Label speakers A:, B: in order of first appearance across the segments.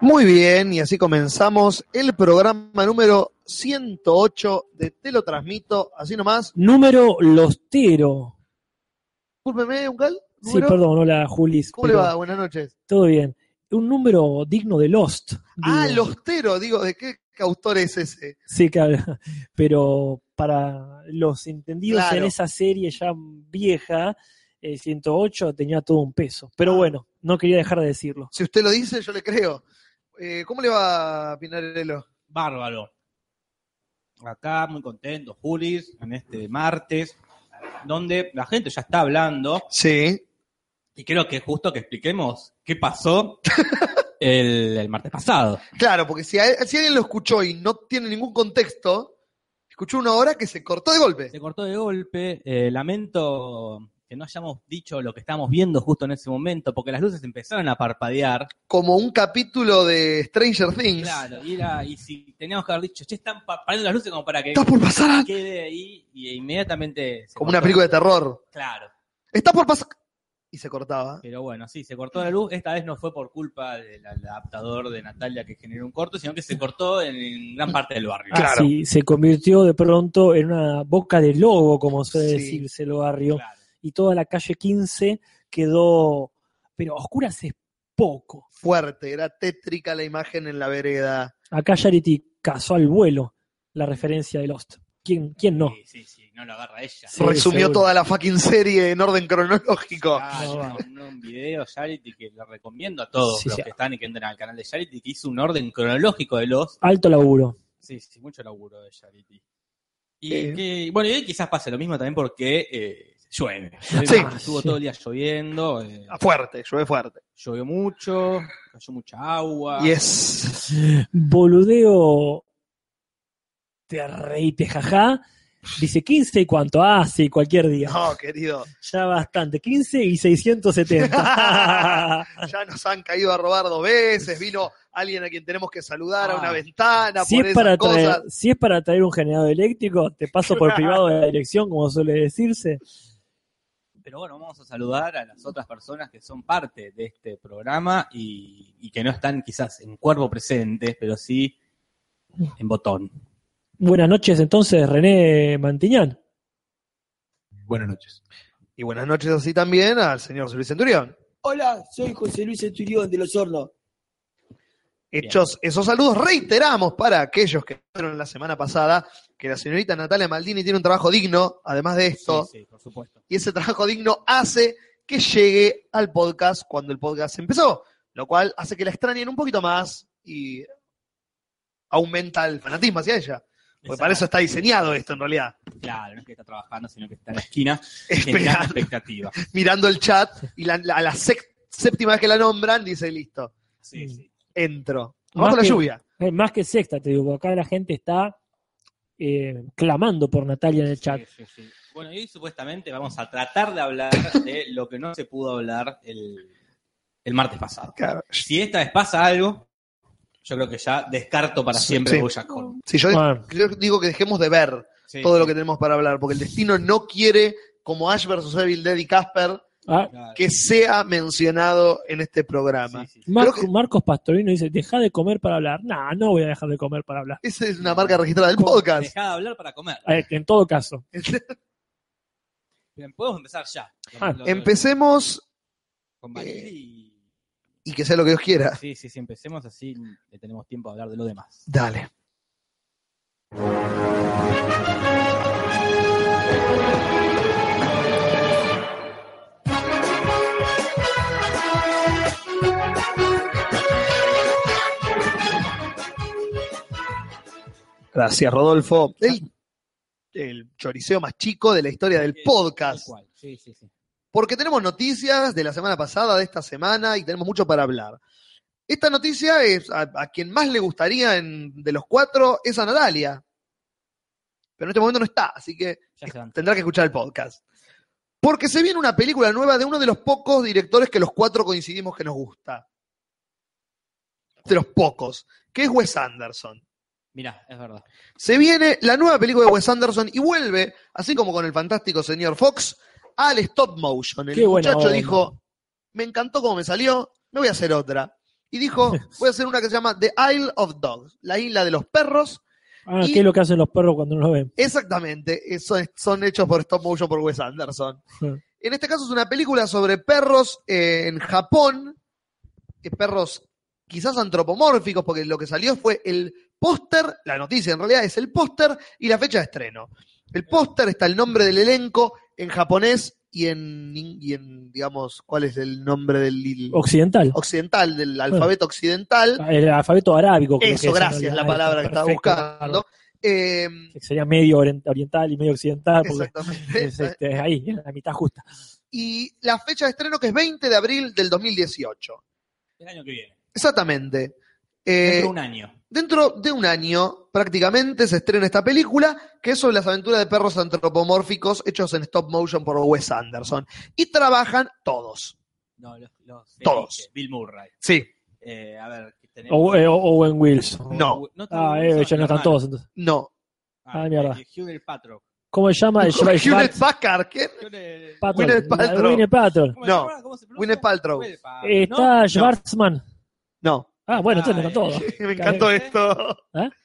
A: Muy bien, y así comenzamos el programa número 108 de Te lo transmito, así nomás.
B: Número Lostero.
A: Discúlpeme, Uncal.
B: Sí,
A: ¿número?
B: perdón, hola Julis.
A: ¿Cómo le
B: pero
A: va? Buenas noches.
B: Todo bien. Un número digno de Lost.
A: Ah,
B: digo.
A: Lostero, digo, ¿de qué autor es ese?
B: Sí, claro. Pero para los entendidos
A: Claro.
B: en esa serie ya vieja, el 108 tenía todo un peso.
A: Ah.
B: Pero bueno, no quería dejar de decirlo.
A: Si usted lo dice, yo le creo. Eh, ¿Cómo le va, Pinarello?
C: Bárbaro. Acá muy contento, Julis, en este martes, donde la gente ya está hablando
A: Sí.
C: y creo que es justo que expliquemos qué pasó el, el martes pasado.
A: Claro, porque si, a- si alguien lo escuchó y no tiene ningún contexto, escuchó una hora que se cortó de golpe.
C: Se cortó de golpe, eh, lamento que no hayamos dicho lo que estábamos viendo justo en ese momento, porque las luces empezaron a parpadear.
A: Como un capítulo de Stranger Things.
C: Claro, y, era- y si teníamos que haber dicho, che, están parpadeando las luces como para que
A: Está por pasar algo.
C: quede ahí, y inmediatamente... se
A: Como
C: cortó.
A: una película de terror.
C: Claro.
A: Está por pasar. Y se cortaba.
C: Pero bueno, sí, se cortó la luz. Esta vez no fue por culpa del adaptador de Natalia que generó un corto, sino que se cortó en gran parte del barrio.
A: Claro.
B: Así Ah, se convirtió de pronto en una boca de lobo, como suele
A: Sí.
B: decirse el barrio.
C: Claro.
B: Y toda la calle 15 quedó. Pero a oscuras es poco.
A: Fuerte, era tétrica la imagen en la vereda.
B: Acá Charity cazó al vuelo la referencia de Lost. ¿Quién, quién no?
C: Sí, sí, sí, no lo agarra ella.
B: Sí,
A: Resumió
B: seguro.
A: toda la fucking serie en orden cronológico.
C: Ah,
B: No,
C: yo
B: va.
C: encontré un video Charity que le recomiendo a todos
B: Sí,
C: los
B: sí.
C: que están y que entren al canal de Charity que hizo un orden cronológico de los.
B: Alto laburo.
C: Sí, sí, mucho laburo de Charity. Y
A: Eh.
C: que- bueno, y hoy quizás pase lo mismo también porque eh, llueve.
A: Sí.
B: Sí.
C: Estuvo
B: Ah.
C: todo el día lloviendo, eh,
A: Fuerte, llueve fuerte.
C: llovió mucho, cayó mucha agua.
A: Yes.
B: Boludeo. Te reíte, jajá. Dice 15 y cuánto. Ah, sí, cualquier día.
A: No, querido.
B: Ya bastante. 15 y 670.
A: Ya nos han caído a robar dos veces. Vino alguien a quien tenemos que saludar a una
C: Ah.
A: ventana
B: si,
A: por
B: es
A: esas
B: para traer,
A: cosas.
B: si es para traer un generador eléctrico, te paso por privado de la dirección, como suele decirse.
C: Pero bueno, vamos a saludar a las otras personas que son parte de este programa y, y que no están quizás en cuerpo presente, pero sí en botón.
B: Buenas noches, entonces, René Mantiñán.
C: Buenas noches.
A: Y buenas noches así también al señor Luis Centurión.
D: Hola, soy José Luis Esturión de Los Hornos.
A: Hechos esos saludos, reiteramos para aquellos que fueron la semana pasada que la señorita Natalia Maldini tiene un trabajo digno, además de esto,
C: Sí, sí, por supuesto.
A: y ese trabajo digno hace que llegue al podcast cuando el podcast empezó, lo cual hace que la extrañen un poquito más y aumenta el fanatismo hacia ella. Porque para eso está diseñado esto en realidad.
C: Claro, no es que está trabajando, sino que está en la esquina generando
A: Esperando,
C: expectativa.
A: mirando el chat y la- la- a la sec- séptima vez que la nombran dice, listo,
C: Sí, sí.
A: entro.
B: Más
A: Bajo la
B: que-
A: lluvia.
B: Eh, más que sexta, te digo, porque acá la gente está eh, clamando por Natalia en el chat.
C: Sí, sí, sí. Bueno, y hoy supuestamente vamos a tratar de hablar de lo que no se pudo hablar el, el martes pasado. Si esta vez pasa algo, yo creo que ya descarto para
A: Sí,
C: siempre
A: sí.
C: a Bojack Horseman.
A: Si yo,
B: Bueno.
A: yo digo que dejemos de ver
C: Sí,
A: todo lo
C: sí.
A: que tenemos para hablar, porque el destino no quiere, como Ash vs. Evil Dead y Casper,
B: Ah,
C: Claro.
A: que sea mencionado en este programa.
C: Sí, sí, sí.
B: Marco-
A: Creo que-
B: Marcos Pastorino dice, deja de comer para hablar. Nah, no voy a dejar de comer para hablar.
A: Esa es una marca registrada del podcast.
C: Dejá de hablar para comer.
B: Eh, en todo caso,
C: Bien, podemos empezar ya.
B: Ah,
C: Lo- lo-
A: Empecemos
C: Con Vanille y...
A: y que sea lo que Dios quiera.
C: Sí, sí, sí, empecemos así le tenemos tiempo a hablar de lo demás.
A: Dale. Gracias, Rodolfo. El, el choriceo más chico de la historia del
C: Eh,
A: podcast.
C: tal cual. Sí, sí, sí.
A: Porque tenemos noticias de la semana pasada, de esta semana, y tenemos mucho para hablar. Esta noticia es a, a quien más le gustaría en- de los cuatro es a Natalia. Pero en este momento no está, así que
C: Ya se van.
A: tendrá que escuchar el podcast. Porque se viene una película nueva de uno de los pocos directores que los cuatro coincidimos que nos gusta. De los pocos, que es Wes Anderson.
C: Mirá, es verdad.
A: Se viene la nueva película de Wes Anderson y vuelve, así como con el fantástico señor Fox, al stop motion. El
B: Qué buena
A: muchacho
B: onda.
A: dijo, me encantó cómo me salió, me voy a hacer otra. y dijo, voy a hacer una que se llama The Isle of Dogs, la isla de los perros.
B: Ah,
A: Y-
B: ¿qué es lo que hacen los perros cuando no lo ven?
A: Exactamente, eso es- son hechos por stop motion por Wes Anderson.
B: Hmm.
A: En este caso es una película sobre perros eh, en Japón, eh, perros quizás antropomórficos, porque lo que salió fue el póster, la noticia en realidad es el póster y la fecha de estreno. El póster está el nombre del elenco en japonés y en, y en, digamos, ¿cuál es el nombre del del-
B: Occidental.
A: occidental, del alfabeto occidental?
B: El alfabeto arábico. creo que
A: Eso,
B: Ah, es, en
A: gracias,
B: realidad.
A: la palabra que
B: Está
A: estaba
B: perfecto,
A: buscando. Eh,
B: que Sería medio orient- oriental y medio occidental, Ah, porque
A: exactamente.
B: es este, ahí, en la mitad justa.
A: y la fecha de estreno que es 20 de abril del 2018.
C: El año que viene.
A: Exactamente.
C: Dentro
A: Eh,
C: de un año.
A: dentro de un año prácticamente se estrena esta película que es sobre las aventuras de perros antropomórficos hechos en stop motion por Wes Anderson. Y trabajan todos.
C: No, los, los
A: Todos.
C: fetiches, Bill Murray.
A: Sí.
C: Eh, a ver, ¿qué tenemos?
B: O, eh, o- Owen Wilson.
A: No.
C: está
B: Ah,
C: Wilson,
B: eh, ya no están
C: hermano.
B: todos. entonces.
A: No.
B: Ah, mierda.
C: eh, Hewlett Patrick.
B: ¿Cómo se llama? El
A: Hewlett Packard, ¿qué?
C: Hewlett-
B: Patrol.
A: Gwyneth Paltrow.
B: Gwyneth Paltrow.
C: ¿Cómo se
A: No.
C: llama? ¿Cómo se pronuncia?
A: Gwyneth Paltrow.
C: Hewlett Paltrow,
B: Eh,
C: Ah, ¿no?
B: Está Schwartzman.
A: No.
B: Ah, bueno, entonces
C: Ah,
B: no están todos.
A: Me encantó esto.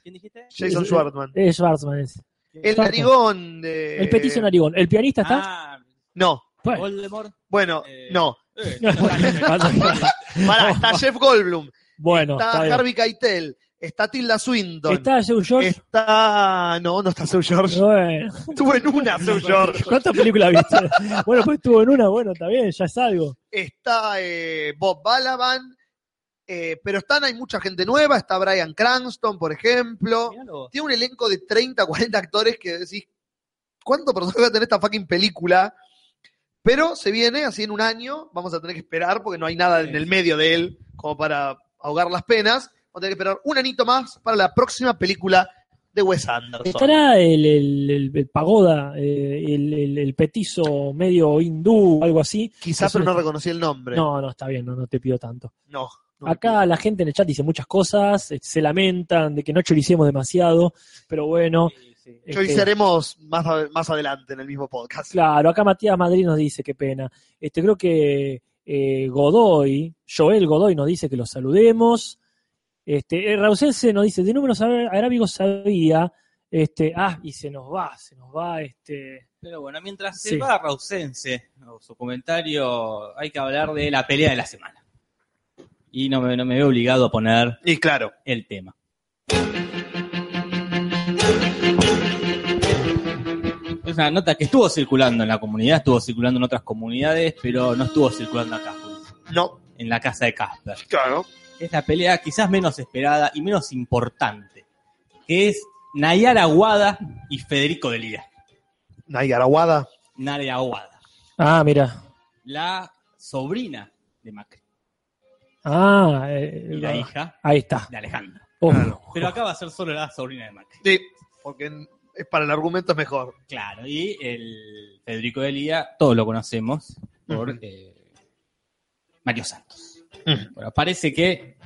C: ¿Quién dijiste?
A: Jason
B: Eh,
A: Schwartzman.
B: Es Schwartzman. es.
A: El narigón de...
B: El petiso narigón. ¿El pianista está?
C: eh, Ah,
A: No.
B: Bueno.
C: Voldemort.
A: Bueno,
C: Eh,
A: no.
C: Eh, no
B: Ah,
C: está-
A: Pará, está Jeff Goldblum.
B: Bueno,
A: está
B: está bien.
A: Harvey Keitel. Está Tilda Swinton.
B: ¿Está Joe George?
A: Está. No, no está Seu George.
B: Bueno.
A: Estuvo en una Seu George.
B: ¿Cuántas películas viste? bueno, pues estuvo en una, bueno, está bien, ya es algo.
A: Está eh, Bob Balaban. eh, pero están, hay mucha gente nueva. Está Brian Cranston, por ejemplo.
C: Míralo.
A: Tiene un elenco de 30, 40 actores que decís, ¿cuánto personaje va a tener esta fucking película? Pero se viene así en un año. Vamos a tener que esperar porque no hay nada en el medio de él como para ahogar las penas. Vamos a tener que esperar un anito más para la próxima película de Wes Anderson.
B: ¿Estará el, el- el- el pagoda, eh, el, el- el petizo medio hindú, algo así?
A: Quizás,
B: Eso
A: pero no
B: está-
A: reconocí el nombre.
B: No, no, está bien, no, no te pido tanto.
A: No. no.
B: Acá la gente en el chat dice muchas cosas, eh, se lamentan de que no choricemos demasiado, pero bueno.
C: Sí, sí.
A: Yo
B: este,
A: haremos más, a- más adelante en el mismo podcast.
B: Claro, acá Matías Madrid nos dice, qué pena. Este, creo que eh, Godoy, Joel Godoy nos dice que los saludemos. Este, eh, Rausense nos dice, de números ar- arábigos sabía, este, ah, y se nos va, se nos va, este.
C: Pero bueno, mientras se
B: Sí.
C: va Rausense, o su comentario, hay que hablar de la pelea de la semana. Y no me, no me veo obligado a poner
A: Y claro.
C: el tema. Es una nota que estuvo circulando en la comunidad, estuvo circulando en otras comunidades, pero no estuvo circulando acá,
A: No,
C: en la casa de Casper.
A: claro.
C: es la pelea quizás menos esperada y menos importante, que es Nayara Aguada y Federico Delía.
A: Nayara Wada.
C: Nayara Aguada,
B: Ah, mira.
C: la sobrina de Macri
B: Ah, eh,
C: y la hija
B: ahí está. Oh.
C: de Alejandro.
B: Uf.
C: Pero acá va a ser solo la sobrina de Macri.
A: Sí, porque en- es para el argumento es mejor.
C: Claro, y el Federico Delía, todos lo conocemos por
A: Ujú.
C: eh, Mario Santos. Bueno, parece que...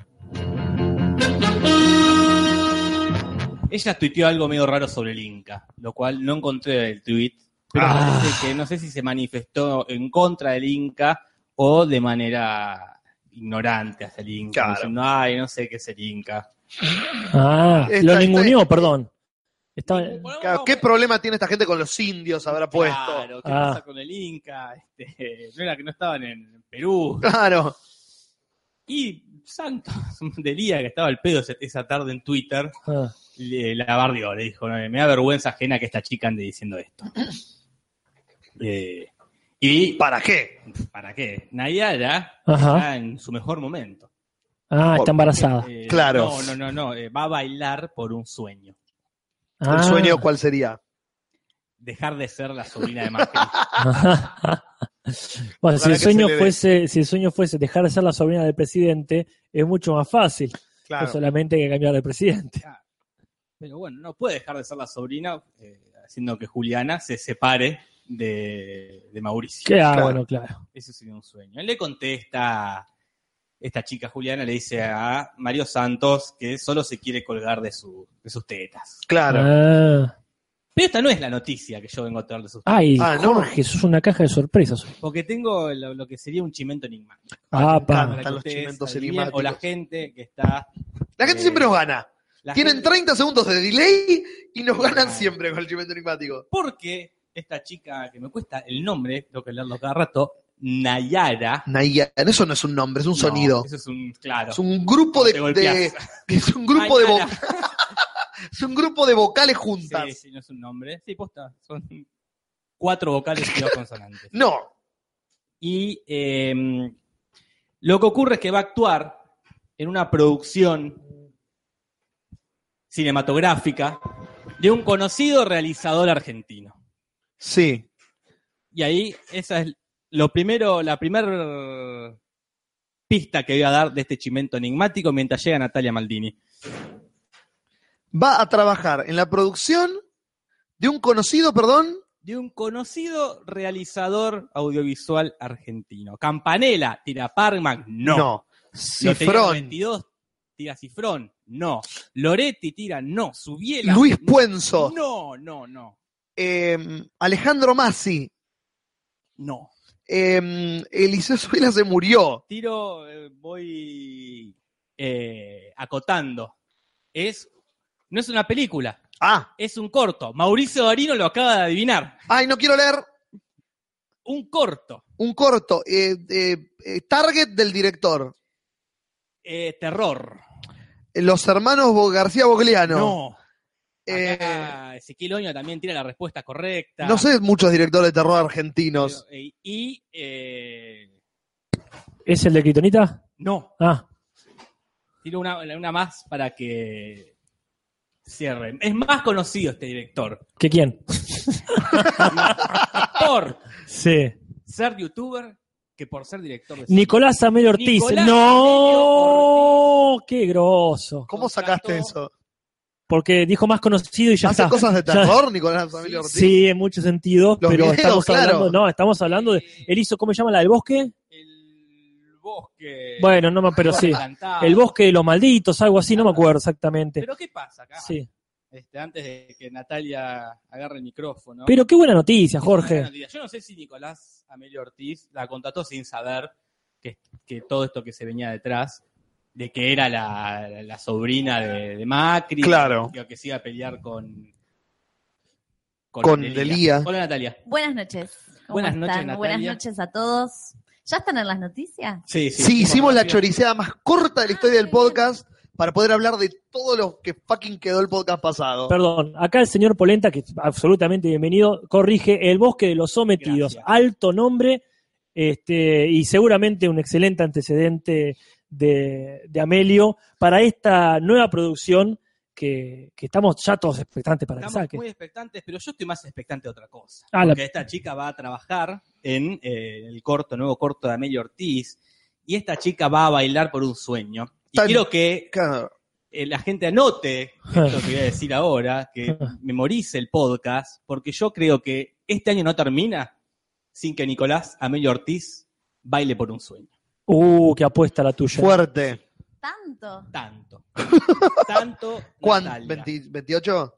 C: Ella tuiteó algo medio raro sobre el Inca, lo cual no encontré el tweet, pero
B: Ah.
C: parece que no sé si se manifestó en contra del Inca o de manera ignorante hacia el Inca,
A: Claro.
C: diciendo, ay, no sé qué es el Inca.
B: Ah,
A: Está-
B: lo
A: está-
B: ninguneó, perdón. Está,
A: Claro, ¿Qué problema tiene esta gente con los indios habrá puesto?
C: Claro, ¿qué
B: Ah.
C: pasa con el Inca? Este, no era que no estaban en Perú.
A: Claro.
C: Y Santos Delía, que estaba al pedo ese- esa tarde en Twitter,
B: ah,
C: le- la barrió, le dijo, "No, me da vergüenza ajena que esta chica ande diciendo esto. Eh, y
A: ¿Para qué?
C: para qué, Nayara
B: Ajá.
C: está en su mejor momento.
B: ah, está embarazada.
C: Eh,
A: Claro.
C: No, no, no, no, eh, va a bailar por un sueño.
A: ¿El
B: Ah.
A: sueño cuál sería?
C: Dejar de ser la sobrina de Macri.
B: bueno, si
A: Ojalá
B: el,
A: que
B: sueño
A: se le dé.
B: fuese, si el sueño fuese dejar de ser la sobrina del presidente, es mucho más fácil. No solamente hay que cambiar de presidente.
C: Pero bueno, no puede dejar de ser la sobrina, eh, haciendo que Juliana se separe de, de Mauricio.
B: Que, ah,
A: Claro.
B: bueno, claro.
C: Eso sería un sueño. Él le contesta, esta chica Juliana le dice a Mario Santos que solo se quiere colgar de, su, de sus tetas.
A: Claro.
B: Ah,
C: Pero esta no es la noticia que yo vengo a traerles a ustedes.
B: Ay,
A: Ah, no.
B: Jorge, sos una caja de sorpresas.
C: Porque tengo lo, lo que sería un chimento enigmático.
B: Ah, pa.
C: Para que
A: Están los
C: ustedes
A: chimentos
C: adivinen,
A: enigmáticos.
C: O la gente que está.
A: La gente
C: Eh,
A: siempre nos gana.
C: la
A: Tienen
C: gente-
A: 30 segundos de delay y nos ganan
C: Ah.
A: siempre con el chimento enigmático.
C: Porque esta chica que me cuesta el nombre, tengo que leerlo cada rato, Nayara.
A: Nayara, eso no es un nombre, es un
C: No,
A: sonido.
C: Eso es un. Claro.
A: Es un grupo de,
C: Te golpeás.
A: de- es un grupo de vo-
C: Nayara.
A: es un grupo de vocales juntas.
C: Sí, sí, no es un nombre. Sí, posta. Son cuatro vocales y dos consonantes.
A: No,
C: Y eh, lo que ocurre es que va a actuar en una producción cinematográfica de un conocido realizador argentino.
A: sí.
C: Y ahí, esa es lo primero, la primera pista que voy a dar de este chimento enigmático mientras llega Natalia Maldini.
A: Va a trabajar en la producción de un conocido, perdón.
C: De un conocido realizador audiovisual argentino. Campanella, tira Parmac, no. Lotería
A: Cifrón.
C: 22 tira Cifrón, no. Loretti tira, no. Subiela.
A: Luis
C: no.
A: Puenzo.
C: No, no, no.
A: eh, Alejandro Massi.
C: No.
A: eh, Eliseo Suela se murió.
C: Tiro, eh, voy eh, acotando. Es, no es una película,
A: Ah,
C: es un corto. Mauricio Darino lo acaba de adivinar.
A: ay, no quiero leer
C: Un corto.
A: un corto. eh, eh, eh, target del director. eh,
C: Eh, terror.
A: Los hermanos Bo- García Bogliano.
C: No.
A: Eh,
C: Acá Ezequiel Oño también tira la respuesta correcta.
A: no sé muchos directores de terror argentinos.
C: Eh, Y. eh,
B: ¿Es el de Critonita?
C: no.
B: Ah,
C: Tiro una, una más para que cierren. Es más conocido este director
B: ¿que quién?
C: por
B: Sí.
C: ser youtuber que por ser director de cine.
B: Nicolás Amel Ortiz.
C: Nicolás
B: ¡No! ¡Qué grosso!
A: ¿Cómo sacaste eso?
B: Porque dijo más conocido y ya
A: ¿Hace
B: está.
A: cosas de
B: Ya-
A: terror, Nicolás Emilio Ortiz?
B: Sí, en muchos sentidos,
A: Los
B: pero
A: videos,
B: estamos
A: claro.
B: hablando, no, estamos hablando de él hizo ¿cómo se llama la del bosque?
C: Eh, El bosque.
B: Bueno, no me pero sí.
C: Encantado.
B: El bosque de los malditos, algo así, no me acuerdo exactamente.
C: Pero ¿qué pasa acá?
B: Sí.
C: Este, antes de que Natalia agarre el micrófono.
B: Pero qué buena noticia, Jorge.
C: Yo no sé si Nicolás Amelio Ortiz la contrató sin saber que, que todo esto que se venía detrás, de que era la, la sobrina de, de Macri,
A: Claro.
C: que, que se iba a pelear con.
A: Con Delía.
C: Hola Natalia.
E: Buenas noches. ¿Cómo
C: Buenas noches,
E: están?
C: Natalia.
E: Buenas noches a todos. ¿Ya están en las noticias?
C: Sí,
A: Sí, hicimos la choriceada más corta de la historia del
E: Ah,
A: podcast para poder hablar de todo lo que fucking quedó el podcast pasado.
B: Perdón, acá el señor Polenta, que es absolutamente bienvenido, corrige El bosque de los sometidos,
C: Gracias.
B: alto nombre este, y seguramente un excelente antecedente de, de Amelio para esta nueva producción que, que estamos ya todos expectantes para que
C: Estamos
B: saque.
C: muy expectantes, pero yo estoy más expectante de otra cosa.
B: Ah, la-
C: porque esta chica va a trabajar en eh, el corto, nuevo corto de Amelio Ortiz, y esta chica va a bailar por un sueño. Y
A: Tan-
C: quiero que
A: Claro.
C: eh, la gente anote esto que voy a decir ahora, que memorice el podcast, porque yo creo que este año no termina sin que Nicolás Amelio Ortiz baile por un sueño.
B: Uh, qué apuesta la tuya.
A: Fuerte.
E: Tanto.
C: Tanto. Tanto.
A: ¿Cuánto?
C: Natalia.
A: ¿28?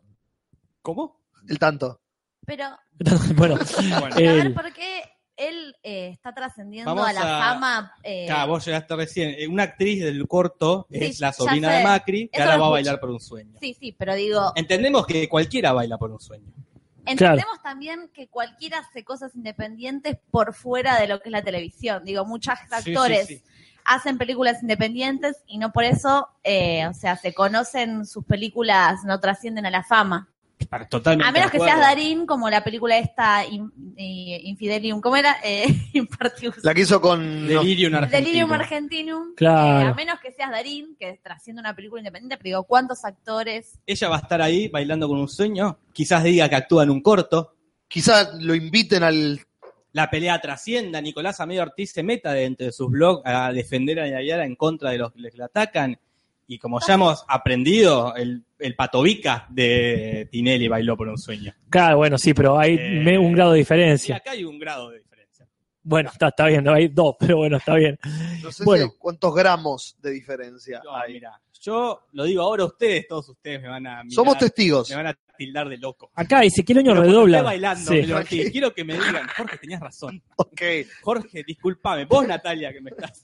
C: ¿Cómo?
A: El tanto.
E: Pero,
B: bueno,
C: Bueno,
E: a
B: Él.
E: ver, ¿por qué él eh, está trascendiendo
C: Vamos
E: a la
C: a-
E: fama? eh,
C: acá vos llegaste recién. Eh, Una actriz del corto es
E: Sí,
C: la
E: ya
C: sobrina
E: sé.
C: de Macri, que
E: Eso
C: ahora
E: lo
C: va a
E: escuché.
C: bailar por un sueño.
E: Sí, sí, pero digo,
C: Entendemos que cualquiera baila por un sueño.
E: entendemos también que cualquiera hace cosas independientes por fuera de lo que es la televisión. Digo, muchos
C: Sí,
E: actores
C: sí, sí.
E: hacen películas independientes y no por eso, eh, o sea, se conocen sus películas, no trascienden a la fama.
C: Para- Totalmente.
E: A menos
C: de
E: que seas
C: acuerdo.
E: Darín, como la película esta, in- eh, Infidelium, ¿cómo era? Eh, Impartius.
A: La que hizo con. no,
C: Delirium argentino.
E: Delirium Argentinum.
B: Claro.
E: Eh, a menos que seas Darín, que trasciende una película independiente, pero digo, ¿cuántos actores?
C: Ella va a estar ahí bailando con un sueño. Quizás diga que actúa en un corto.
A: quizás lo inviten al.
C: La pelea trascienda. Nicolás Amedio Ortiz se meta dentro de sus blogs a defender a Nayara en contra de los que le atacan. Y como ya hemos aprendido, el, el patovica de Tinelli bailó por un sueño.
B: claro, bueno, sí, pero hay
C: Eh,
B: me- un grado de
C: Y
B: diferencia.
C: acá hay un grado de diferencia.
B: Bueno, está, está bien, no hay dos, pero bueno, está bien.
A: No sé
B: Bueno.
A: si cuántos gramos de diferencia
C: No,
A: hay.
C: mira, yo lo digo ahora a ustedes, todos ustedes me van a mirar,
A: Somos testigos.
C: me van a tildar de loco.
B: Acá Ezequiel Oño
C: Pero porque
B: redobla.
C: estoy bailando,
B: Sí.
C: me lo bajé. Quiero que me digan, Jorge, tenías razón.
A: Ok.
C: Jorge, discúlpame. Vos, Natalia, que me estás.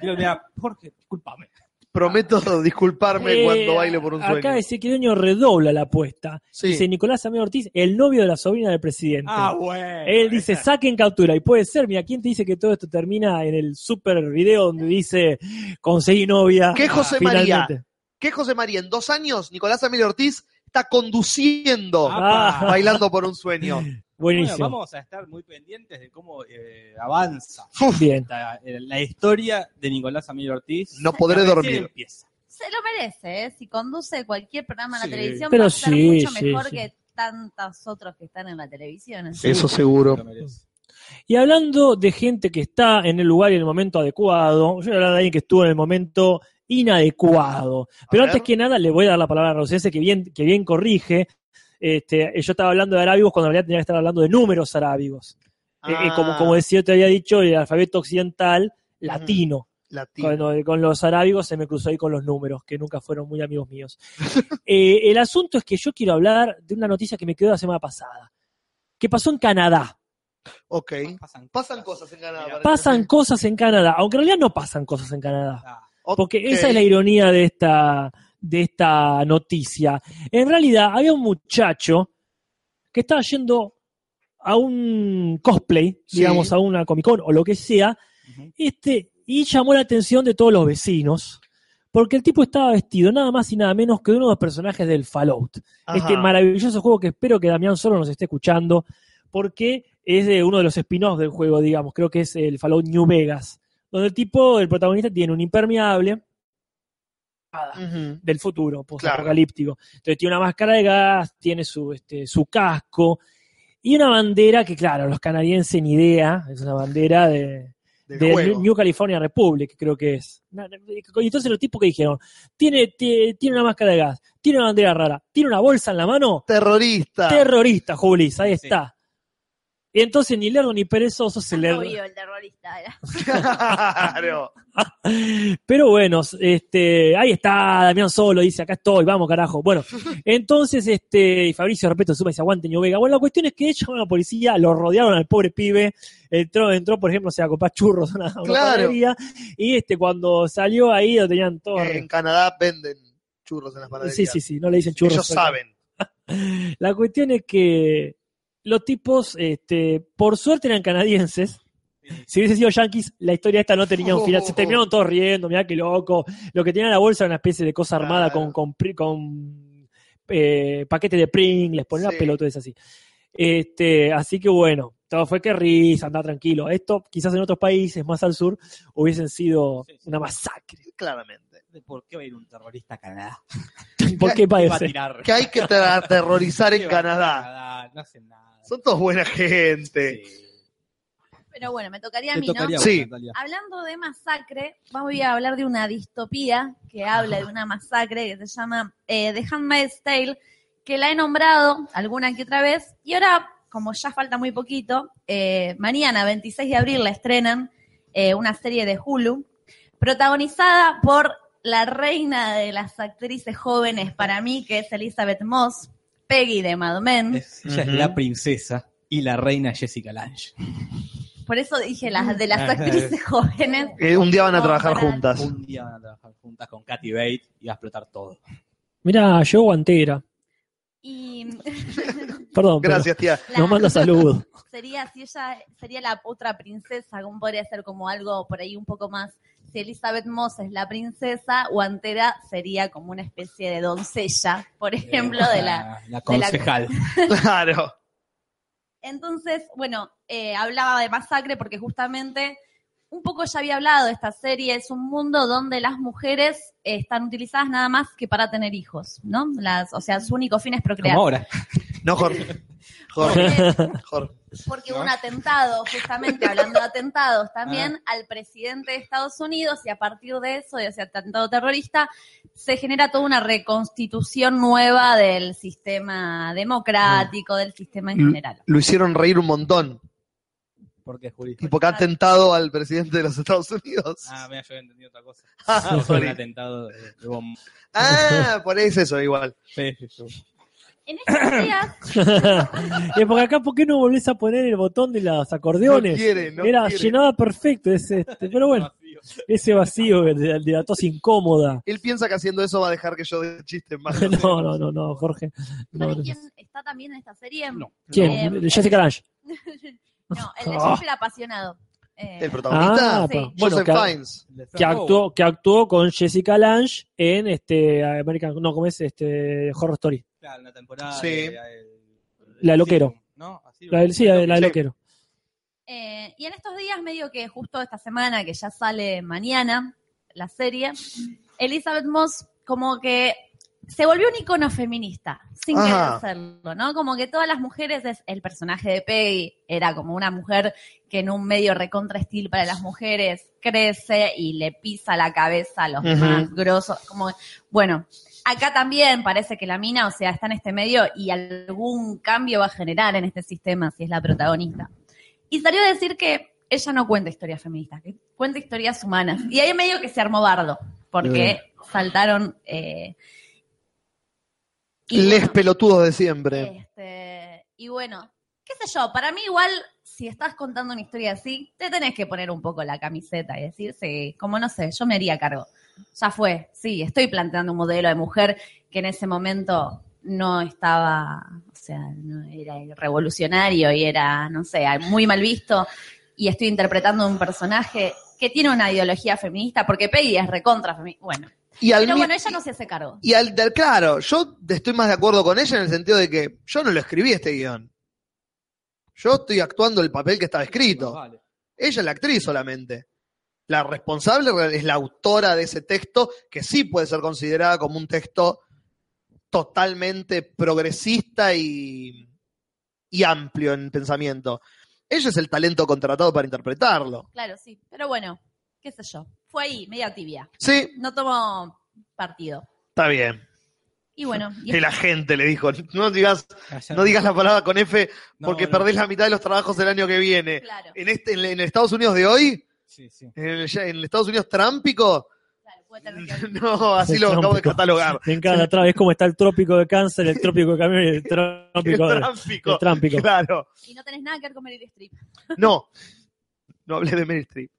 C: Quiero que me digan, Jorge, discúlpame.
A: Prometo disculparme
B: Eh,
A: cuando baile por un sueño.
B: Acá Ezequiel Oño redobla la apuesta.
A: Sí.
B: Dice Nicolás Amé Ortiz, el novio de la sobrina del presidente.
C: Ah, bueno.
B: Él dice, saquen captura. Y puede ser, mira, ¿quién te dice que todo esto termina en el super video donde dice, conseguí novia?
A: ¿Qué José
B: finalmente?
A: María? ¿Qué José María? En dos años, Nicolás Emilio Ortiz está conduciendo
B: Ah.
A: Bailando por un sueño.
C: Bueno,
B: Buenísimo.
C: vamos a estar muy pendientes de cómo eh, avanza
B: Bien.
C: la, la historia de Nicolás Amir Ortiz.
A: No podré
C: Recién
A: dormir.
C: empieza.
E: Se lo merece, ¿eh? Si conduce cualquier programa en
C: Sí.
E: la televisión,
B: Pero
E: va a ser
B: sí,
E: mucho
B: sí,
E: mejor
B: sí.
E: que tantos otros que están en la televisión. así.
A: Eso seguro.
C: Lo merece.
B: Y hablando de gente que está en el lugar y en el momento adecuado, yo voy a hablar de alguien que estuvo en el momento inadecuado. Pero
A: A
B: antes
A: ver.
B: que nada, le voy a dar la palabra a Rosense, que bien, que bien corrige. Este, yo estaba hablando de arábigos cuando en realidad tenía que estar hablando de números arábigos. Eh, eh, como,
A: Ah,
B: como decía, te había dicho, el alfabeto occidental latino.
A: latino.
B: Cuando- con los arábigos se me cruzó ahí con los números, que nunca fueron muy amigos míos. Eh, el asunto es que yo quiero hablar de una noticia que me quedó la semana pasada, que pasó en Canadá.
A: Ok.
C: Pasan,
A: Pasan cosas en Canadá.
C: Mira,
A: parece.
B: ah, Pasan cosas en Canadá, aunque en realidad no pasan cosas en Canadá.
C: Ah,
A: Ok.
B: Porque esa es la ironía de esta, de esta noticia. En realidad había un muchacho que estaba yendo a un cosplay,
A: Sí.
B: digamos, a una Comic Con o lo que sea,
C: ujú.
B: este, y llamó la atención de todos los vecinos, porque el tipo estaba vestido nada más y nada menos que de uno de los personajes del Fallout.
A: Ajá.
B: Este maravilloso juego que espero que Damián solo nos esté escuchando, porque es de uno de los spin-offs del juego, digamos, creo que es el Fallout New Vegas, donde el tipo, el protagonista, tiene un impermeable
A: Ujú.
B: del futuro, postapocalíptico. Entonces tiene una máscara de gas, tiene su, este, su casco y una bandera que, claro, los canadienses ni idea, es una bandera de,
A: Del
B: de
A: juego.
B: New California Republic, creo que es. Na- na- Y entonces los tipos que dijeron, tiene, ti- tiene una máscara de gas, tiene una bandera rara, tiene una bolsa en la mano,
A: Terrorista.
B: terrorista, Julis, ahí
C: Sí.
B: está. Y entonces ni lerdo ni perezoso se le...
E: Ah, No vio el terrorista. era.
A: claro.
B: Pero bueno, este, ahí está Damián Solo, dice, acá estoy, vamos carajo. Bueno, entonces, este, y Fabricio Repeto suma y dice, aguante New Vega. Bueno, la cuestión es que ellos llamaron a la policía, lo rodearon al pobre pibe, entró, entró por ejemplo, se a comprar churros a una, a una
A: Claro.
B: panadería, y este, cuando salió ahí lo tenían todo.
A: Que En Canadá venden churros en las panaderías.
B: Sí, sí, sí, no le dicen churros.
A: Ellos saben.
B: La cuestión es que los tipos, este, por suerte eran canadienses.
C: eh,
B: Si hubiesen sido yankees, la historia esta no tenía un final. Se terminaron todos riendo, mirá qué loco. Lo que tenía en la bolsa era una especie de cosa armada
A: Claro.
B: con, con, pri- con, eh, paquete de Pringles, poner
A: Sí.
B: una pelota así. Este, así que bueno, todo fue que risa, anda tranquilo. Esto quizás en otros países más al sur hubiesen sido
C: Sí, sí.
B: una masacre.
A: Claramente.
C: ¿Por qué va a ir un terrorista a Canadá?
B: ¿Por qué
C: ¿Qué va a
B: parece?
C: tirar?
A: Que hay que tra- terrorizar en
C: ¿Qué va a tirar
A: Canadá.
C: Canadá? No hacen nada.
A: Son todos buena gente.
C: Sí.
E: Pero bueno, me tocaría a
C: Te
E: mí, ¿no?
C: tocaría a vos,
A: Sí.
C: Natalia.
E: Hablando de masacre, vamos a hablar de una distopía que habla de una masacre que se llama eh, The Handmaid's Tale, que la he nombrado alguna que otra vez. Y ahora, como ya falta muy poquito, eh, mañana, 26 de abril, la estrenan eh, una serie de Hulu, protagonizada por la reina de las actrices jóvenes para mí, que es Elizabeth Moss, Peggy de Mad Men.
C: Es- ella es
A: Ujú.
C: la princesa y la reina Jessica Lange.
E: Por eso dije las de las
C: Ajá.
E: actrices jóvenes.
A: Eh, un día van a
E: No,
A: trabajar
E: para-
A: juntas.
C: Un día van a trabajar juntas con Katy Bates y va a explotar todo.
B: Mirá, llegó guantera.
E: Y
B: Perdón, pero
A: Gracias, tía.
E: La-
B: nos manda saludos.
E: Sería si ella sería la otra princesa, como podría ser como algo por ahí un poco más. Si Elizabeth Moss es la princesa, Guantera sería como una especie de doncella, por ejemplo, de la.
C: Eh, concejal.
A: Claro.
E: Entonces, bueno, eh, hablaba de masacre porque justamente un poco ya había hablado de esta serie. Es un mundo donde las mujeres eh, están utilizadas nada más que para tener hijos, ¿no? Las, o sea, su único fin es procrear.
C: Como ahora.
A: No, Jorge. Jorge.
E: Porque-
A: Jorge.
E: Porque
C: ¿No? Ah.
E: hubo un atentado, justamente hablando de atentados también, al presidente de Estados Unidos y a partir de eso, de ese atentado terrorista, se genera toda una reconstitución nueva del sistema democrático, del sistema
C: Mm.
E: en general.
A: Lo hicieron reír un montón.
C: Porque Juli.
A: Tipo que ha atentado al presidente de los Estados Unidos.
C: Ah, mira, yo había entendido otra cosa.
A: Ah,
C: Fue un
A: sorry.
C: atentado de, de bomba.
A: Ah, por ahí es eso igual.
C: Sí, sí, sí.
E: en estos días,
B: es porque acá, ¿por qué no volvés a poner el botón de los
A: No
B: acordeones?
A: quiere, no
B: Era
A: quiere.
B: llenaba perfecto ese, este, pero bueno, ese vacío de, de la tos incómoda.
A: Él piensa que haciendo eso va a dejar que yo dé chistes más.
B: No, no, no, no, Jorge. No,
E: ¿sabes
B: no.
E: quién está también en esta serie?
C: No.
B: ¿Quién?
E: Eh,
B: Jessica Lange.
E: No, el de
B: Ah.
E: Jeff el apasionado. Eh,
A: El protagonista,
B: Ah,
E: Sí.
B: pa- bueno,
A: Joseph
B: que,
A: Fiennes.
B: que actuó, que actuó con Jessica Lange en este American, no, ¿cómo es? Este Horror Story.
C: Claro, la temporada.
A: Sí.
C: de- el-
B: La de Loquero.
C: ¿No? Así,
B: La del, sí, la, la del
A: Sí.
B: loquero.
E: eh, y en estos días, medio que justo esta semana, que ya sale mañana la serie, Elizabeth Moss como que se volvió un icono feminista, sin querer
A: Ajá.
E: hacerlo, ¿no? Como que todas las mujeres, es, el personaje de Peggy era como una mujer que en un medio recontra hostil para las mujeres crece y le pisa la cabeza a los
A: Ujú.
E: más grosos. Como, bueno, acá también parece que la mina, o sea, está en este medio y algún cambio va a generar en este sistema si es la protagonista. Y salió a decir que ella no cuenta historias feministas, que cuenta historias humanas. Y ahí medio que se armó bardo, porque saltaron... eh, y
A: Les
E: bueno,
A: pelotudos de siempre.
E: este, y bueno, qué sé yo, para mí igual, si estás contando una historia así, te tenés que poner un poco la camiseta y decir, sí, como no sé, yo me haría cargo. Ya fue, sí, estoy planteando un modelo de mujer que en ese momento no estaba, o sea, no era revolucionario y era, no sé, muy mal visto y estoy interpretando un personaje que tiene una ideología feminista, porque Peggy es recontra feminista. Bueno,
A: Y al,
E: pero
A: mi-
E: bueno, ella no se hace cargo.
A: y al del- claro, yo estoy más de acuerdo con ella en el sentido de que yo no lo escribí este guión. Yo estoy actuando el papel que estaba escrito.
C: Vale.
A: Ella es la actriz solamente. La responsable es la autora de ese texto, que sí puede ser considerada como un texto totalmente progresista y, y amplio en pensamiento. Ella es el talento contratado para interpretarlo.
E: Claro, sí. Pero bueno, qué sé yo. Fue ahí, media tibia.
A: Sí,
E: No tomó partido.
A: está bien.
E: Y bueno, y-
A: Y la gente le dijo, no digas,
C: Ayer-
A: no digas la palabra con F
C: No,
A: porque
C: no.
A: perdés la mitad de los trabajos del año que viene.
E: claro,
A: En, este, en, en Estados Unidos de hoy,
C: Sí, sí.
A: en, el- en Estados Unidos trámpico,
E: claro, puede tener que-
A: no, así lo acabo de
B: Trámpico.
A: catalogar.
B: Me encanta, otra vez como está el trópico de cáncer, el trópico de camión y el trópico de,
A: Trámpico.
B: el Ah, trámpico.
A: Claro.
E: Y no tenés nada que ver con Meryl Streep.
A: No. No hablé de Meryl Streep.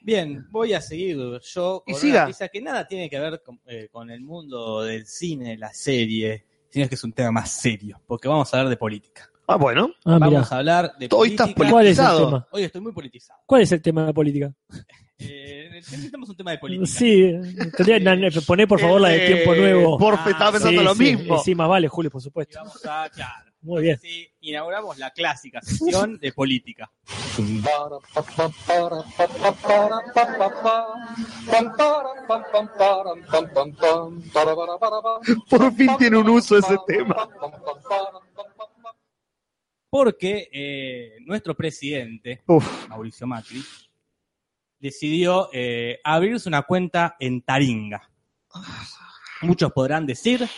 C: Bien, voy a seguir yo
A: Y
C: con
A: siga.
C: una noticia que nada tiene que ver con, eh, con el mundo del cine, la serie, sino que es un tema más serio, porque vamos a hablar de política.
A: Ah, bueno.
B: Ah, mira.
C: vamos a hablar de
A: Hoy estás
C: política.
B: ¿Cuál es el
A: politizado.
B: tema?
C: Hoy estoy muy politizado.
B: ¿Cuál es el tema de política?
C: Eh, necesitamos un tema de política.
B: Sí, tendría- na- na- poné por favor la de
A: Eh,
B: tiempo nuevo.
A: Porfe
C: Ah,
A: estaba pensando
B: Sí,
A: lo
B: sí,
A: mismo.
B: Sí, más vale, Julio, por
C: Y
B: supuesto.
C: vamos a, claro.
B: Muy bien.
C: Sí, inauguramos la clásica sesión de política.
A: Por fin tiene un uso ese tema.
C: Porque eh, nuestro presidente,
A: Uf.
C: Mauricio Macri, decidió eh, abrirse una cuenta en Taringa. Muchos podrán decir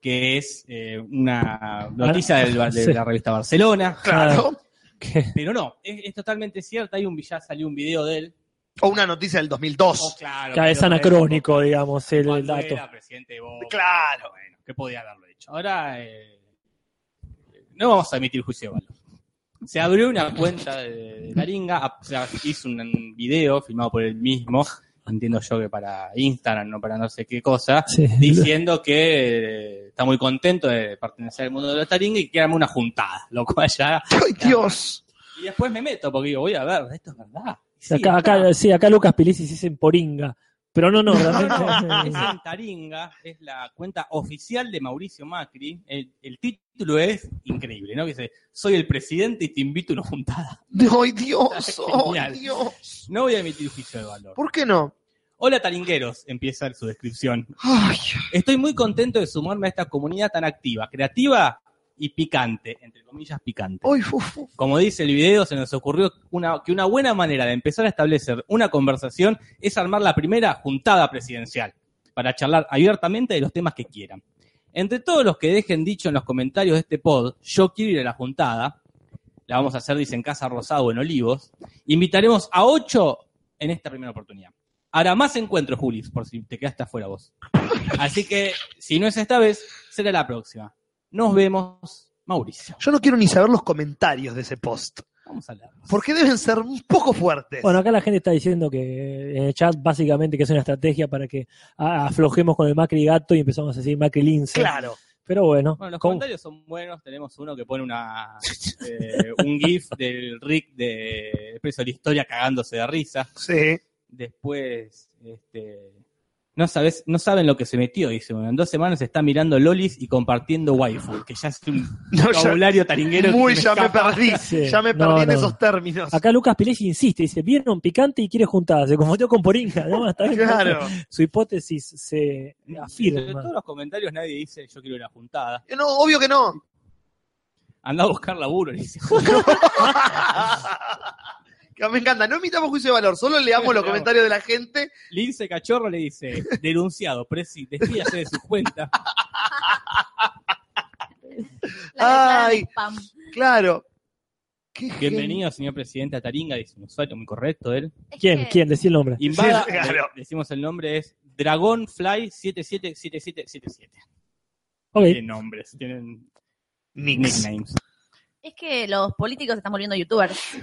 C: que es eh, una noticia del- de
B: Sí.
C: la revista Barcelona,
A: Claro.
B: ¿Qué?
C: pero no, es, es totalmente cierta. Hay un, ya salió un video de él.
A: O una noticia del
C: Oh,
A: 2002.
C: claro,
B: Ya es
C: pero-
B: anacrónico, digamos, el, el
C: Cuando
B: dato.
C: era presidente de Boca.
A: Claro.
C: Bueno, que podía haberlo hecho. Ahora eh, no vamos a emitir juicio de valor. Se abrió una cuenta de Taringa, a- o sea, hizo un video filmado por él mismo, entiendo yo que para Instagram, no para no sé qué cosa,
B: Sí.
C: diciendo que eh, está muy contento de pertenecer al mundo de la Taringa y que éramos una juntada, lo cual ya...
A: ¡Ay, Dios!
C: Y después me meto porque digo, voy a ver, esto es verdad. Sí,
B: acá,
C: está.
B: acá, sí, acá Lucas Pilicis dice en poringa. Pero no, no,
C: Es
B: realmente. eh,
C: en Taringa, es la cuenta oficial de Mauricio Macri. El, el título es increíble, ¿no? Que dice, soy el presidente y te invito a una juntada.
A: ¡Ay, Dios! ¡Ay,
C: Genial.
A: Dios!
C: No voy a emitir juicio de valor.
A: ¿Por qué no?
C: Hola taringueros, empieza su descripción.
A: Ay,
C: Estoy muy contento de sumarme a esta comunidad tan activa, creativa y picante, entre comillas picante.
A: ay, uf, uf.
C: Como dice el video, se nos ocurrió una- que una buena manera de empezar a establecer una conversación es armar la primera juntada presidencial para charlar abiertamente de los temas que quieran. Entre todos los que dejen dicho en los comentarios de este pod, yo quiero ir a la juntada, la vamos a hacer, dice, en Casa Rosado o en Olivos, invitaremos a ocho en esta primera oportunidad. Hará más encuentros, Julis, por si te quedaste afuera vos. Así que, si no es esta vez, será la próxima. Nos vemos, Mauricio.
A: Yo no quiero ni saber los comentarios de ese post,
C: Vamos a hablar.
A: porque deben ser un poco fuertes.
B: Bueno, acá la gente está diciendo que eh, en el chat básicamente que es una estrategia para que a- aflojemos con el Macri gato y empezamos a decir Macri lince.
A: claro.
B: Pero bueno,
C: Bueno, los
B: con-
C: comentarios son buenos. Tenemos uno que pone una eh, un GIF del Rick de Preso de la Historia cagándose de risa.
A: Sí.
C: Después, este, no sabes, no saben lo que se metió, dice uno. En dos semanas está mirando Lolis y compartiendo waifu, que ya es un
A: No, ya-
C: vocabulario taringuero. que
A: muy,
C: se
A: ya me
C: escapa.
A: perdí.
B: Sí.
A: Ya me
B: No,
A: perdí en
B: no.
A: esos términos.
B: acá Lucas Pilesi insiste, dice, vieron picante y quiere juntarse, se confundió con Poringa, ¿no? Está bien,
A: Claro.
B: Su hipótesis se
C: De
B: afirma.
C: todos los comentarios nadie dice yo quiero una juntada.
A: No, obvio que no.
C: Anda a buscar laburo, le dice.
A: Que me encanta. No imitamos juicio de valor, solo leamos los comentarios de la gente.
C: Lince Cachorro le dice, denunciado, presi, despídase de su cuenta.
E: La letra
A: Ay.
E: de spam.
A: Claro. Qué
C: Bienvenido, señor presidente, a Taringa, dice un usuario muy correcto él.
E: Es
B: ¿Quién?
E: que-
B: ¿Quién? Decí el nombre.
C: Invada,
A: Sí, claro.
C: le- decimos el nombre, es Dragonfly777777.
B: Ok.
C: Qué nombres, tienen
A: genio. Nix.
C: nicknames.
E: Es que los políticos se están volviendo youtubers. Y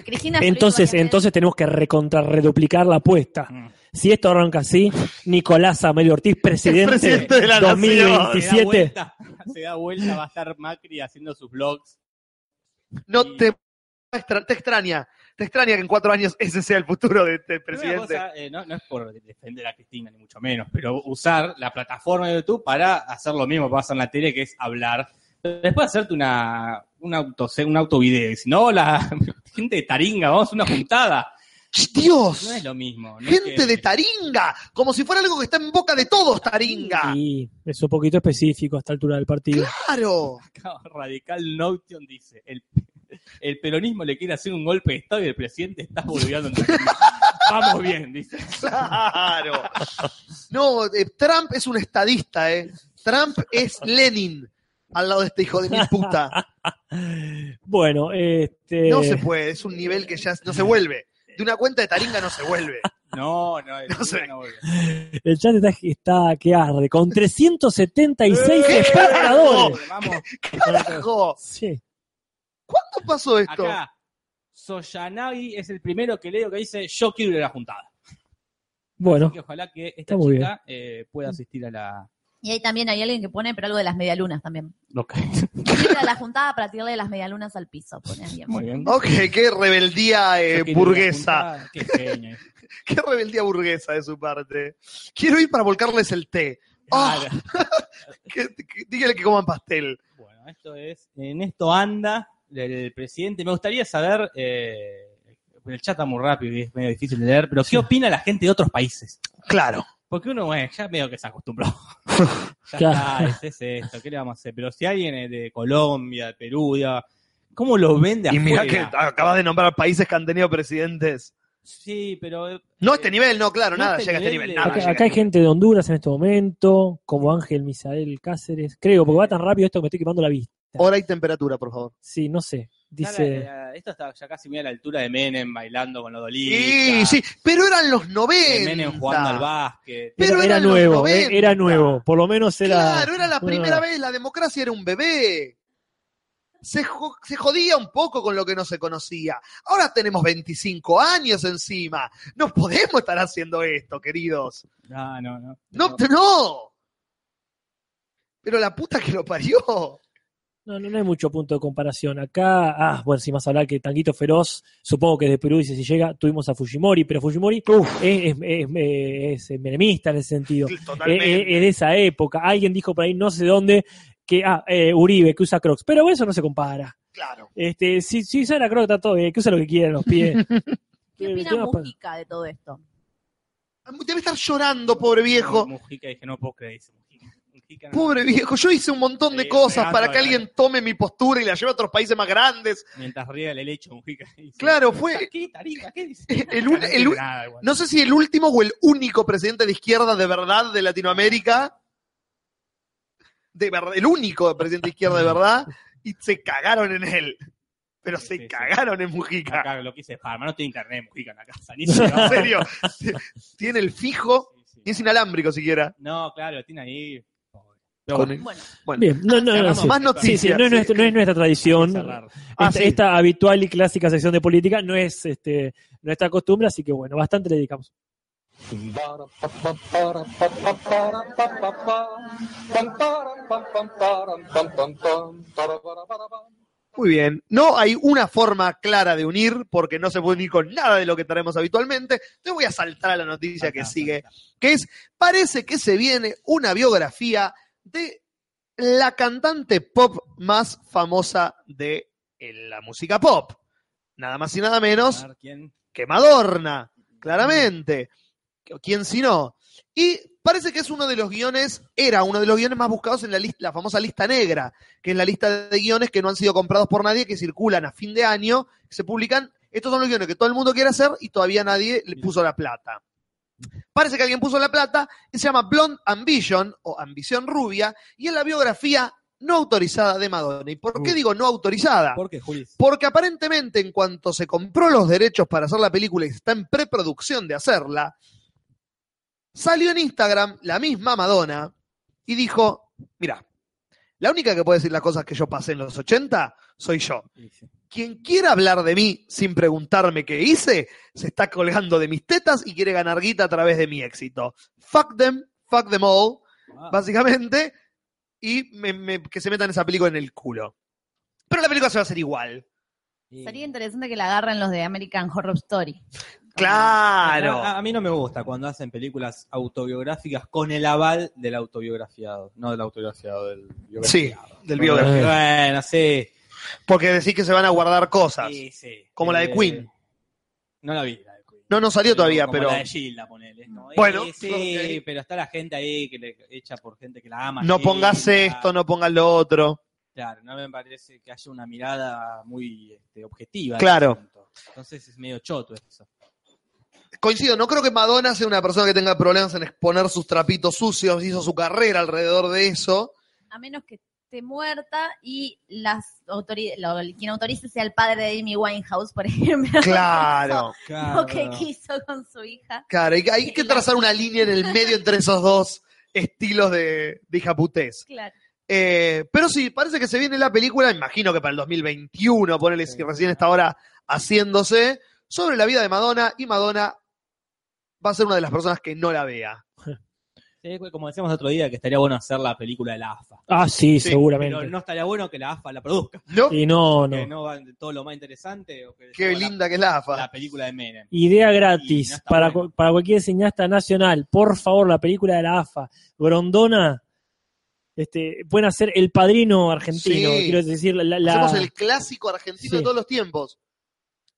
E: Cristina se lo hizo
B: Entonces,
E: varias
B: entonces tenemos que recontra reduplicar la apuesta.
C: Mm.
B: Si esto arranca así, Nicolás Amelio Ortiz, presidente,
A: Presidente de la nación.
C: Se da,
B: 2027.
C: vuelta, se da vuelta, va a estar Macri haciendo sus vlogs.
A: No te, extra- te extraña. Te extraña que en cuatro años ese sea el futuro de este presidente.
C: Una cosa, eh, no, no es por defender a Cristina, ni mucho menos, pero usar la plataforma de YouTube para hacer lo mismo que pasa en la tele, que es hablar. Después hacerte una, un, auto, un autovideo. Y si no, la gente de Taringa, vamos a una juntada.
A: ¡Dios!
C: No es lo mismo. no es
A: Gente
C: que-
A: de Taringa, como si fuera algo que está en boca de todos, Taringa.
B: Y es un poquito específico a esta altura del partido.
A: Claro.
C: Acá Radical Notion dice, el, el peronismo le quiere hacer un golpe de Estado y el presidente está boludeando. en Taringa". Vamos bien, dice.
A: Claro. No, eh, Trump es un estadista, ¿eh? Trump es Lenin al lado de este hijo de mil puta.
B: Bueno, este.
A: No se puede, es un nivel que ya no se vuelve. De una cuenta de Taringa no se vuelve.
C: No, no, el-
A: No sé.
C: no, boludo.
B: El chat está, está que arde, con 376
A: ¡Eh!
B: espectadores.
C: Vamos,
A: Carajo,
B: Sí.
A: ¿Cuánto pasó esto?
C: acá. Soyanagi es el primero que leo que dice yo quiero ir a la juntada.
B: Bueno,
C: Así que ojalá que esta
B: Está muy
C: chica eh, pueda asistir a la...
E: veces. Y ahí también hay alguien que pone, pero algo de las medialunas también. Quiero ir a la juntada para tirarle las medialunas al piso. Pone alguien.
C: Muy bien.
A: Ok, qué rebeldía eh,
C: Yo quiero ir a la
A: burguesa.
C: juntada. Qué genio. eh.
A: Qué rebeldía burguesa de su parte. Quiero ir para volcarles el té. Ah,
C: Claro.
A: que- que- dígale que coman pastel.
C: Bueno, esto es. En esto anda el presidente. Me gustaría saber. eh, el chat está muy rápido y es medio difícil de leer, pero ¿qué opina la gente de otros países?
A: Claro.
C: Porque uno, bueno, ya medio que se acostumbró. ya
B: Claro.
C: está, es, es esto, ¿qué le vamos a hacer? Pero si alguien es de Colombia, de Perú, de- ¿cómo lo vende
A: Y
C: afuera?
A: mira que acabas de nombrar países que han tenido presidentes.
C: Sí, pero. eh,
A: No a este nivel, no, claro,
C: No a
A: nada
C: este
A: llega a este nivel.
C: nivel de-
A: nada
C: Acá-
A: llega a este
B: acá, acá hay
A: nivel.
B: gente de Honduras en este momento, como Ángel Misael Cáceres. Creo, porque va tan rápido esto que me estoy quemando la vista.
A: Hora y temperatura, por favor.
B: Sí, no sé.
C: está
B: Dice.
C: la- la- esto está ya casi muy a la altura de Menem bailando con los dolitos.
A: Sí, sí, pero eran los 90.
C: de Menem jugando al básquet.
A: pero
B: era, era
A: eran los
B: nuevo,
A: 90.
B: eh, era nuevo. Por lo menos era.
A: Claro, era la
B: bueno,
A: primera
B: nada.
A: vez, la democracia era un bebé. Se, jo- se jodía un poco con lo que no se conocía. Ahora tenemos 25 años encima. No podemos estar haciendo esto, queridos.
C: No, no, no.
A: No, te- no. Pero la puta que lo parió.
B: No, no, no hay mucho punto de comparación. Acá, ah, bueno, si más hablar que Tanguito Feroz, supongo que desde Perú dice si llega, tuvimos a Fujimori, pero Fujimori es, es, es- es- es menemista en ese sentido. Es, es- es de esa época. Alguien dijo por ahí, no sé dónde, que, ah, eh, Uribe, que usa Crocs, pero eso no se compara.
A: Claro.
B: Este, si, si usa la Crocs, está todo bien, que usa lo que quiera en los pies.
E: ¿Qué
B: Eh,
E: opina
B: tema pa-
E: Mujica de todo esto?
A: Debe estar llorando, pobre viejo.
C: Mujica, dije, no puedo creer, dice Mujica. Mujica no-
A: Pobre viejo, yo hice un montón de
C: Sí,
A: cosas
C: pegando,
A: para que
C: pegando.
A: alguien tome mi postura y la lleve a otros países más grandes.
C: Mientras riega el helecho, Mujica. dice, Ah,
A: Claro, fue
C: ¿Qué, Taringa? ¿Qué dice? Ah,
A: el, un-
C: No
A: el,
C: entiendo
A: un-
C: nada, igual.
A: No sé si el último o el único presidente de izquierda de verdad de Latinoamérica. De verdad, el único presidente de izquierda de verdad. Y se cagaron en él. Pero
C: Sí, sí,
A: se
C: sí.
A: cagaron en Mujica.
C: Acá lo que dice Parma, no tiene internet, Mujica, en la casa. Ni se
A: En serio. Tiene el fijo.
C: Sí, sí.
A: Y es inalámbrico siquiera.
C: No, claro, lo tiene ahí. Pobre.
A: Con el-
E: Bueno,
A: bueno.
B: Bien, no, no, no,
C: Cerramos.
B: sí.
A: Más
B: Sí,
A: noticias.
B: sí, no es, nuestra, no es nuestra tradición.
C: Cerrar.
A: Ah,
B: esta,
A: sí.
B: esta habitual y clásica sección de política no es este, nuestra costumbre, así que bueno, bastante le dedicamos.
A: Muy bien. No hay una forma clara de unir, porque no se puede unir con nada de lo que traemos habitualmente. Te voy a saltar a la noticia que
C: Acá,
A: sigue,
C: acá.
A: que es, parece que se viene una biografía de la cantante pop más famosa de la música pop. Nada más y nada menos
C: A ver, ¿quién?
A: que Madonna, claramente. ¿Quién si no? Y parece que es uno de los guiones, era uno de los guiones más buscados en la, lis- la famosa lista negra, que es la lista de guiones que no han sido comprados por nadie, que circulan a fin de año, se publican. Estos son los guiones que todo el mundo quiere hacer y todavía nadie le puso la plata. Parece que alguien puso la plata y se llama Blonde Ambition o Ambición Rubia y es la biografía no autorizada de Madonna. ¿Y por qué
C: Uh.
A: digo no autorizada?
C: ¿Por qué, Julis?
A: Porque aparentemente en cuanto se compró los derechos para hacer la película y está en preproducción de hacerla, salió en Instagram la misma Madonna y dijo, mira, la única que puede decir las cosas que yo pasé en los 80 soy yo. Quien quiera hablar de mí sin preguntarme qué hice, se está colgando de mis tetas y quiere ganar guita a través de mi éxito. Fuck them, fuck them all
C: Ah,
A: básicamente, y me- me- que se metan esa película en el culo. Pero la película se va a hacer igual.
E: sería interesante que la agarren los de American Horror Story.
A: Claro.
C: A, a mí no me gusta cuando hacen películas autobiográficas con el aval del autobiografiado. No del autobiografiado, del
A: Sí,
C: biografiado.
A: del biógrafo.
C: Bueno, sí.
A: Porque decís que se van a guardar cosas.
C: Sí, sí. Eh,
A: Como la de Queen.
C: No la vi, la de Queen.
A: No, no salió todavía,
C: como
A: pero
C: La de Gilda, ponele. ¿no?
A: Bueno,
C: Eh, sí,
A: ok.
C: pero está la gente ahí que le echa por gente que la ama.
A: no
C: Gilda.
A: pongas esto, no pongas lo otro.
C: Claro, no me parece que haya una mirada muy este, objetiva. del
A: Claro.
C: asunto. Entonces es medio choto eso.
A: Coincido, no creo que Madonna sea una persona que tenga problemas en exponer sus trapitos sucios, hizo su carrera alrededor de eso.
E: A menos que esté muerta y las autori lo- quien autorice sea el padre de Amy Winehouse, por ejemplo.
A: Claro,
E: Lo que quiso con su hija.
A: claro. Hay que- hay que trazar una línea en el medio entre esos dos estilos de, de hijaputez.
E: Claro.
A: Eh, pero sí, parece que se viene la película, imagino que para el 2021, ponele si recién está ahora haciéndose, sobre la vida de Madonna y Madonna va a ser una de las personas que no la vea.
C: Sí, como decíamos el otro día, que estaría bueno hacer la película de la AFA.
B: Ah, sí,
A: Sí,
B: seguramente.
C: Pero no estaría bueno que la AFA la produzca.
A: ¿No?
B: Y no, no.
C: Que no va todo lo más interesante. O que
A: Qué
C: la-
A: linda que es la AFA.
C: La película de Menem.
B: Idea
C: Y no
B: gratis
C: está
B: para,
C: bueno.
B: cu- para cualquier cineasta nacional. Por favor, la película de la AFA, Grondona. Este, pueden hacer El Padrino argentino.
A: Sí.
B: Quiero decir, la, la-
A: Somos el clásico argentino
B: Sí.
A: de todos los tiempos.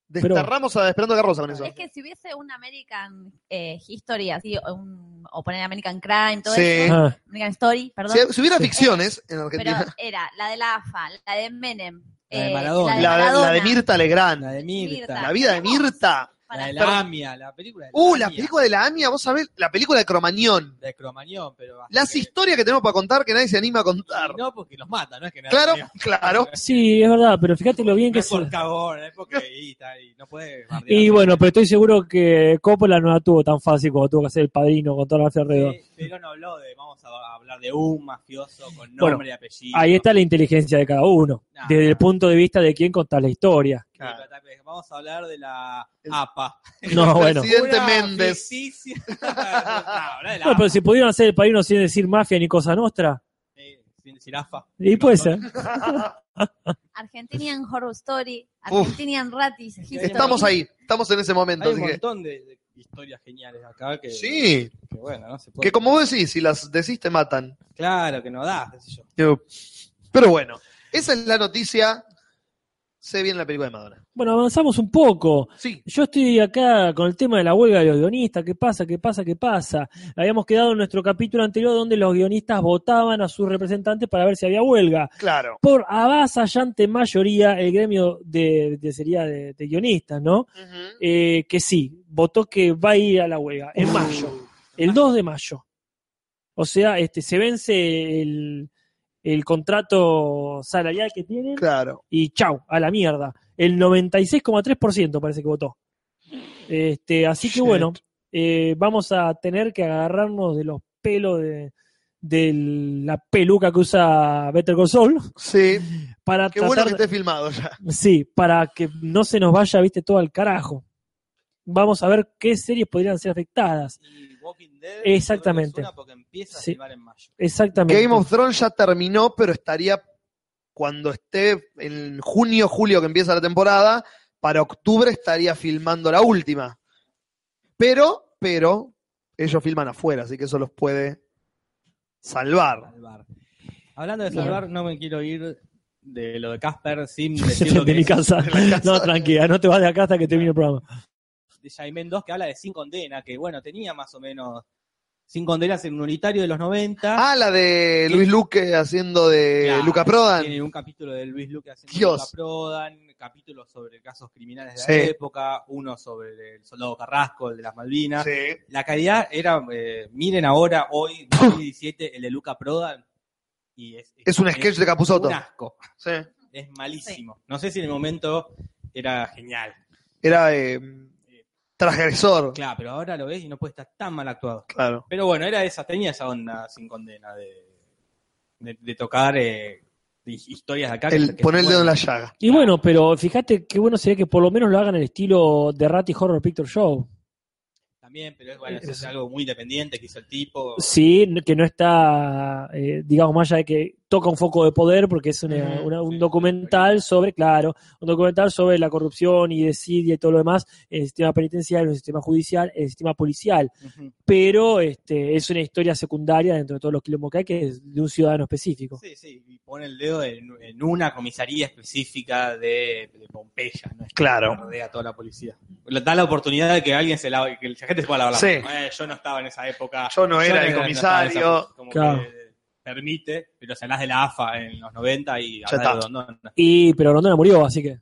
B: Pero-
A: Desterramos a Esperando Carroza con eso.
E: Es que si hubiese un American eh, History, así, o, un- o poner American Crime, todo
A: Sí.
E: eso,
B: Ajá.
E: American Story, perdón.
A: Si, si hubiera ficciones en
E: pero
A: Argentina,
E: era la de la AFA, la de Menem,
C: La de
E: eh,
C: Maradona.
A: la, de- la de
E: Maradona.
A: Mirta
C: La
A: Legrand,
C: de Mirta.
E: Mirta.
A: la vida de Mirta.
E: Para-
C: La de
A: Pero-
C: la AMIA. La película de la
A: Uh, la
C: AMIA,
A: película de la AMIA, vos sabés, la película de Cromañón.
C: De Cromañón, pero. hasta
A: Las
C: que-
A: historias que tenemos para contar que nadie se anima a
C: y
A: contar.
C: No, porque los mata, no es que no-
A: Claro,
C: no
A: claro.
B: Sí, es verdad, pero fíjate lo bien que
C: es
B: se.
C: por cagón, es porque y, tal, y no puede. bardear.
B: Y bueno, pero estoy seguro que Coppola no la tuvo tan fácil como tuvo que hacer El Padrino con toda la fe alrededor.
C: Sí, Eh, pero no habló de. Vamos a hablar de un mafioso con nombre
B: Bueno,
C: y apellido.
B: Ahí está la inteligencia de cada uno,
C: Nah.
B: desde el punto de vista de quién contás la historia.
C: Sí, pero tal vez Vamos a hablar de la APA.
B: No, bueno.
A: Presidente
C: Una
A: Méndez.
C: ficticia- No, habla de la
B: No, pero
C: APA.
B: si pudieron hacer el padrino sin decir mafia ni cosa nostra,
C: Sí, eh, sin- sin AFA.
B: y puede ser.
E: Argentinian Horror Story, Argentinian Ratis History.
A: Estamos ahí, estamos en ese momento.
C: Hay un
A: así que,
C: montón de, de historias geniales acá que,
A: sí,
C: que bueno, no se puede.
A: que como vos decís, si las decís te matan.
C: Claro, que no da, qué sé yo.
A: Yo- Pero bueno, esa es la noticia. Se viene la película de Madonna.
B: Bueno, avanzamos un poco.
A: Sí,
B: Yo estoy acá con el tema de la huelga de los guionistas. ¿Qué pasa? ¿Qué pasa? ¿Qué pasa? Habíamos quedado en nuestro capítulo anterior donde los guionistas votaban a sus representantes para ver si había huelga.
A: claro.
B: Por avasallante mayoría, el gremio de, de- sería de, de guionistas, ¿no?
A: Ujú.
B: Eh, que sí, votó que va a ir a la huelga
A: Uh.
B: en mayo. El 2 de mayo. O sea, este, se vence el, el contrato salarial que tienen
A: Claro.
B: y chau, a la mierda. El 96,3% parece que votó. Este, así que
A: Shit.
B: bueno, eh, vamos a tener que agarrarnos de los pelos de, de la peluca que usa Better Call Saul
A: Sí,
B: para
A: qué bueno que
B: tratar
A: esté filmado ya.
B: Sí, para que no se nos vaya, viste, todo al carajo. Vamos a ver qué series podrían ser afectadas.
C: Y Walking Dead.
B: Exactamente.
C: creo que es una porque empieza a
B: Sí.
C: filmar en mayo.
B: Exactamente.
A: Game of Thrones ya terminó, pero estaría cuando esté en junio, julio que empieza la temporada, para octubre estaría filmando la última. Pero, pero, ellos filman afuera, así que eso los puede salvar.
C: Salvar. Hablando de
B: Bien.
C: salvar, no me quiero ir de lo de Casper sin decir lo
B: de
C: que
B: mi casa.
A: la casa.
B: No, tranquila, no te vas de acá hasta que termine el programa.
C: de Jaimen 2 que habla de Sin Condena, que bueno, tenía más o menos Sin Condenas en un unitario de los 90.
A: Ah, la de Luis Luque haciendo de
C: Claro,
A: Luca Prodan.
C: Tiene un capítulo de Luis Luque haciendo
A: Dios.
C: Luca Prodan, capítulos sobre casos criminales de la
A: Sí.
C: época, uno sobre el soldado Carrasco, el de las Malvinas.
A: Sí.
C: La calidad era, eh, miren ahora, hoy, 2017, el de Luca Prodan. Y es,
A: Es un sketch de Capusotto.
C: un asco,
A: Sí.
C: es malísimo. No sé si en el momento era genial.
A: Era eh, transgresor.
C: Claro, pero ahora lo ves y no puede estar tan mal actuado.
A: Claro.
C: Pero bueno, era esa, tenía esa onda sin condena de, de, de tocar eh, hi- historias de acá.
A: El
C: que-
A: poner el dedo en la
C: bueno,
A: llaga.
B: Y bueno, pero fíjate qué bueno sería que por lo menos lo hagan el estilo de Ratty Horror Picture Show.
C: También, pero es, bueno, eso es
B: Eso.
C: algo muy independiente que hizo el tipo.
B: Sí, no- que no está, eh, digamos, más allá de que toca un foco de poder, porque es una-
A: Ujú,
B: una- un
C: sí,
B: documental sobre, claro, un documental sobre la corrupción y desidia y todo lo demás, el sistema penitenciario, el sistema judicial, el sistema policial.
C: Ujú.
B: pero este, es una historia secundaria dentro de todos los quilombos que hay, que es de un ciudadano específico.
C: Sí, sí, y pone el dedo en, en una comisaría específica de, de Pompeya, ¿no?
A: Claro.
C: Que rodea a toda la policía. Le Da la oportunidad de que alguien se la, que la gente se pueda lavar la
A: Sí.
C: mano. Eh, yo no estaba en esa época.
A: Yo no era el
C: Ah, no estaba en esa
A: comisario.
C: época. Como
B: Claro.
C: que permite, pero se las de la AFA en los 90 y
A: Ya
C: habla de
A: está.
C: Rondón.
B: Y, pero Rondona murió, así que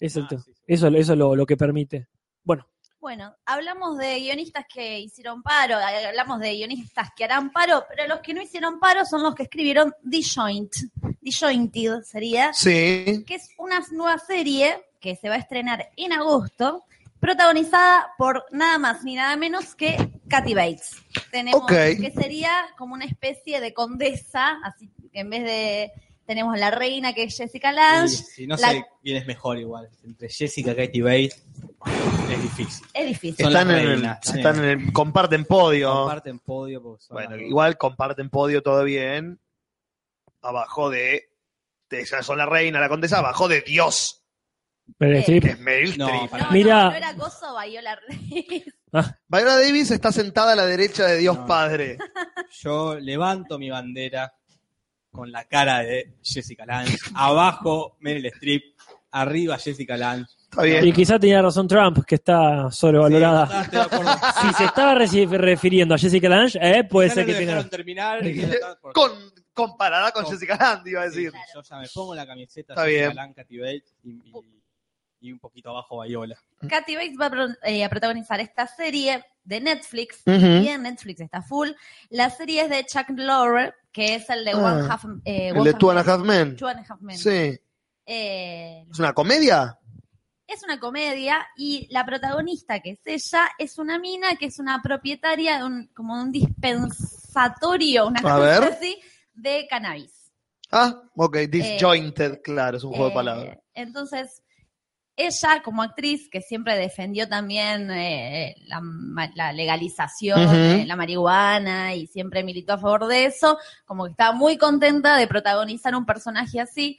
B: es el
C: Ah,
B: tema.
C: sí, sí.
B: eso, eso es lo, lo que permite. Bueno,
E: Bueno, hablamos de guionistas que hicieron paro, eh, hablamos de guionistas que harán paro, pero los que no hicieron paro son los que escribieron Disjoint. Disjointed sería,
A: Sí.
E: que es una nueva serie que se va a estrenar en agosto, protagonizada por nada más ni nada menos que Katy Bates. Tenemos
A: Ok.
E: que sería como una especie de condesa, así que en vez de tenemos a la reina que es Jessica
C: Y
E: Lange,
C: si no
E: la-
C: sé quién es mejor igual. Entre Jessica, Katie Bates, es difícil.
E: es difícil.
C: Son
A: Están
C: las
A: en, el,
C: reinas, están
A: están
C: en
A: en el- comparten podio.
C: Comparten podio porque son
A: bueno,
C: las dos.
A: igual comparten podio todavía en abajo de, de ya son la reina, la condesa, abajo de Dios,
B: Meryl
E: Eh,
B: Streep.
A: que es Meryl
C: No,
A: Streep.
E: No, no,
B: Mira-
E: no era gozo, Viola
A: Viola Davis está sentada a la derecha de Dios
C: No.
A: Padre.
C: Yo levanto mi bandera con la cara de Jessica Lange. Abajo Meryl Streep. Arriba Jessica Lange.
A: Está bien.
B: Y quizá tenía razón Trump, que está sobrevalorada.
C: Sí, total, estoy de acuerdo.
B: Si se estaba reci- refiriendo a Jessica Lange, eh, puede
C: Ya
B: ser
C: no
B: que
C: lo
B: tenga.
C: dejaron terminar. y ya está, porque-
A: Con, comparada con
C: Con-
A: Jessica Lange, iba a
C: Sí,
A: decir.
C: sí, Yo ya me pongo la camiseta
A: Está
C: Jessica
A: bien.
C: Lange, Katy Bates y, y- y un poquito abajo Viola.
A: Mm.
E: Katy Bates va a, pro- eh, a protagonizar esta serie de Netflix.
A: Ujú.
E: Y en Netflix está full. La serie es de Chuck Lorre, que es el de One
A: Ah,
E: Half eh,
A: El
E: One
A: de Two and a Half Men.
E: Two and a Half Men.
A: Sí.
E: Eh,
A: ¿Es una comedia?
E: es una comedia y la protagonista, que es ella, es una mina que es una propietaria de un, como un dispensatorio, una
A: A
E: cosa
A: ver.
E: así, de cannabis.
A: Ah, ok, disjointed, claro, es un juego de
E: Eh,
A: palabras.
E: Entonces, ella como actriz, que siempre defendió también eh, la, ma- la legalización
A: Ujú.
E: de la marihuana y siempre militó a favor de eso, como que estaba muy contenta de protagonizar un personaje así.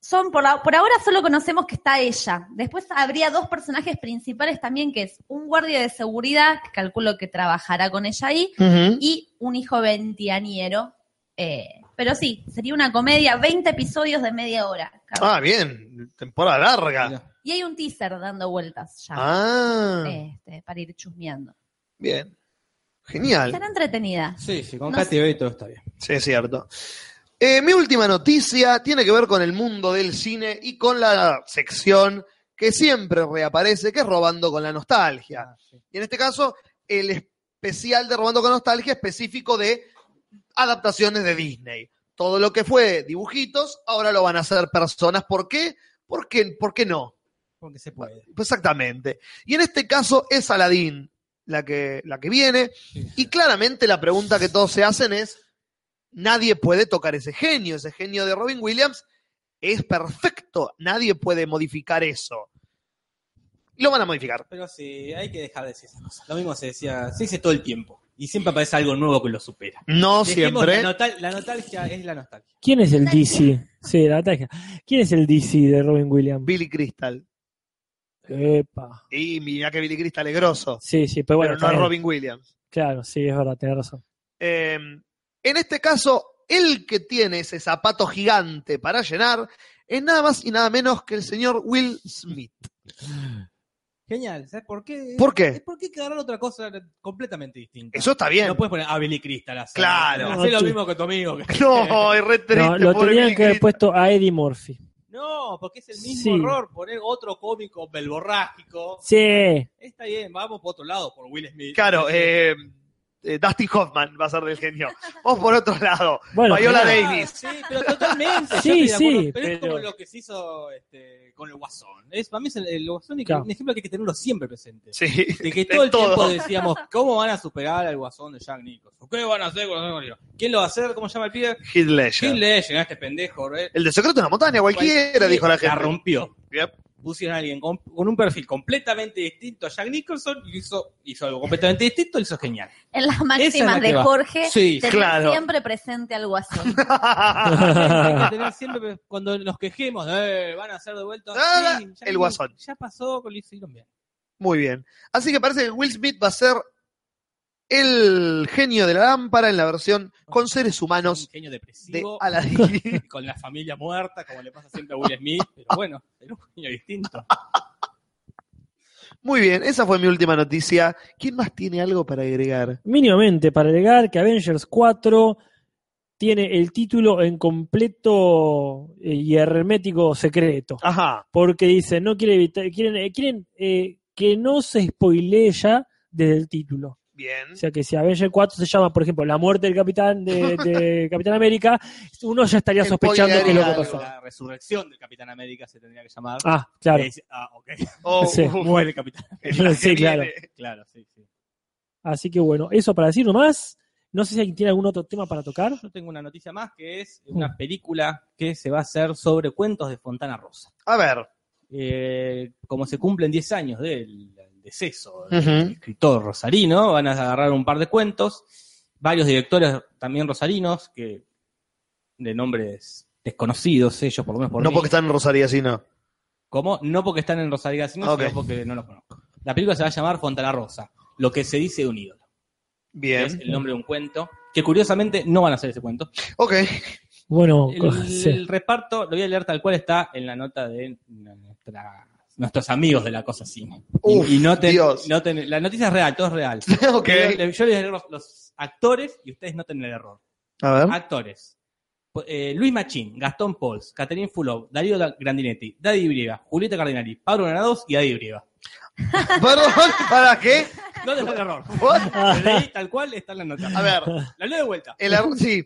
E: Son por, la- por ahora solo conocemos que está ella. Después habría dos personajes principales también, que es un guardia de seguridad, que calculo que trabajará con ella ahí,
A: Ujú.
E: y un hijo veintianiero. eh, pero sí, sería una comedia, 20 episodios de media hora. cada
A: Ah, bien, temporada larga.
C: Mira,
E: Y hay un teaser dando vueltas ya
A: Ah,
E: este, para ir chusmeando.
A: bien. Genial.
E: Estará entretenida.
C: Sí, sí, con
E: No
C: Katy Bates todo está bien.
A: Sí, es cierto. Eh, mi última noticia tiene que ver con el mundo del cine y con la sección que siempre reaparece, que es Robando con la Nostalgia.
C: Ah, sí.
A: Y en este caso, el especial de Robando con Nostalgia específico de adaptaciones de Disney. Todo lo que fue dibujitos, ahora lo van a hacer personas. ¿Por qué? ¿Por qué, ¿Por qué no?
C: Porque se puede.
A: Pues Exactamente. Y en este caso es Aladdin la que, la que viene. Y claramente la pregunta que todos se hacen es, Nadie puede tocar ese genio. Ese genio de Robin Williams es perfecto. Nadie puede modificar eso. Y lo van a modificar.
C: Pero sí, hay que dejar de decir esas cosas. Lo mismo se decía, se dice todo el tiempo. Y siempre aparece algo nuevo que lo supera.
A: No
C: Dejemos
A: siempre.
C: La, nostal- la nostalgia es la nostalgia.
B: ¿Quién es el
E: Nostalgia.
B: DC? Sí, la nostalgia. ¿Quién es el DC de Robin Williams?
A: Billy Crystal.
B: Epa.
A: Y mira que Billy Crystal es grosso.
B: Sí, sí, pero bueno.
A: pero no es
B: también.
A: Robin Williams.
B: Claro, sí, es verdad, tenés razón.
A: Eh, en este caso, el que tiene ese zapato gigante para llenar es nada más y nada menos que el señor Will Smith.
C: Genial. ¿Sabes por qué?
A: ¿Por qué?
C: ¿Por qué agarrar otra cosa completamente distinta?
A: Eso está bien.
C: No puedes poner a Billy Crystal así.
A: Claro.
C: Hacé
B: No,
C: lo
B: tú-
C: mismo que tu amigo. que-
A: No, es re triste.
B: No, lo
A: pobre
B: tenían
A: Billy
B: que haber
A: Crystal.
B: puesto a Eddie Murphy.
C: No, porque es el mismo
B: Sí.
C: error poner otro cómico belborrágico.
B: Sí,
C: Está bien, vamos por otro lado, por Will Smith.
A: Claro,
C: Sí.
A: eh, eh, Dustin Hoffman va a ser del genio. Vos por otro lado.
B: bueno.
A: Viola
B: claro.
A: Davis.
C: Ah, Sí, pero totalmente.
B: Sí,
C: yo estoy de
B: sí,
C: acuerdo, Pero es como
B: pero-
C: lo que se hizo este, con el Guasón. Es, para mí es el, el Guasón es
B: Claro.
C: un ejemplo que hay que tenerlo siempre presente.
A: Sí.
C: De que todo el
A: todo.
C: tiempo decíamos, ¿cómo van a superar al Guasón de Jack Nicholson? ¿Qué van a hacer con el Guasón de Jack Nicholson? ¿Quién lo va a hacer? ¿Cómo se llama el pibe?
A: Heath Ledger.
C: ¿Quién le llega a este pendejo? eh?
A: El de Secreto en la Montaña, cualquiera, dijo la gente.
C: La rompió.
A: Yep.
C: Pusieron a alguien con, con un perfil completamente distinto a Jack Nicholson y hizo, hizo algo completamente distinto y hizo genial.
E: En las
C: Esa es
E: máximas
C: la que
E: de
C: va.
E: Jorge,
C: Sí,
E: tenés
A: claro.
E: siempre presente al guasón.
C: Hay que tener siempre, pues, cuando nos quejemos, eh, van a hacer de vuelta.
A: Ah,
C: sí, ya-
A: el Guasón.
C: Ya pasó, lo hicieron bien.
A: Muy bien. Así que parece que Will Smith va a ser el genio de la lámpara en la versión con seres
C: Un
A: humanos
C: genio
A: de
C: depresivo,
A: Aladdin.
C: y con la familia muerta, como le pasa siempre a Will Smith, pero bueno, era un genio distinto.
A: Muy bien, esa fue mi última noticia. ¿Quién más tiene algo para agregar?
B: Mínimamente, para agregar que Avengers 4 tiene el título en completo eh, y hermético secreto.
A: Ajá.
B: Porque dicen, no quiere evitar, quieren, eh, quieren eh, que no se spoilee ya desde el título.
A: Bien.
B: O sea que si Avengers 4 se llama, por ejemplo, La muerte del Capitán de, de Capitán América, uno ya estaría
A: Él
B: sospechando
A: podría
B: que es lo que
A: agregar
B: pasó.
A: algo.
C: La resurrección del Capitán América se tendría que llamar.
B: Ah, claro.
C: Eh, ah, ok.
A: Oh,
B: Sí.
A: uf,
C: Muere el Capitán.
A: el que
B: Sí, claro.
A: viene.
C: Claro, sí, sí.
B: Así que bueno, eso para decir nomás. No sé si alguien tiene algún otro tema para tocar.
C: Yo tengo una noticia más que es una película que se va a hacer sobre cuentos de Fontana Rosa.
A: A ver.
C: Eh, como se cumplen 10 años del deceso del
A: Ujú.
C: escritor rosarino, van a agarrar un par de cuentos, varios directores también rosarinos, que de nombres desconocidos ellos, por lo menos por
A: no
C: mí.
A: porque están en Rosaría, sino.
C: ¿Cómo? No porque están en Rosalía, sino
A: Ah, ok.
C: sino porque no los conozco. La película se va a llamar Fontana Rosa, lo que se dice de un ídolo. que Es
A: Bien.
C: el nombre de un cuento, que curiosamente no van a hacer ese cuento.
A: Ok.
B: Bueno,
C: El,
B: co- sí.
C: el reparto, lo voy a leer tal cual está en la nota de nuestra- nuestros amigos de la cosa cine.
A: Uf,
C: y noten,
A: Dios.
C: noten- la noticia es real, todo es real.
A: ok.
C: Yo, yo les leo los, los actores y ustedes noten el error.
A: A ver.
C: Actores. Eh, Luis Machín, Gastón Pols, Caterín Fulov, Darío Da- Grandinetti, Daddy Brieva, Julieta Cardinali, Pablo Granados y Daddy Brieva.
A: Perdón, ¿para qué?
C: No les fue el error.
A: What?
C: Lo leí tal cual está en la nota.
A: Ah. A ver. Eh.
C: La leo de vuelta. Ah.
A: El ar- sí.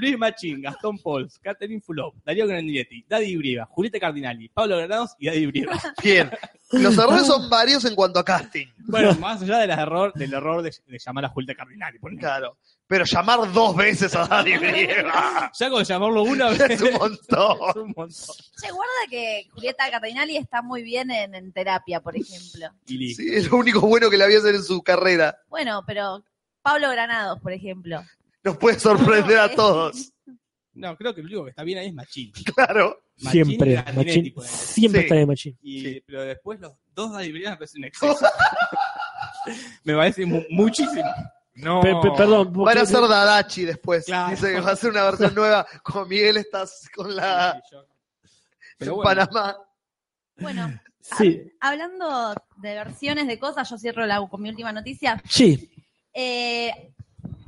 C: Luis Machín, Gastón Pols, Catherine Fulop, Darío Grandinetti, Daddy Brieva, Julieta Cardinali, Pablo Granados y Daddy Brieva.
A: Bien. Los errores son varios en cuanto a casting.
C: Bueno, más allá del error, del error de, de llamar a Julieta Cardinali. por ejemplo.
A: Claro. Pero llamar dos veces a Dani Brieva
C: Ya con llamarlo una vez
A: es un montón.
C: es un montón.
E: Che, guarda que Julieta Cardinali está muy bien en, en terapia, por ejemplo.
C: Y listo.
A: Sí, es lo único bueno que le había hacer en su carrera.
E: Bueno, pero Pablo Granados, por ejemplo.
A: Nos puede sorprender a todos.
C: No, creo que el único que está bien ahí es Machín.
A: Claro.
C: Machín y
B: Siempre,
C: Grandinetti,
B: Machín. eh.
C: ponele.
B: Siempre
A: Sí.
B: está de Machín.
C: Y-
A: Sí. Oh.
C: Pero después los dos Daddy Brieva me parece un exceso. me parece mu- muchísimo. No.
B: Pe- pe- perdón.
A: Van a
B: porque-
A: ser Dadachi después.
C: Claro.
A: Dice que va a ser una versión nueva. Con Miguel estás con la
C: Sí, yo- Pero bueno.
A: Panamá.
E: Bueno,
B: Sí,
E: hablando de versiones de cosas, yo cierro la, con mi última noticia.
B: sí.
E: Eh,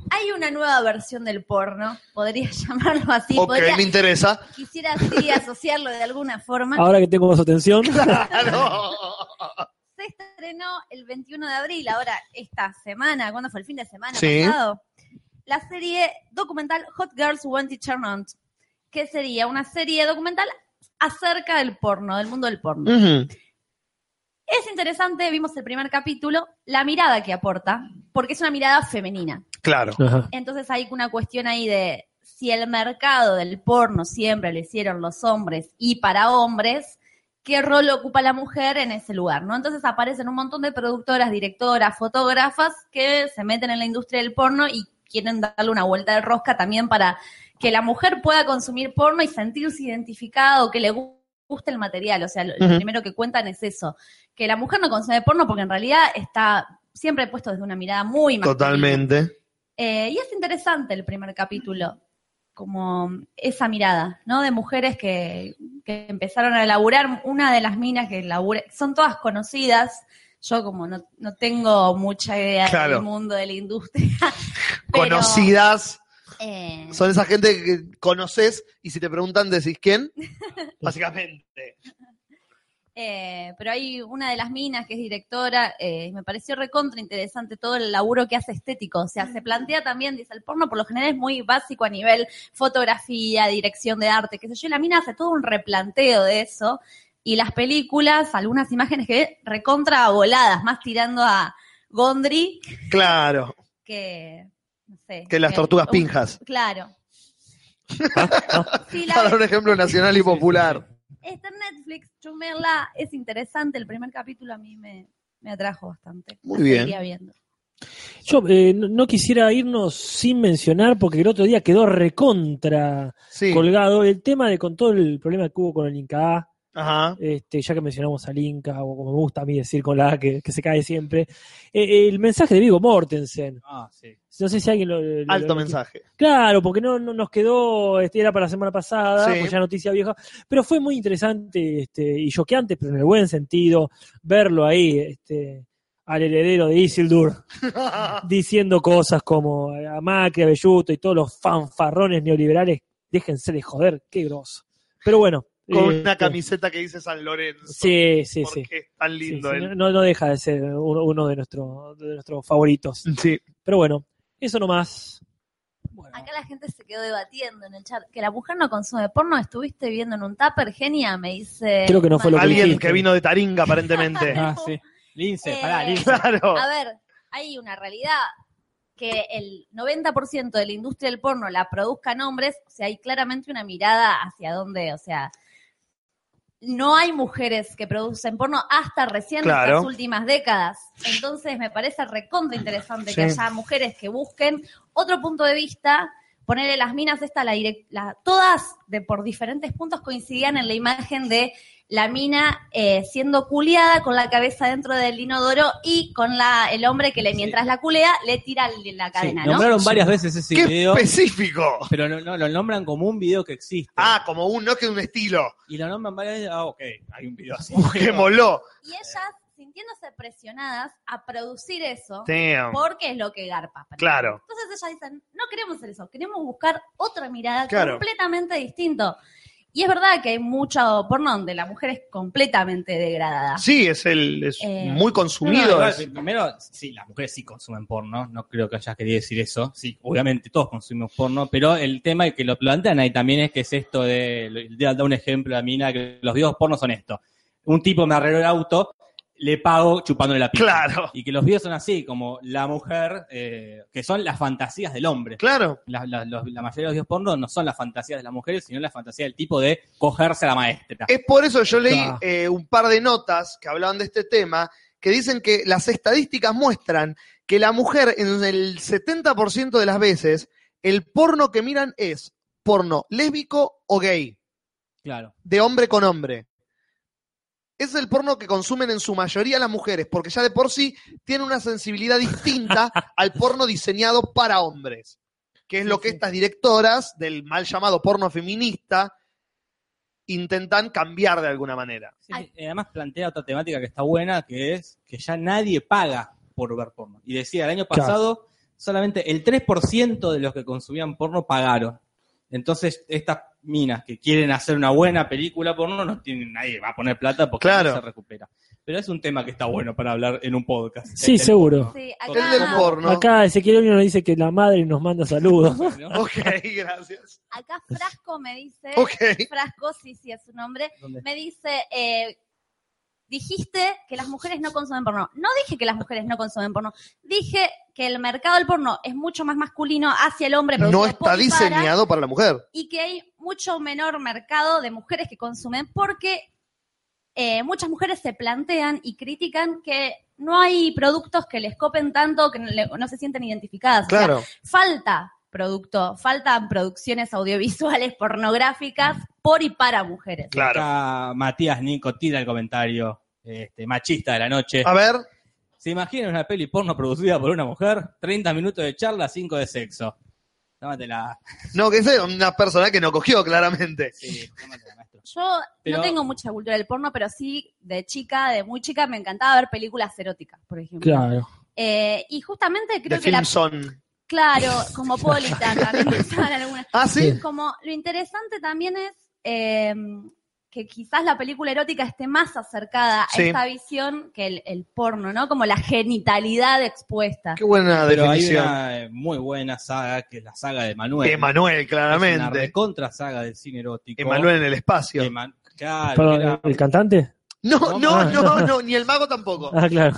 E: hay una nueva versión del porno, podría llamarlo así.
A: Ok,
E: podría-
A: me interesa.
E: quisiera así asociarlo de alguna forma.
B: Ahora que tengo su atención.
A: Claro.
E: Se estrenó el 21 de abril, ahora esta semana, ¿cuándo fue el fin de semana
A: Sí.
E: pasado? La serie documental Hot Girls Want to Turn On, que sería una serie documental acerca del porno, del mundo del porno.
A: Ujú.
E: Es interesante, vimos el primer capítulo, la mirada que aporta, porque es una mirada femenina.
A: Claro.
B: Ajá.
E: Entonces hay una cuestión ahí de si el mercado del porno siempre lo hicieron los hombres y para hombres, ¿qué rol ocupa la mujer en ese lugar? ¿no? Entonces aparecen un montón de productoras, directoras, fotógrafas que se meten en la industria del porno y quieren darle una vuelta de rosca también para que la mujer pueda consumir porno y sentirse identificada o que le gu- guste el material. O sea, lo, lo
A: Ujú.
E: primero que cuentan es eso, que la mujer no consume porno porque en realidad está siempre puesto desde una mirada muy masculina.
A: Totalmente.
E: Eh, y es interesante el primer capítulo, como esa mirada, ¿no? De mujeres que, que empezaron a laburar. Una de las minas que labura, son todas conocidas. Yo como no, no tengo mucha idea
A: Claro.
E: del mundo de la industria. pero,
A: Conocidas.
E: eh,
A: Son esa gente que conoces y si te preguntan decís quién. Básicamente.
E: Eh, pero hay una de las minas que es directora, eh, y me pareció recontra interesante todo el laburo que hace estético. O sea, se plantea también, dice, el porno por lo general es muy básico a nivel fotografía, dirección de arte, qué sé yo. Y la mina hace todo un replanteo de eso. Y las películas, algunas imágenes que recontra voladas, más tirando a Gondry
A: Claro.
E: que, no sé.
B: Eh,
A: Que las tortugas
E: un-
A: pinjas.
E: Claro. Sí, la-
A: Para un ejemplo nacional y popular.
E: Está en Netflix, chumela, es interesante, el primer capítulo a mí me, me atrajo bastante.
A: Muy
E: La
A: bien.
E: seguiría viendo.
B: Yo eh, no, no quisiera irnos sin mencionar, porque el otro día quedó recontra
A: Sí.
B: colgado el tema de con todo el problema que hubo con el Inca A,
A: Ajá.
B: este, ya que mencionamos al Inca, o como me gusta a mí decir con la A que, que se cae siempre, eh, el mensaje de Vigo Mortensen.
C: Ah, sí.
B: No sé si alguien lo. lo-
A: Alto
B: lo-
A: mensaje.
B: Claro, porque no, no nos quedó, este, era para la semana pasada,
A: Sí.
B: pues ya noticia vieja, pero fue muy interesante este, y choqueante, pero en el buen sentido, verlo ahí, este, al heredero de Isildur, diciendo cosas como a Macri, a Belluto y todos los fanfarrones neoliberales, déjense de joder, qué groso. Pero bueno.
A: Con
B: eh,
A: una
B: eh,
A: camiseta que dice San Lorenzo.
B: Sí, sí,
A: porque
B: sí.
A: es tan
B: Sí,
A: lindo
B: sí,
A: él.
B: no, no deja de ser uno, uno de, nuestro- de nuestros favoritos.
A: Sí.
B: Pero bueno, eso nomás. Bueno.
E: Acá la gente se quedó debatiendo en el chat. Que la mujer no consume porno, estuviste viendo en un tupper, genia, me dice.
B: Creo que no fue lo
E: Manuel.
B: que
A: Alguien
B: dijiste.
A: que vino de Taringa, aparentemente.
C: Ah, sí. Lince,
E: Eh,
C: pará, Lince.
A: claro.
E: A ver, hay una realidad que el 90% de la industria del porno la produzcan hombres, o sea, hay claramente una mirada hacia dónde, o sea, no hay mujeres que producen porno hasta recién
A: Claro.
E: las últimas décadas. Entonces me parece recontra interesante que
A: Sí.
E: haya mujeres que busquen otro punto de vista, ponerle las minas esta, la direc- la- todas de por diferentes puntos coincidían en la imagen de la mina eh, siendo culeada con la cabeza dentro del inodoro y con la, el hombre que le, mientras la culea le tira la
C: Sí,
E: cadena, ¿no?
C: nombraron varias veces ese
A: ¡Qué
C: video,
A: específico!
C: pero no, no, lo nombran como un video que existe.
A: Ah, como un no que un estilo.
C: Y lo nombran varias veces. Ah, ok, hay un video así.
A: Que moló.
E: Y ellas sintiéndose presionadas a producir eso
A: Damn.
E: porque es lo que garpa.
A: Claro.
E: Entonces ellas dicen, no queremos hacer eso, queremos buscar otra mirada
A: Claro.
E: completamente distinto. Y es verdad que hay mucho porno donde la mujer es completamente degradada.
A: Sí, es el es
E: Eh,
A: muy
C: Ah. No, no,
A: consumido.
C: igual,
A: es-
C: primero, sí, las mujeres sí consumen porno, no creo que hayas querido decir eso. Sí, obviamente todos consumimos porno, pero el tema que lo plantean ahí también es que es esto de, de- da un ejemplo a Mina, que los videos porno son esto. Un tipo me arregló el auto, le pago chupándole la pija.
A: Claro.
C: Y que los videos son así, como la mujer, eh, que son las fantasías del hombre.
A: Claro.
C: La, la- los- la mayoría de los videos porno no son las fantasías de las mujeres, sino la fantasía del tipo de cogerse a la maestra.
A: Es por eso yo leí
B: Claro.
A: eh, un par de notas que hablaban de este tema que dicen que las estadísticas muestran que la mujer en el 70% de las veces el porno que miran es porno lésbico o gay,
C: Claro.
A: de hombre con hombre. Es el porno que consumen en su mayoría las mujeres, porque ya de por sí tiene una sensibilidad distinta al porno diseñado para hombres, que es lo que estas directoras del mal llamado porno feminista intentan cambiar de alguna manera.
C: Sí,
E: Ay.
C: sí. Además plantea otra temática que está buena, que es que ya nadie paga por ver porno. Y decía, el año
B: Claro.
C: pasado solamente el 3% de los que consumían porno pagaron. Entonces, estas minas que quieren hacer una buena película porno, no tienen, nadie va a poner plata porque
A: Claro.
C: no se recupera. Pero es un tema que está bueno para hablar en un podcast. Este,
B: Sí,
C: El- el
B: seguro.
E: Sí,
A: El del
E: acá,
A: porno.
B: Acá Ezequiel Olino nos dice que la madre nos manda saludos.
C: porno, ¿no?
A: Ok, gracias.
E: acá Frasco me dice,
A: Ok.
E: Frasco, sí, sí, es su nombre,
C: Donde-
E: me dice, eh, dijiste que las mujeres no consumen porno. No dije que las mujeres no consumen porno, dije que el mercado del porno es mucho más masculino hacia el hombre,
A: No
E: producido
A: está
E: por y para,
A: diseñado para la mujer.
E: y que hay mucho menor mercado de mujeres que consumen porque eh, muchas mujeres se plantean y critican que no hay productos que les copen tanto que no, le- no se sienten identificadas. O sea,
A: Claro.
E: falta producto, faltan producciones audiovisuales pornográficas por y para mujeres.
A: Claro.
C: Acá Matías Nico tira el comentario este, machista de la
B: Ah,
C: noche.
A: A ver,
C: ¿Se imaginan una peli porno producida por una mujer? 30 minutos de charla, 5 de sexo. Tómatela.
A: no, que es una persona que no cogió, claramente.
C: Sí, tómatela, maestro.
E: Yo
C: Pero-
E: no tengo mucha cultura del porno, pero sí de chica, de muy chica, me encantaba ver películas eróticas, por ejemplo.
B: Claro.
E: Eh, y justamente creo
A: De
E: que la...
A: Filmson.
E: Claro, Cosmopolitan también pasaban algunas.
A: Ah, sí.
B: Sí.
E: como lo interesante también es eh, que quizás la película erótica esté más acercada
A: Sí.
E: a esta visión que el, el porno, ¿no? Como la genitalidad expuesta.
A: Qué buena
C: Pero hay
A: definición.
C: una eh, muy buena saga, que es la saga de Manuel.
A: De Manuel,
C: Es una
A: claramente.
C: recontra saga del cine erótico.
A: Emanuel en el espacio.
C: Eman- claro,
B: Perdón,
C: era
B: ¿El cantante?
A: No, no,
B: Ah.
A: no, no, ni el mago tampoco.
B: Ah, claro.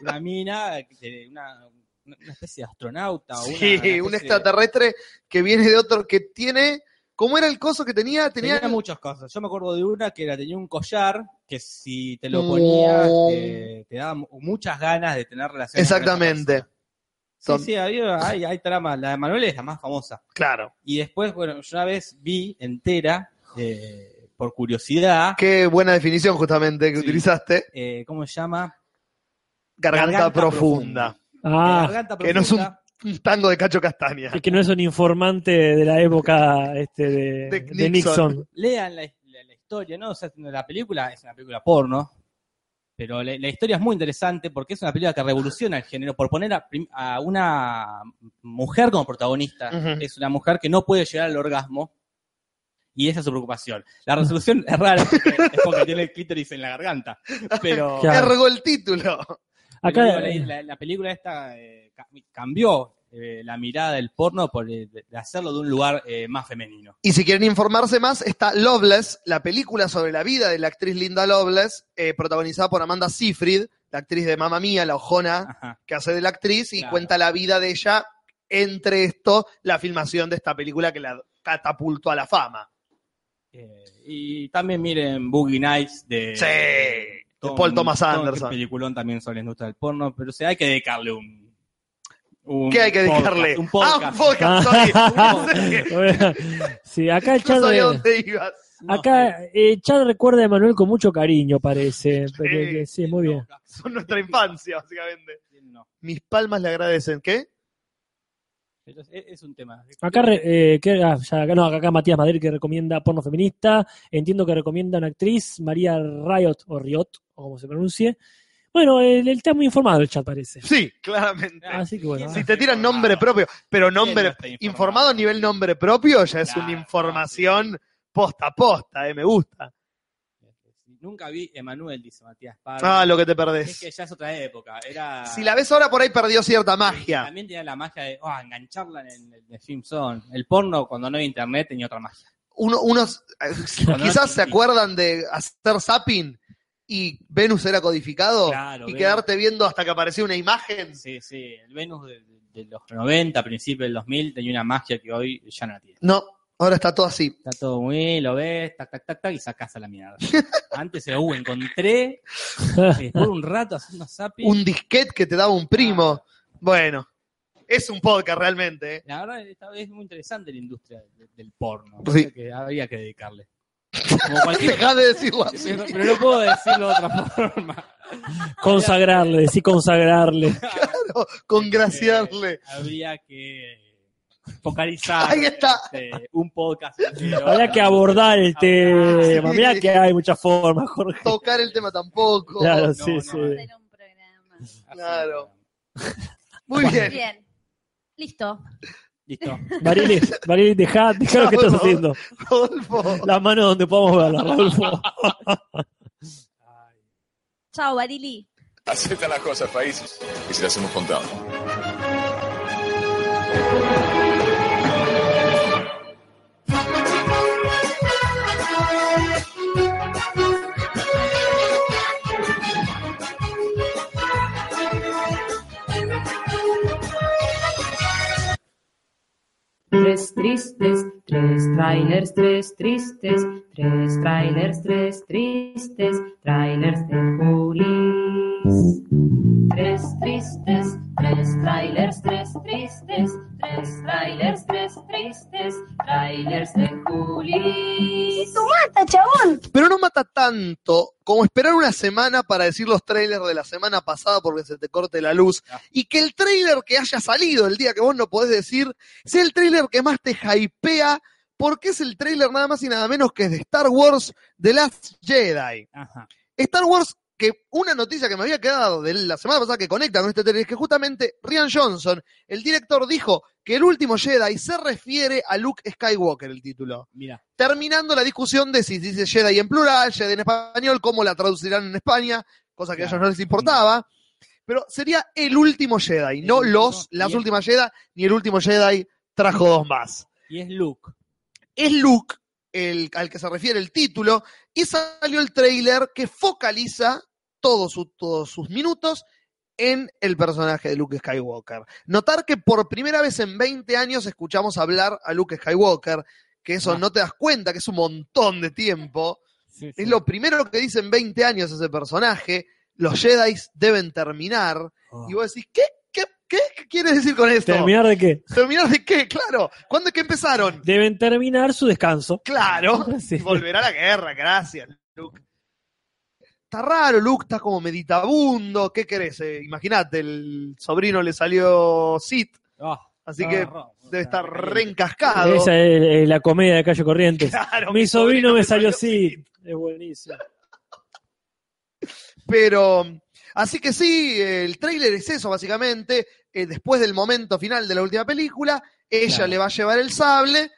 C: una mina, eh, una, una especie de astronauta. o una- una
A: Sí,
C: especie
A: un
C: de-
A: extraterrestre que viene de otro que tiene. ¿Cómo era el coso que tenía? Tenía.
C: Tenía muchas cosas. Yo me acuerdo de una que era, tenía un collar que si te
B: Mm.
C: lo ponías te, te daba mu- muchas ganas de tener relaciones. con esa
A: Exactamente.
C: persona. Sí, sí, había- hay, hay tramas. La de Manuel es la más famosa.
A: Claro.
C: Y después, bueno, yo una vez vi entera, eh, por curiosidad,
A: Qué buena definición, justamente, que
C: Sí.
A: utilizaste.
C: eh, ¿cómo se llama?
A: Garganta,
C: Garganta
A: profunda.
B: Ah,
C: Garganta
A: que no es un-
C: Profunda.
A: Un tango de Cacho Castaña.
B: es que no es un informante de la época este, de,
A: De
B: de Nixon.
C: lean la, la- la historia, ¿no? O sea, la película es una película porno, pero la, la historia es muy interesante porque es una película que revoluciona el género por poner a, prim- a una mujer como protagonista.
A: Ujú.
C: Es una mujer que no puede llegar al orgasmo y esa es su preocupación. La resolución es rara, porque es porque tiene el clítoris en la garganta, pero...
B: Claro.
A: Ergo el título.
C: Acá,
B: Acá,
C: la, la película esta eh, ca- cambió eh, la mirada del porno por eh, de de hacerlo de un lugar eh, más femenino.
A: Y si quieren informarse más, está Loveless, la película sobre la vida de la actriz Linda Loveless, eh, protagonizada por Amanda Seyfried, la actriz de Mamma Mía, la ojona
C: Ajá.
A: que hace de la actriz, y
C: Claro.
A: cuenta la vida de ella entre esto, la filmación de esta película que la catapultó a la fama.
C: Eh, y también miren Boogie Nights de,
A: Sí, de Paul Thomas Anderson.
C: que peliculón también sobre la industria del porno, pero o sea, hay que dedicarle un. un
A: ¿Qué hay que
C: podcast,
A: dedicarle?
C: un podcast.
A: Ah, un podcast, sorry.
B: sí, acá el
A: No
B: chat,
A: sabía dónde ibas.
C: No,
B: acá, eh, Chad recuerda a Manuel con mucho cariño, parece.
A: Sí.
B: Porque- Sí, muy bien.
A: Son nuestra infancia, básicamente.
C: no.
A: Mis palmas le agradecen. ¿Qué?
C: Pero es- Es un tema.
B: Acá, re- eh, que- ah, ya, acá, no, acá Matías Madrid que recomienda porno feminista. Entiendo que recomienda una actriz, María Riot o Riot, o como se pronuncie. Bueno, él, él está muy informado el chat, parece.
A: Sí, claramente.
B: Así que bueno.
C: Sí,
A: Si
B: ah,
A: te tiran nombre propio, pero nombre
C: está informado?
A: informado a nivel nombre propio ya es
C: Claro,
A: una información posta a posta, eh, me gusta.
C: Nunca vi Emanuel, dice Matías Parra.
A: Ah, lo que te
C: es que
A: perdés.
C: ya es otra época. Era.
A: Si la ves ahora por ahí perdió cierta
C: Y
A: magia.
C: También tenía la magia de ah, engancharla en el, en el Simpson. El porno, cuando no había internet, tenía otra magia.
A: Uno, unos eh,
C: Cuando era
A: quizás se
C: chiquito.
A: acuerdan de hacer zapping y Venus era codificado
C: Claro,
A: y
C: Venus.
A: quedarte viendo hasta que apareció una imagen.
C: Sí, sí, el Venus de, de los 90, principios del 2000, tenía una magia que hoy ya no la tiene.
A: No, ahora está todo así.
C: Está todo muy, lo ves, tac, tac, tac, tac, y sacás a la mierda. Antes era, uh, encontré, estuve un rato haciendo zapping.
A: Un disquete que te daba un primo.
C: Ah.
A: Bueno, es un podcast realmente. eh.
C: La verdad, esta vez es muy interesante la industria de- del porno.
A: Sí.
C: Creo Que habría que dedicarle. Como cualquier...
A: Dejá de decirlo así.
C: pero, pero no puedo decirlo de otra forma.
B: Consagrarle, sí, consagrarle.
A: Congraciarle.
C: Eh, habría que focalizar
A: Ahí está.
C: este, un podcast. entero.
B: Habrá que abordar el tema.
A: sí.
B: Mirá que hay muchas formas, Jorge.
A: Tocar el tema tampoco.
B: Claro,
C: no,
B: sí,
C: no,
B: sí.
C: no.
E: Hacer un programa.
A: Claro. Muy
E: Bien.
A: bien.
E: Listo.
C: Listo.
B: Marili, Marili, dejá, dejá lo que
A: No,
B: estás
A: no.
B: haciendo.
A: Rodolfo.
B: Las manos donde podamos verlas, Rodolfo.
E: Chao, Barili.
F: Así están las cosas, países. Y se las hemos contado.
G: tres tristes, tres trailers, tres tristes, tres trailers, tres tristes, trailers de Julis. Tres tristes, tres trailers, tres tristes, tres trailers, tres tristes, trailers de Julis.
A: Pero no mata tanto como esperar una semana para decir los trailers de la semana pasada porque se te corte la luz.
C: Ah.
A: Y que el trailer que haya salido el día que vos no podés decir sea el trailer que más te hypea porque es el trailer nada más y nada menos que de Star Wars The Last Jedi.
C: Ajá.
A: Star Wars, que una noticia que me había quedado de la semana pasada que conecta con este trailer es que justamente Rian Johnson, el director, dijo que el último Jedi se refiere a Luke Skywalker, el título
C: Mira,
A: terminando la discusión de si dice Jedi en plural, Jedi en español, cómo la traducirán en España, cosa que a ellos
C: Claro.
A: no les importaba. Pero sería el último Jedi, no
C: último,
A: los, las
C: bien.
A: últimas Jedi, ni el último Jedi trajo dos más.
C: y es Luke.
A: Es Luke el, al que se refiere el título, y salió el trailer que focaliza todos su- todos sus minutos en el personaje de Luke Skywalker. Notar que por primera vez en 20 años escuchamos hablar a Luke Skywalker, que eso
C: Ah.
A: no te das cuenta, que es un montón de tiempo. Es lo primero que dicen 20 años ese personaje. Los Jedi deben terminar.
C: Oh.
A: Y vos decís, ¿qué? ¿Qué, qué, ¿Qué quieres decir con esto?
B: ¿Terminar de qué?
A: ¿Terminar de qué? Claro. ¿Cuándo es que empezaron?
B: Deben terminar su descanso.
A: Claro.
B: Sí.
A: Volver a la guerra, gracias, Luke. Está raro, Luke está como meditabundo. ¿Qué querés? Eh, Imaginate, el sobrino le salió Sith,
C: Ah,
A: así que
C: horror.
A: debe estar reencascado.
B: Esa es eh, la comedia de Calle Corrientes.
A: Claro,
B: Mi sobrino me salió así. Es buenísimo.
A: Pero, así que sí, el tráiler es eso, básicamente. Eh, después del momento final de la última película, ella
C: Claro.
A: le va a llevar el sable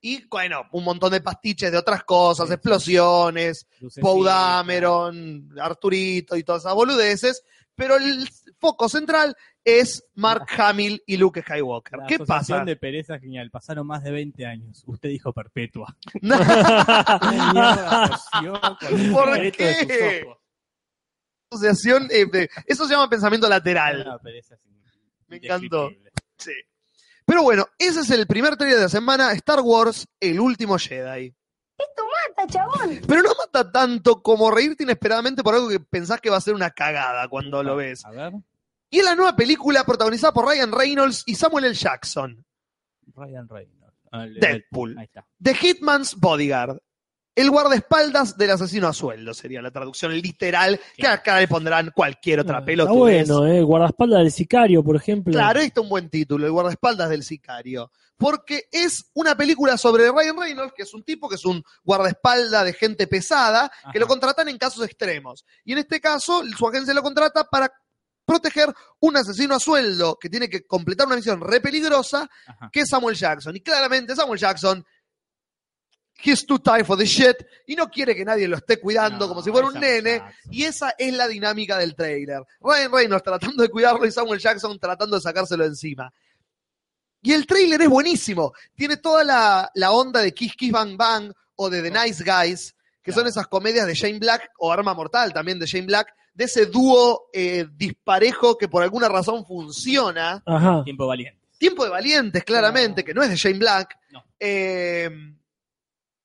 A: y, bueno, un montón de pastiches de otras cosas,
C: Sí.
A: explosiones,
C: Lucecita.
A: Poe Dameron, Arturito y todas esas boludeces. Pero el foco central es Mark Hamill y Luke Skywalker.
C: La
A: ¿Qué
C: asociación
A: pasa?
C: de pereza genial. Pasaron más de 20 años. Usted dijo perpetua.
A: ¿Por
C: ¿Por
A: qué? Asociación, eh, de- eso se llama pensamiento lateral. Me encantó. Sí. Pero bueno, ese es el primer trailer de la semana, Star Wars, el último Jedi. Pero no mata tanto como reírte inesperadamente por algo que pensás que va a ser una cagada cuando lo ves.
C: A ver,
A: Y es la nueva película protagonizada por Ryan Reynolds y Samuel L. Jackson,
C: Ryan Reynolds. Ah, el-
A: Deadpool.
C: Ahí está.
A: The Hitman's Bodyguard. El guardaespaldas del asesino a sueldo sería la traducción literal, que
C: Claro.
A: acá le pondrán cualquier otra
B: Ah, Está
A: pelota.
B: bueno, ¿eh? Guardaespaldas del sicario, por ejemplo.
A: Claro, este es un buen título, El guardaespaldas del sicario. Porque es una película sobre Ryan Reynolds, que es un tipo que es un guardaespaldas de gente pesada,
C: Ajá.
A: que lo contratan en casos extremos. Y en este caso, su agencia lo contrata para proteger un asesino a sueldo que tiene que completar una misión re peligrosa,
C: Ajá.
A: que es Samuel Jackson. Y claramente Samuel Jackson, he's too tired for the shit, y no quiere que nadie lo esté cuidando
C: No,
A: como si fuera un
C: Samuel
A: nene.
C: Jackson.
A: Y esa es la dinámica del trailer. Ryan Reynolds tratando de cuidarlo y Samuel Jackson tratando de sacárselo de encima. Y el trailer es buenísimo. Tiene toda la, la onda de Kiss Kiss Bang Bang o de The Nice Guys, que son
C: Claro.
A: esas comedias de Shane Black o Arma Mortal también de Shane Black, de ese dúo eh, disparejo que por alguna razón funciona.
B: Ajá.
C: Tiempo valiente.
A: Tiempo de Valientes, claramente, que no es de Shane Black.
C: No.
A: Eh,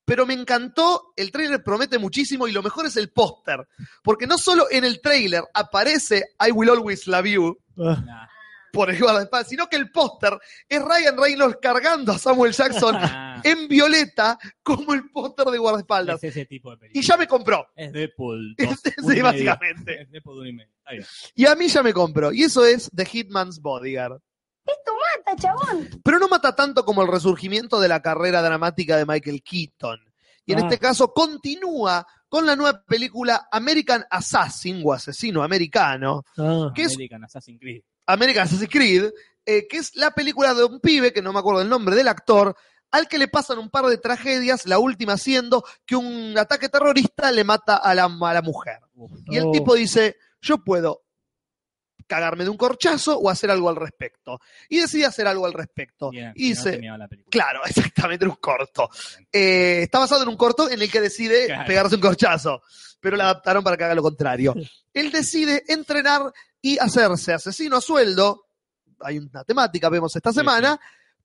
A: pero me encantó, el tráiler promete muchísimo y lo mejor es el póster. Porque no solo en el tráiler aparece I Will Always Love You
B: Ah.
C: Nah.
A: por el guardaespaldas, sino que el póster es Ryan Reynolds cargando a Samuel Jackson
C: Nah.
A: en violeta como el póster de guardaespaldas.
C: Es ese tipo de película.
A: Y ya me compró.
C: Es Deadpool. dos, uno y
A: Sí,
C: medio.
A: básicamente.
C: Es Deadpool uno y medio. Ahí va.
A: Y a mí ya me compró. Y eso es The Hitman's Bodyguard. Pero no mata tanto como el resurgimiento de la carrera dramática de Michael Keaton. Y en
B: Ah.
A: este caso continúa con la nueva película American Assassin o Asesino Americano,
B: Ah.
A: ¿Qué es?
C: American Assassin's Creed.
A: American Assassin's Creed, eh, que es la película de un pibe, que no me acuerdo el nombre del actor, al que le pasan un par de tragedias, la última siendo que un ataque terrorista le mata a la, a la mujer. Y el
B: Oh.
A: tipo dice, yo puedo cagarme de un corchazo o hacer algo al respecto. Y decide hacer algo al respecto.
C: Bien,
A: y
C: que no
A: dice,
C: terminaba la película.
A: Claro, exactamente, era un corto. Eh, está basado en un corto en el que decide
C: Claro.
A: pegarse un corchazo, pero la adaptaron para que haga lo contrario. Él decide entrenar y hacerse asesino a sueldo, hay una temática, vemos esta
C: Sí,
A: semana,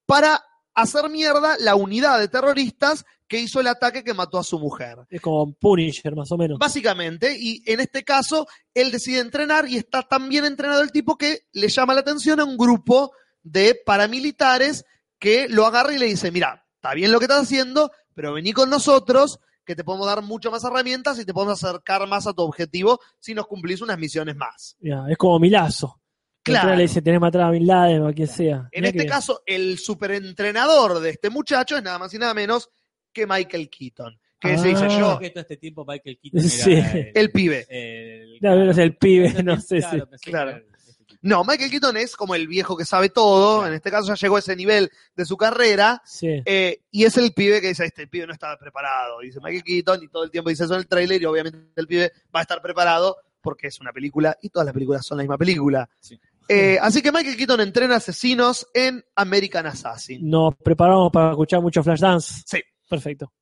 A: para hacer mierda la unidad de terroristas que hizo el ataque que mató a su mujer.
B: Es como Punisher, más o menos.
A: Básicamente, y en este caso, él decide entrenar y está tan bien entrenado el tipo que le llama la atención a un grupo de paramilitares que lo agarra y le dice, mira, está bien lo que estás haciendo, pero vení con nosotros que te podemos dar mucho más herramientas y te podemos acercar más a tu objetivo si nos cumplís unas misiones más.
B: Ya, es como Milazo. Que
A: Claro.
B: entra y Le dice, tenés matar a Bin Laden o a quien sea.
A: En
B: Mirá
A: este
B: que-
A: caso, el superentrenador de este muchacho es nada más y nada menos que Michael Keaton, que se dice
B: Ah.
A: yo,
C: Creo que todo este tiempo Michael Keaton era
B: Sí.
A: el pibe.
C: el-
B: Claro, es el pibe, no sé si.
C: Claro, pensé que
A: Claro.
C: era ese tipo.
A: No, Michael Keaton es como el viejo que sabe todo, en este caso ya llegó a ese nivel de su carrera,
B: Sí.
A: eh, y es el pibe que dice, este pibe no estaba preparado, dice Michael Keaton, y todo el tiempo dice eso en el tráiler, y obviamente el pibe va a estar preparado porque es una película, y todas las películas son la misma película.
C: Sí.
A: Eh, así que Michael Keaton entrena asesinos en American Assassin.
B: Nos preparamos para escuchar mucho Flashdance.
A: Sí.
B: Perfecto.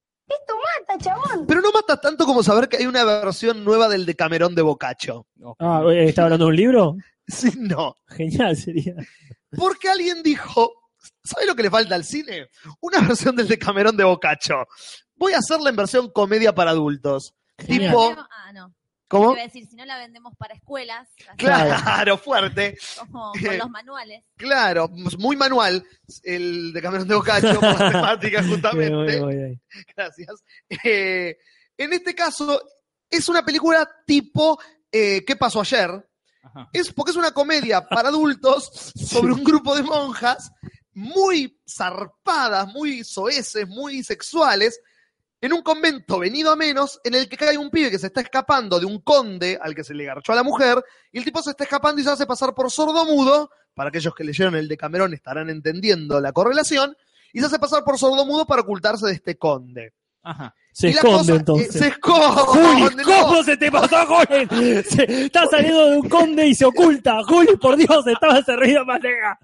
A: Pero no mata tanto como saber que hay una versión nueva del de Camerón de Bocacho.
C: No.
B: Ah, eh, ¿está hablando de un libro?
A: Sí, no.
B: Genial sería.
A: Porque alguien dijo, ¿sabes lo que le falta al cine? Una versión del de Camerón de Bocacho. Voy a hacerla en versión comedia para adultos.
B: Genial.
A: Tipo-
E: Ah, no.
A: ¿Cómo?
E: Iba a decir, si no la vendemos para escuelas, así
A: Claro, fuerte.
E: como con los manuales.
A: Claro, muy manual el de Camerón de Bocacho, por la temática
B: Voy, voy,
A: justamente.
B: voy, voy.
A: Gracias. Eh, en este caso, es una película tipo eh, ¿Qué pasó ayer?
C: Ajá.
A: Es porque es una comedia para adultos sobre un grupo de monjas muy zarpadas, muy soeces, muy sexuales, en un convento venido a menos, en el que cae un pibe que se está escapando de un conde al que se le garchó a la mujer, y el tipo se está escapando y se hace pasar por sordo mudo, para aquellos que leyeron el de Camerón estarán entendiendo la correlación, y se hace pasar por sordo mudo para ocultarse de este conde.
C: Ajá.
B: Se
A: Y la
B: esconde
A: cosa- eh,
B: entonces.
A: se esconde.
B: Juli, ¿cómo se te pasó, Juli? Se- está saliendo de un conde y se oculta. Juli, por Dios, estaba servido más lejos.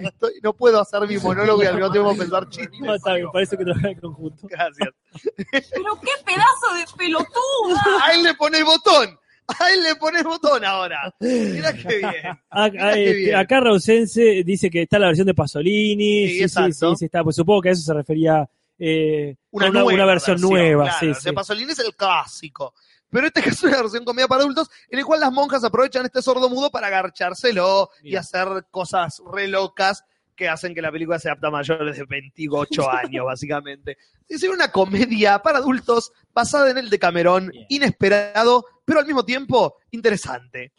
A: No, estoy- no puedo hacer mi monólogo y al mismo tiempo pensar chistes.
B: No, está bien, parece que trabaja en conjunto.
A: Gracias.
E: Pero qué pedazo de pelotuda.
A: A él le pone el botón. A él le pone el botón ahora. Mira qué bien.
B: A- a-
A: Mirá qué
B: este,
A: bien.
B: acá Rausense dice que está la versión de Pasolini.
A: Sí,
B: Sí, sí, sí,
A: exacto.
B: sí, está. Pues supongo que a eso se refería eh, a una, una versión, nueva.
A: claro.
B: sí,
A: O sea,
B: sí.
A: Pasolini es el clásico. Pero este caso es una versión comida para adultos en el cual las monjas aprovechan este sordo mudo para agarchárselo y
C: Bien.
A: hacer cosas re locas que hacen que la película se apta a mayores de 28 años, básicamente. Es decir, una comedia para adultos basada en el de Camerón,
C: Bien.
A: inesperado, pero al mismo tiempo interesante.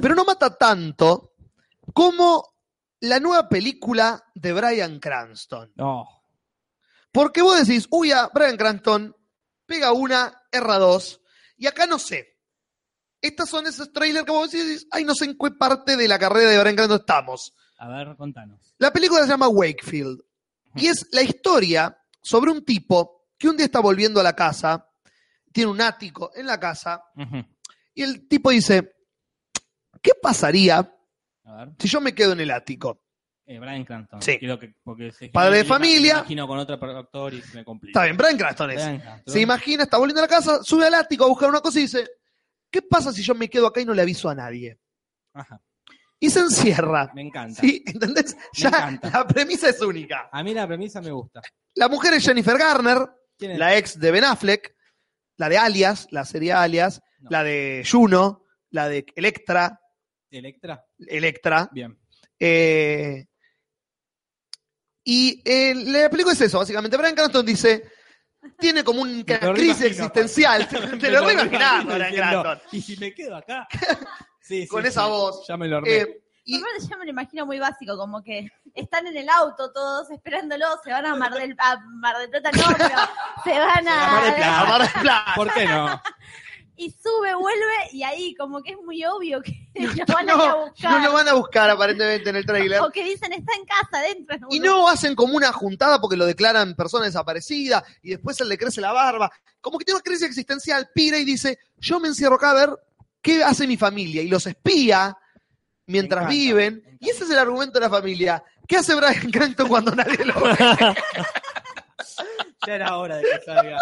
A: Pero no mata tanto como la nueva película de Brian Cranston.
C: No.
A: Porque vos decís, uy, a Brian Cranston pega una, erra dos, y acá no sé. Estas son esos trailers que vos decís, ay, no sé en qué parte de la carrera de Brian Cranston estamos.
C: A ver, contanos.
A: La película se llama Wakefield, y es la historia sobre un tipo que un día está volviendo a la casa, tiene un ático en la casa,
C: Ujú.
A: y el tipo dice, ¿qué pasaría
C: A ver.
A: si yo me quedo en el ático?
C: Eh, Brian Cranston.
A: Sí.
C: Quiero que- porque se-
A: Padre de
C: me-
A: familia.
C: Me imagino con otro actor y se me complica.
A: Está bien, Brian Cranston es.
C: Brian Cranston.
A: Se imagina, está volviendo a la casa, sube al ático a buscar una cosa y dice, ¿qué pasa si yo me quedo acá y no le aviso a nadie?
C: Ajá.
A: Y se encierra.
C: Me encanta.
A: ¿Sí? ¿Entendés? Ya
C: encanta.
A: la premisa es única.
C: A mí la premisa me gusta.
A: La mujer es Jennifer Garner,
C: ¿Quién es?
A: la ex de Ben Affleck, la de Alias, la serie Alias,
C: No.
A: la de Juno, la de Electra,
C: Electra.
A: Electra.
C: Bien.
A: Eh, y eh, la película es eso, básicamente. Brian Cranston dice, tiene como una
C: lo
A: crisis
C: reimagino.
A: existencial. Te, te lo
C: Me
A: reimaginás,
C: imagino
A: Brian
C: diciendo,
A: Cranston.
C: Y si me quedo acá.
A: Con esa voz.
C: Ya me lo armé.
A: Eh, y-
E: Aparte, yo me lo imagino muy básico, como que están en el auto todos esperándolo, se van a Mar del, a Mar del Plata, no, pero se van a...
C: Mar del Plata.
A: a Mar del Plata.
C: ¿Por qué no?
E: Y sube, vuelve, y ahí como que es muy obvio que lo van a ir a
A: No,
E: buscar.
A: no lo van a buscar aparentemente en el tráiler.
E: O que dicen, está en casa, dentro.
C: Ah,
A: Y no hacen como una juntada porque lo declaran persona desaparecida y después él le crece la barba. Como que tiene una crisis existencial, pira y dice, yo me encierro acá a ver qué hace mi familia. Y los espía mientras
C: Me encanta, me
A: viven.
C: encanta.
A: Y ese es el argumento de la familia. ¿Qué hace Brian Cranston cuando nadie lo ve?
C: Ya era hora de que salga.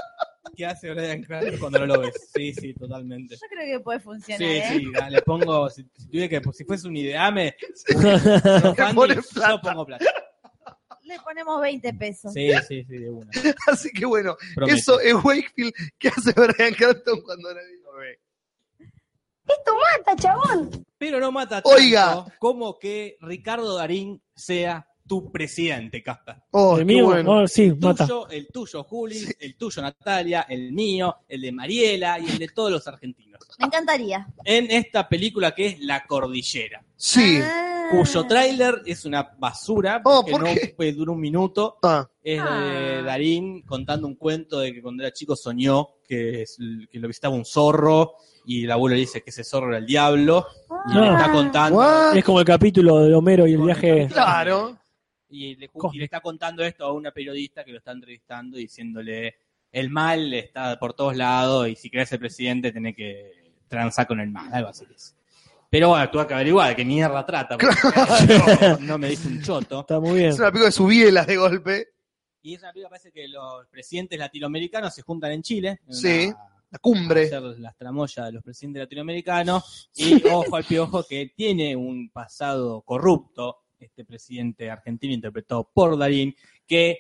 C: ¿Qué hace Brian Cranston cuando no lo ves? Sí, sí, totalmente.
E: Yo creo que puede funcionar,
C: Sí,
E: ¿eh?
C: sí, da- le pongo, si, si tuviera que, si pues, fuese un ideame,
A: Le
C: crowdfunding,
A: pone
C: yo
A: plata.
C: pongo plata.
E: le ponemos 20 pesos.
C: Sí, sí, sí, de una.
A: Así que bueno,
C: Prometo.
A: eso es Wakefield que hace Brian Cranston cuando era niño.
H: Esto mata, chabón.
C: Pero no mata tanto
A: Oiga.
C: como que Ricardo Darín sea tu presidente, Casper.
A: Oh,
B: el
A: qué
B: mío,
A: bueno.
B: oh, sí, mata.
C: Tuyo, el tuyo, Juli, el tuyo, Natalia, el mío, el de Mariela y el de todos los argentinos.
E: Me encantaría.
C: En esta película que es La Cordillera,
A: Sí.
E: Ah.
C: cuyo tráiler es una basura,
A: Oh,
C: porque
A: ¿por
C: no
A: qué?
C: fue- duró un minuto.
A: Ah,
C: Es de
E: Ah.
C: Darín contando un cuento de que cuando era chico soñó que, es- que lo visitaba un zorro y el abuelo le dice que ese zorro era el diablo y le
B: Ah.
C: está contando
A: what?
B: Es como el capítulo de Homero y el viaje.
A: Claro.
C: y le,
B: Cosme.
C: y le está contando esto a una periodista que lo está entrevistando y diciéndole el mal está por todos lados y si querés ser presidente tenés que transar con el mal, algo así que es. Pero bueno, tuve que averiguar de qué mierda trata, porque no, no me dice un choto.
B: Está muy bien.
A: Es una película de subiela de golpe.
C: Y es una película, parece que los presidentes latinoamericanos se juntan en Chile. en
A: Sí.
C: una-
A: La cumbre.
C: hacer las tramoyas de los presidentes latinoamericanos. Y ojo al piojo que tiene un pasado corrupto, este presidente argentino interpretado por Darín, que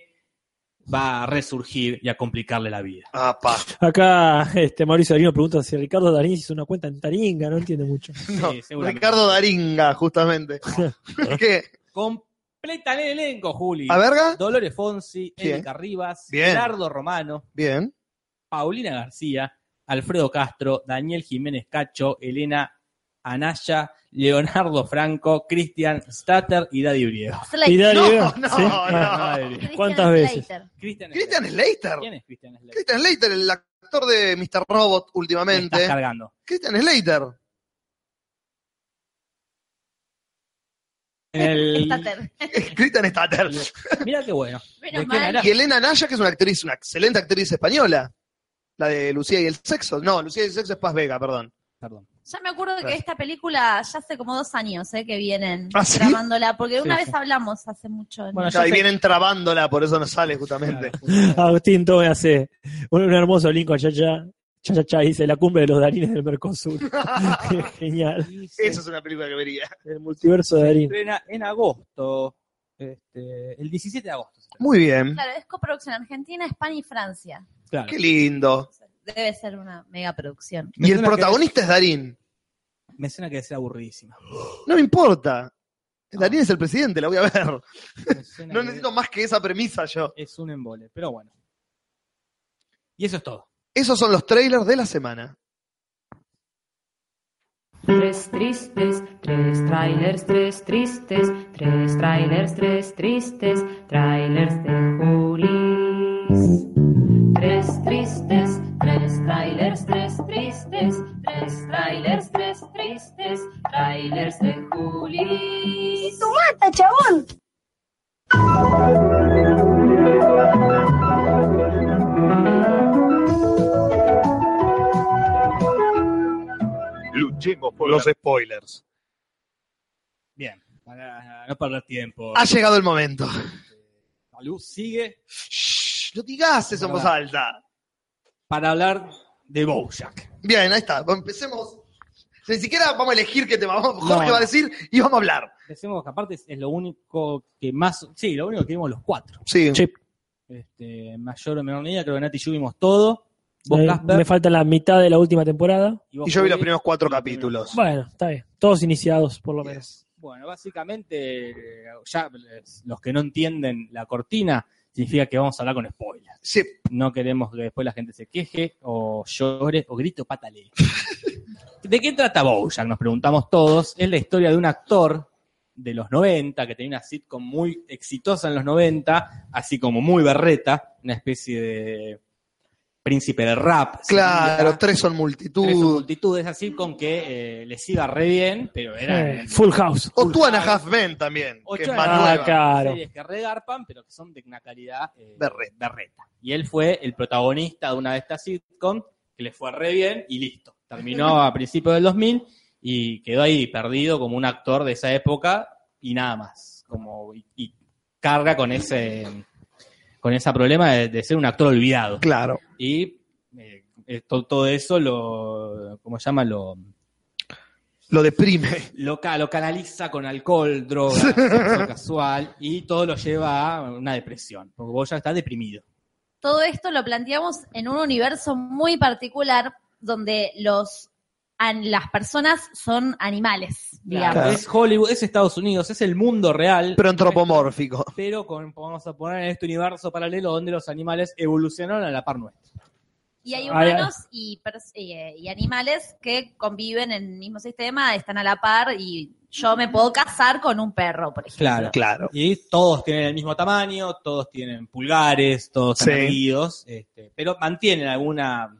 C: va a resurgir y a complicarle la vida.
A: Ah, pa.
B: Acá este, Mauricio Darino pregunta si Ricardo Darín hizo una cuenta en Taringa, no entiende mucho.
A: No,
C: Sí, seguramente.
A: Ricardo Daringa, justamente. ¿Qué?
C: Completan el elenco, Juli.
A: ¿A verga?
C: Dolores Fonsi,
A: Bien.
C: Erika Rivas,
A: Bien.
C: Gerardo Romano,
A: Bien.
C: Paulina García, Alfredo Castro, Daniel Jiménez Cacho, Elena Anaya, Leonardo Franco, Cristian Stater y Daddy Brieva.
E: Slater.
B: Y Daddy
A: No,
B: Brieva,
A: no,
B: ¿sí?
A: no.
E: Christian
B: ¿Cuántas veces?
E: Slater.
C: Cristian
A: Christian
C: Slater.
A: Slater.
C: ¿Quién es Christian Slater?
A: Christian Slater, el actor de Mr. Robot
C: Me estás
A: últimamente.
C: cargando.
A: Christian Slater.
C: En el-
E: Slater.
A: Christian Slater.
C: Mira qué bueno.
E: Menos
C: ¿De quién
E: mal.
C: era?
A: Y Elena Naya, que es una actriz, una excelente actriz española. La de Lucía y el sexo. No, Lucía y el sexo es Paz Vega, perdón.
C: Perdón.
E: Ya me acuerdo que
A: Gracias.
E: esta película ya hace como dos años eh, que vienen
A: ¿Ah, sí?
E: grabándola, porque
C: Sí,
E: una
C: sí.
E: vez hablamos hace mucho. ¿no?
C: Bueno,
A: Ya,
C: yo
A: y
C: sé-
A: vienen trabándola, por eso no sale justamente.
B: Agustín Tome hace un, un hermoso Lincoln Chacha. Chachacha dice la cumbre de los Darines del Mercosur. Genial.
C: Y se
A: Esa es una película que vería.
B: El multiverso de Darín.
C: estrena en agosto. Este, el 17 de agosto. se estrena.
A: Muy bien.
E: Claro, es coproducción Argentina, España y Francia.
C: Claro.
A: Qué lindo.
E: O sea, Debe ser una mega producción.
A: Y el
C: Menciona que-
A: protagonista es Darín.
C: Me suena que es aburridísima.
A: No me importa. Darín es el presidente, la voy a ver.
C: Me suena
A: No
C: que
A: necesito más que esa premisa yo.
C: Es un embole, pero bueno. Y eso es todo.
A: Esos son los trailers de la semana.
G: Tres tristes, tres trailers, tres tristes, tres trailers, tres tristes, trailers de Julis. Tres tristes, tres trailers, tres tristes, tres trailers, tres tristes, trailers de Julis.
H: Esto mata, chabón.
F: Luchemos por
A: Los
F: la-
A: spoilers.
C: Bien. Para no perder tiempo.
A: Ha llegado el momento.
C: La luz sigue
A: Shh, no digas eso en voz alta.
C: para hablar de Bojack.
A: Bien, ahí está. Empecemos. Ni siquiera vamos a elegir qué tema. Vamos- Jorge
C: No.
A: va a decir y vamos a hablar.
C: Decimos que aparte es, es lo único que más... Sí, lo único que vimos los cuatro.
A: Sí.
B: Che,
C: Este, mayor o menor medida, creo que Nati y yo vimos todo. Vos,
B: eh,
C: Casper,
B: me falta la mitad de la última temporada.
C: vos,
A: Y yo vi los
C: Juli.
A: primeros cuatro capítulos.
B: Bueno, está bien. Todos iniciados, por lo menos.
A: Yes.
C: Bueno, básicamente, eh, ya eh, los que no entienden la cortina, significa que vamos a hablar con spoilers.
A: Sí.
C: No queremos que después la gente se queje, o llore, o grite o patalee. ¿De qué trata Bojack? Nos preguntamos todos. Es la historia de un actor de los 90, que tenía una sitcom muy exitosa en los 90, así como muy berreta, una especie de príncipe del rap.
A: Claro,
C: sería.
A: tres son
C: Tres o
A: multitud.
C: multitudes así con que eh, les iba re bien, pero era
B: Eh, full House.
A: O tú, Ana Half Men también, que es
C: ocho
A: más
B: Ah,
A: nueva.
B: acá. claro.
C: series que regarpan, pero que son de una calidad eh,
A: Berreta.
C: Y él fue el protagonista de una de estas sitcoms que le fue re bien y listo. Terminó a principios del 2000 y quedó ahí perdido como un actor de esa época y nada más. Como, y, y carga con ese con ese problema de- de ser un actor olvidado
A: Claro.
C: y eh, eh, to- todo, eso lo cómo se llama lo
A: lo deprime.
C: Lo, ca- lo canaliza con alcohol, droga, sexo casual, y todo lo lleva a una depresión, porque vos ya estás deprimido.
E: todo esto lo planteamos en un universo muy particular donde los an- las personas son animales, digamos.
A: Claro.
C: Es Hollywood, es Estados Unidos, es el mundo real.
A: Pero antropomórfico.
C: pero con, vamos a poner en este universo paralelo donde los animales evolucionaron a la par nuestra.
E: Y hay
B: Ay,
C: Ah,
E: humanos y, pers- y, eh, y animales que conviven en el mismo sistema, están a la par y yo me puedo casar con un perro, por ejemplo.
C: Claro.
A: Claro.
C: Y todos tienen el mismo tamaño, todos tienen pulgares, todos
A: Sí.
C: son erguidos, este, pero mantienen alguna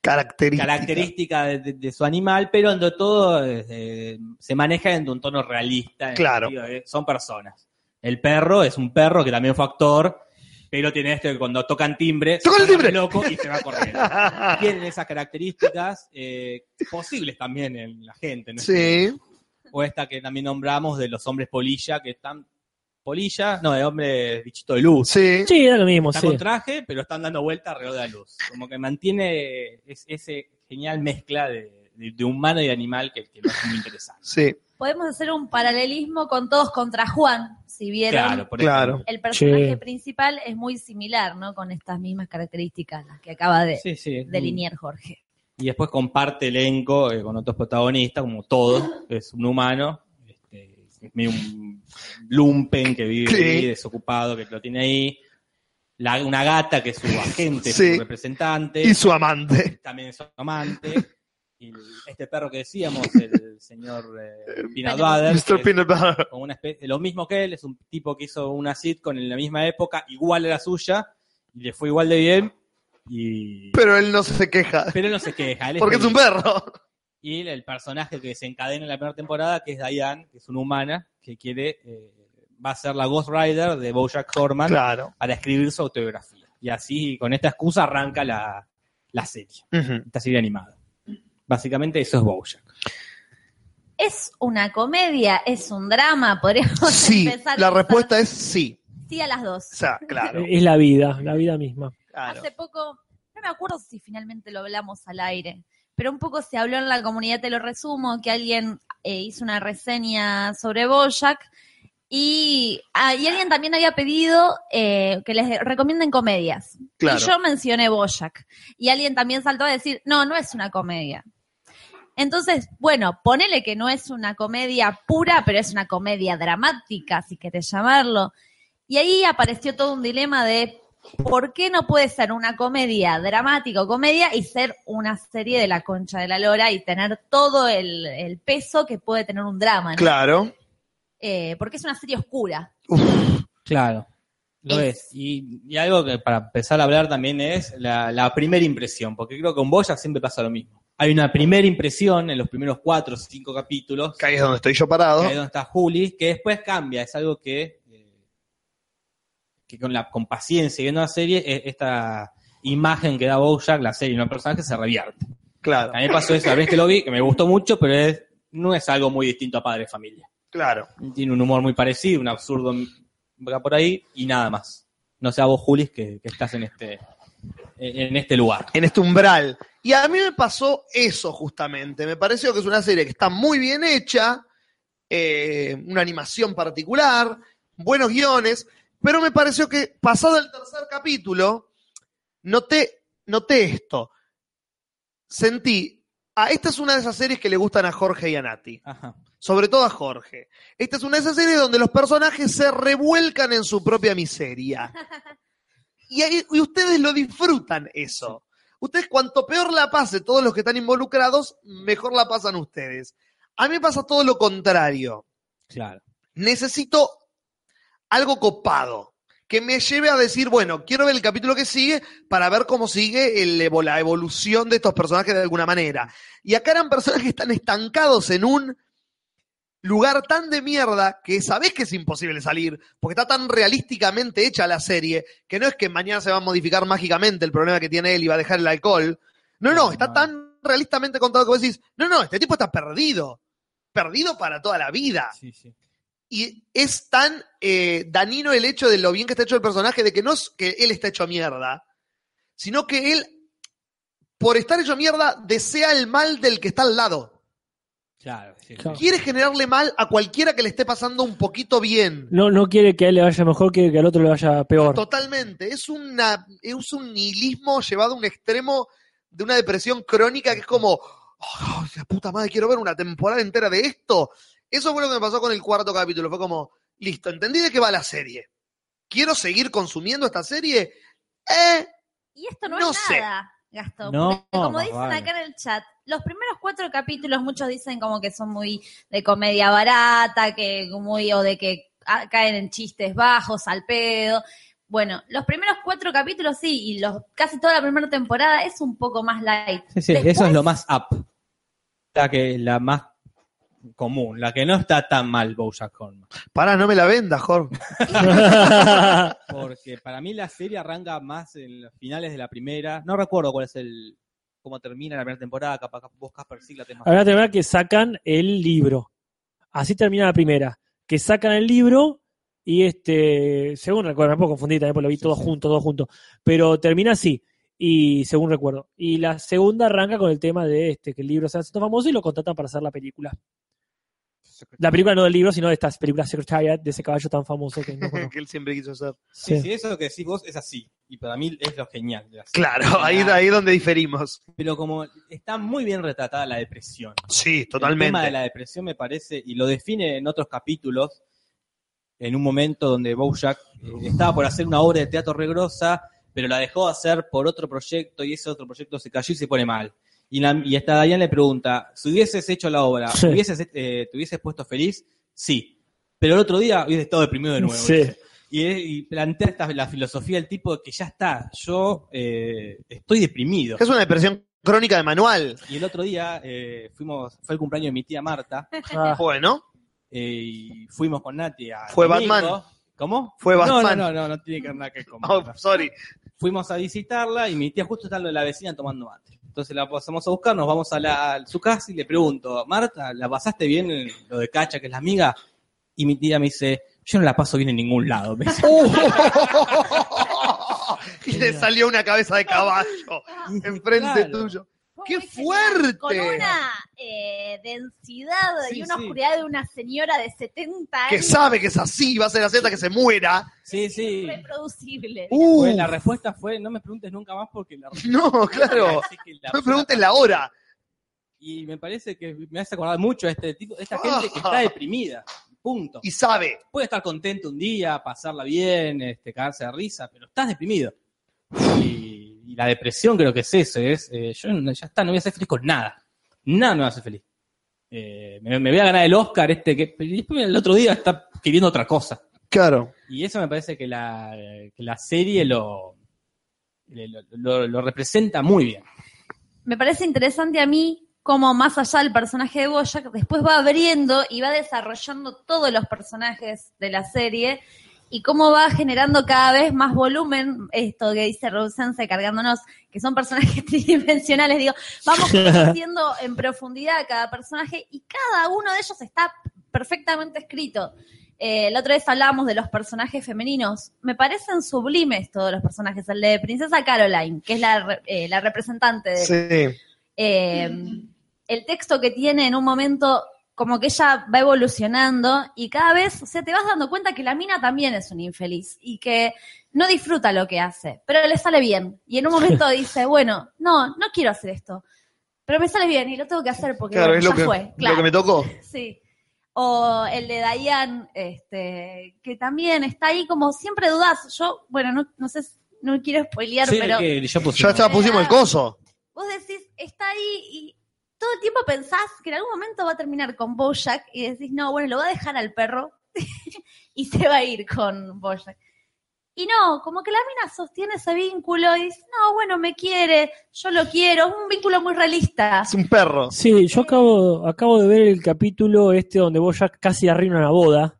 A: Característica.
C: característica de, de- de su animal, pero entre todo eh, se maneja en un tono realista. en el
A: Claro.
C: sentido de- son personas. El perro es un perro que también fue actor, pero tiene esto que cuando tocan timbre, se
A: ¡Tocan el
C: pone
A: timbre!
C: loco y se va corriendo. tienen esas características eh, posibles también en la gente. ¿no?
A: sí.
C: O esta que también nombramos de los hombres polilla, que están polilla, no, de hombre bichito de luz.
A: Sí.
B: Sí, era lo mismo,
C: Está
B: sí.
C: con traje, pero están dando vuelta alrededor de la luz. Como que mantiene es- ese genial mezcla de, de- de humano y de animal que, que lo hace muy interesante.
A: Sí.
E: Podemos hacer un paralelismo con todos contra Juan, si vieron.
C: Claro, por
A: Claro.
C: ejemplo.
E: El personaje
B: Sí.
E: principal es muy similar, ¿no? Con estas mismas características las que acaba de
C: Sí, sí.
E: delinear Jorge.
C: Y después comparte elenco eh, con otros protagonistas, como todo, es un humano, este, es medio un lumpen que vive
A: Sí.
C: ahí, desocupado, que lo tiene ahí, La- una gata que es su agente,
A: Sí.
C: su representante,
A: Y su amante.
C: también es su amante, y este perro que decíamos, el señor eh, Peanut Butter,
A: Mr.
C: que es
A: Peanut Butter.
C: como una espe- lo mismo que él, es un tipo que hizo una sitcom en la misma época, igual a la suya, y le fue igual de bien, y...
A: Pero él no se queja.
C: pero él no se queja. él
A: Porque es
C: feliz.
A: un perro.
C: Y el, el personaje que desencadena en la primera temporada, que es Diane, que es una humana, que quiere, eh, va a ser la Ghost Rider de Bojack Horman
A: Claro.
C: para escribir su autobiografía. Y así, con esta excusa, arranca la, la serie, esta serie animada. Básicamente eso es Bojack.
E: ¿Es una comedia? ¿Es un drama? Podríamos
A: Sí.
E: empezar
A: La
E: quizás
A: respuesta es sí.
E: sí a las dos.
A: O sea, claro.
B: Es la vida, la vida misma.
A: claro.
E: Hace poco, no me acuerdo si finalmente lo hablamos al aire, pero un poco se habló en la comunidad, te lo resumo, que alguien eh, hizo una reseña sobre Bojack y, ah, y alguien también había pedido eh, que les recomienden comedias.
A: Claro.
E: Y yo mencioné Bojack. Y alguien también saltó a decir, no, no es una comedia. Entonces, bueno, ponele que no es una comedia pura, pero es una comedia dramática, si querés llamarlo. Y ahí apareció todo un dilema de por qué no puede ser una comedia dramática o comedia y ser una serie de la concha de la lora y tener todo el, el peso que puede tener un drama. ¿no?
A: Claro.
E: Eh, porque es una serie oscura.
C: Claro. Lo
E: Es-
C: es. Y, y algo que para empezar a hablar también es la, la primera impresión, porque creo que con Bojack siempre pasa lo mismo. Hay una primera impresión en los primeros cuatro o cinco capítulos.
A: Que ahí es donde estoy yo parado.
C: que ahí donde está Juli, que después cambia, es algo que, eh, que con la con paciencia y viendo la serie, e- esta imagen que da Bojack, la serie, un personaje se revierte.
A: Claro.
C: A mí me pasó eso, la vez que lo vi, que me gustó mucho, pero es- no es algo muy distinto a Padre de Familia.
A: Claro.
C: Tiene un humor muy parecido, un absurdo acá por ahí, y nada más. No sea vos, Juli, que, que estás en este, en este lugar.
A: en este umbral. Y a mí me pasó eso justamente. Me pareció que es una serie que está muy bien hecha, eh, una animación particular, buenos guiones, pero me pareció que pasado el tercer capítulo, noté, noté esto. Sentí, ah, esta es una de esas series que le gustan a Jorge y a Nati,
C: Ajá.
A: sobre todo a Jorge. Esta es una de esas series donde los personajes se revuelcan en su propia miseria. Y, ahí- y ustedes lo disfrutan eso. Ustedes cuanto peor la pase todos los que están involucrados, mejor la pasan ustedes. A mí me pasa todo lo contrario.
C: Claro.
A: Necesito algo copado que me lleve a decir, bueno, quiero ver el capítulo que sigue para ver cómo sigue el evo- la evolución de estos personajes de alguna manera. Y acá eran personas que están estancados en un lugar tan de mierda que sabés que es imposible salir, porque está tan realísticamente hecha la serie, que no es que mañana se va a modificar mágicamente el problema que tiene él y va a dejar el alcohol. No, no, está
C: No.
A: tan realistamente contado que vos decís, no, no, este tipo está perdido, perdido para toda la vida
C: Sí, sí.
A: y es tan eh, danino el hecho de lo bien que está hecho el personaje, de que no es que él está hecho mierda, sino que él, por estar hecho mierda, desea el mal del que está al lado.
C: Claro, sí, sí.
B: Claro.
A: Quiere generarle mal a cualquiera que le esté pasando un poquito bien.
B: No, no quiere que a él le vaya mejor, quiere que al otro le vaya peor.
A: Totalmente. Es, una, es un nihilismo llevado a un extremo de una depresión crónica que es como, "Oh, la puta madre, quiero ver una temporada entera de esto. Eso fue lo que me pasó con el cuarto capítulo. Fue como, listo, entendí de qué va la serie. ¿Quiero seguir consumiendo esta serie? Eh,
E: Y esto no,
A: No
E: es
A: sé.
E: nada, Gastón.
C: No,
E: porque como
C: más
E: dicen
C: vale.
E: acá en el chat, los primeros cuatro capítulos muchos dicen como que son muy de comedia barata, que muy o de que ah, caen en chistes bajos, al pedo. Bueno, los primeros cuatro capítulos sí, y los casi toda la primera temporada es un poco más light.
C: Sí, sí,
E: Después-
C: eso es lo más up. La que la más común, la que no está tan mal Bojack Horseman.
A: pará, no me la vendas, Jorge.
C: Porque para mí la serie arranca más en los finales de la primera. No recuerdo cuál es el cómo termina la primera temporada, capaz que vos Casper sí la tenés más.
B: Habrá que ver que sacan el libro. Así termina la primera. Que sacan el libro y este, según recuerdo, me puedo confundir también porque lo vi todos juntos, todos juntos. Pero termina así, y según recuerdo. Y la segunda arranca con el tema de este, que el libro se hace tan famoso y lo contratan para hacer la película. La película no del libro, sino de estas películas Secretariat, de ese caballo tan famoso que no conozco.
A: que él siempre quiso hacer.
C: Sí,
B: Sí.
C: sí, eso que decís vos es así. Y para mí es lo genial. de la serie.
A: Claro, ahí
C: Genial.
A: ahí es donde diferimos.
C: Pero como está muy bien retratada la depresión.
A: Sí,
C: El tema de
A: totalmente.
C: la depresión me parece, y lo define en otros capítulos, en un momento donde Bojack eh, estaba por hacer una obra de teatro regrosa, pero la dejó hacer por otro proyecto y ese otro proyecto se cayó y se pone mal. Y, la- y hasta Diane le pregunta, si hubieses hecho la obra,
B: Sí.
C: hubieses, eh, ¿te hubieses puesto feliz? Sí. Pero el otro día hubieses estado deprimido de nuevo.
B: Sí.
C: Y, eh, y plantea esta, la filosofía del tipo de que ya está, yo eh, estoy deprimido.
A: Es una depresión crónica de manual.
C: Y el otro día eh, fuimos, fue el cumpleaños de mi tía Marta
B: Ah,
A: Bueno,
C: eh, y fuimos con Nati a
A: Fue
C: Domingo.
A: Batman.
C: ¿Cómo?
A: Fue
C: No,
A: Batman.
C: No, no, no, no tiene que ver nada que ver con
A: oh,
C: Batman.
A: sorry.
C: Fuimos a visitarla y mi tía justo está en lo de la vecina tomando mate. Entonces la pasamos a buscar, nos vamos a, la, a su casa y le pregunto, Marta, ¿la pasaste bien en lo de Cacha, que es la amiga? Y mi tía me dice, yo no la paso bien en ningún lado. Me dice.
A: Uh, y le salió una cabeza de caballo
C: Y
A: enfrente
C: claro.
A: tuyo.
E: Fue
A: ¡Qué
E: muy genial,
A: fuerte!
E: Con una eh, densidad
C: Sí,
E: y una
C: sí.
E: oscuridad de una señora de 70
A: Que
E: años
A: sabe que es así, va a ser así hasta que se muera.
C: Sí, sí.
E: reproducible.
A: Uh,
C: Fue- la respuesta fue, no me preguntes nunca más porque la
A: no, claro.
C: Así que la
A: No me
C: persona-
A: preguntes la hora.
C: Y me parece que me hace acordar mucho a este tipo, esta gente que está deprimida. Punto.
A: Y sabe.
C: puede estar contento un día, pasarla bien, este, cagarse de risa, pero estás deprimido. Y, y la depresión creo que es eso, es eh, yo no- ya está, no voy a ser feliz con nada. Nada me va a hacer feliz. Eh, me, me voy a ganar el Oscar este que y después el otro día está queriendo otra cosa.
A: Claro.
C: Y eso me parece que la, que la serie lo, lo, lo- lo representa muy bien.
E: me parece interesante a mí cómo más allá del personaje de Boyack, después va abriendo y va desarrollando todos los personajes de la serie y cómo va generando cada vez más volumen, esto que dice Rosense cargándonos, que son personajes tridimensionales, digo, vamos conociendo en profundidad a cada personaje y cada uno de ellos está perfectamente escrito. Eh, la otra vez hablábamos de los personajes femeninos. Me parecen sublimes todos los personajes. El de Princesa Caroline, que es la, re- eh, la representante de
A: Sí.
E: eh, el texto que tiene en un momento, como que ella va evolucionando y cada vez, o sea, te vas dando cuenta que la mina también es un infeliz y que no disfruta lo que hace, pero le sale bien. Y en un momento dice, bueno, no, no quiero hacer esto, pero me sale bien y lo tengo que hacer porque
A: Claro,
E: bueno,
A: es lo
E: ya
A: que,
E: fue.
A: lo que me tocó.
E: Sí. O el de Dayan, este, que también está ahí como siempre dudás. Yo, bueno, no, no sé, si- no quiero spoilear,
C: Sí,
E: pero
C: que yo puse
A: Ya
C: una-
A: está, pusimos el coso.
E: vos decís, está ahí y todo el tiempo pensás que en algún momento va a terminar con Bojack y decís, no, bueno, lo va a dejar al perro y se va a ir con Bojack. Y no, como que la mina sostiene ese vínculo y dice, no, bueno, me quiere, yo lo quiero, es un vínculo muy realista.
A: Es un perro.
B: Sí, yo acabo, acabo de ver el capítulo este donde vos ya casi arruina una boda,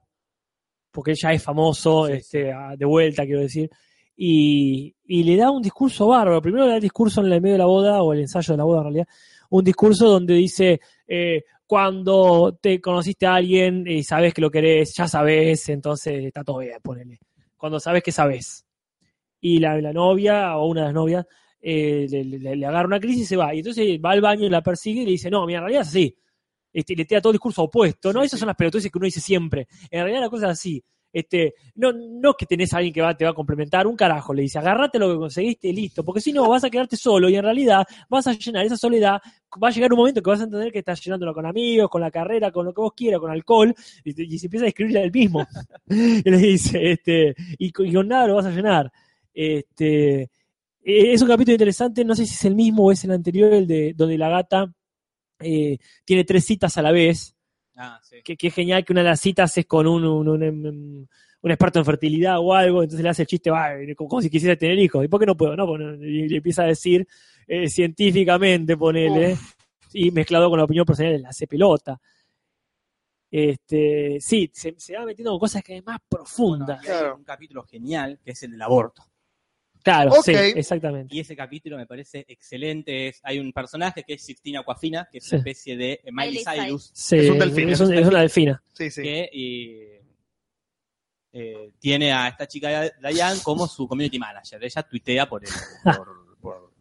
B: porque él ya es famoso, este, a- de vuelta quiero decir, y, y le da un discurso bárbaro. Primero le da el discurso en el medio de la boda, o el ensayo de la boda en realidad, un discurso donde dice, eh, cuando te conociste a alguien y sabes que lo querés, ya sabes, entonces está todo bien, ponele. Cuando sabes que sabes. Y la, la novia o una de las novias eh, le, le- le agarra una crisis y se va. Y entonces va al baño y la persigue y le dice, no, mira, en realidad sí. este, le tira todo el discurso opuesto, ¿no? Esas son las pelotudeces que uno dice siempre. En realidad la cosa es así. Este, no, no que tenés a alguien que va, te va a complementar, un carajo, le dice, agarrate lo que conseguiste y listo, porque si no vas a quedarte solo y en realidad vas a llenar esa soledad, va a llegar un momento que vas a entender que estás llenándolo con amigos, con la carrera, con lo que vos quieras, con alcohol, y, te- y se empieza a describir el mismo. y le dice, este, y, con- y con nada lo vas a llenar. Este, eh, es un capítulo interesante, no sé si es el mismo o es el anterior, el de donde la gata eh, tiene tres citas a la vez
C: Ah, sí.
B: que, que es genial que una de las citas es con un, un, un- un- un experto en fertilidad o algo, entonces le hace el chiste, "Bah, como, como si quisiera tener hijos, ¿y por qué no puedo? No, Bueno, y le empieza a decir eh, científicamente, ponele, y mezclado con la opinión personal, la hace pelota. Este, sí, se, se va metiendo con cosas que es más profunda.
C: Y hay
A: Claro.
C: un capítulo genial que es el del aborto.
B: Claro,
A: Ok.
B: sí, exactamente.
C: Y ese capítulo me parece excelente. Es, hay un personaje que es Sixtina Aquafina, que es
B: Sí.
C: una especie de Miley
E: Miley Cyrus.
C: Cyrus,
B: Sí,
A: Es un delfín,
B: Es,
A: es un
B: un- es una delfina.
A: Sí, sí.
C: que eh, eh, tiene a esta chica Diane como su community manager. Ella tuitea por, el, por, por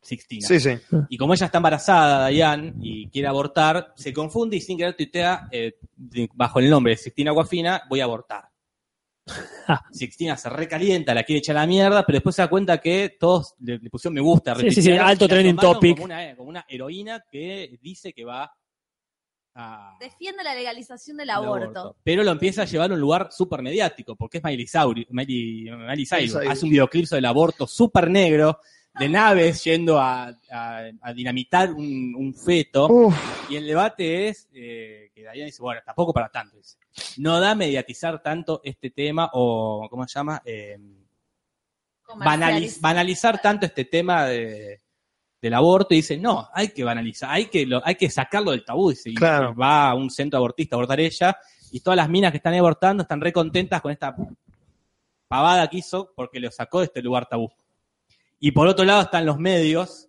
C: Sixtina.
A: Sí, sí.
C: Y como ella está embarazada, Diane, y quiere abortar, se confunde y sin querer tuitea eh, de- bajo el nombre de Sixtina Guafina, voy a abortar. Sixtina se recalienta, la quiere echar a la mierda, pero después se da cuenta que todos le, le pusieron me gusta.
B: Sí,
C: retuitearon,
B: sí, sí, alto
C: y la
B: trending
C: tomaron
B: topic.
C: Como una, como una heroína que dice que va a...
E: Defiende la legalización del
C: al
E: aborto.
C: Pero lo empieza a llevar a un lugar súper mediático, porque es Miley Cyrus, Miley- Miley Cyrus.
A: Cyrus.
C: Hace un videoclip del aborto súper negro, de naves yendo a, a- a dinamitar un, un feto. Y el debate es eh, que Dayan dice, bueno, tampoco para tanto. dice. No da mediatizar tanto este tema o, ¿cómo se llama? Eh, banaliz-
E: Comercializ-
C: banalizar tanto este tema de- del aborto. Y dice, no, hay que banalizar, hay que, lo- hay que sacarlo del tabú. Dice, y
A: Claro.
C: va a un centro abortista a abortar ella y todas las minas que están abortando están re contentas con esta pavada que hizo porque lo sacó de este lugar tabú. Y por otro lado están los medios,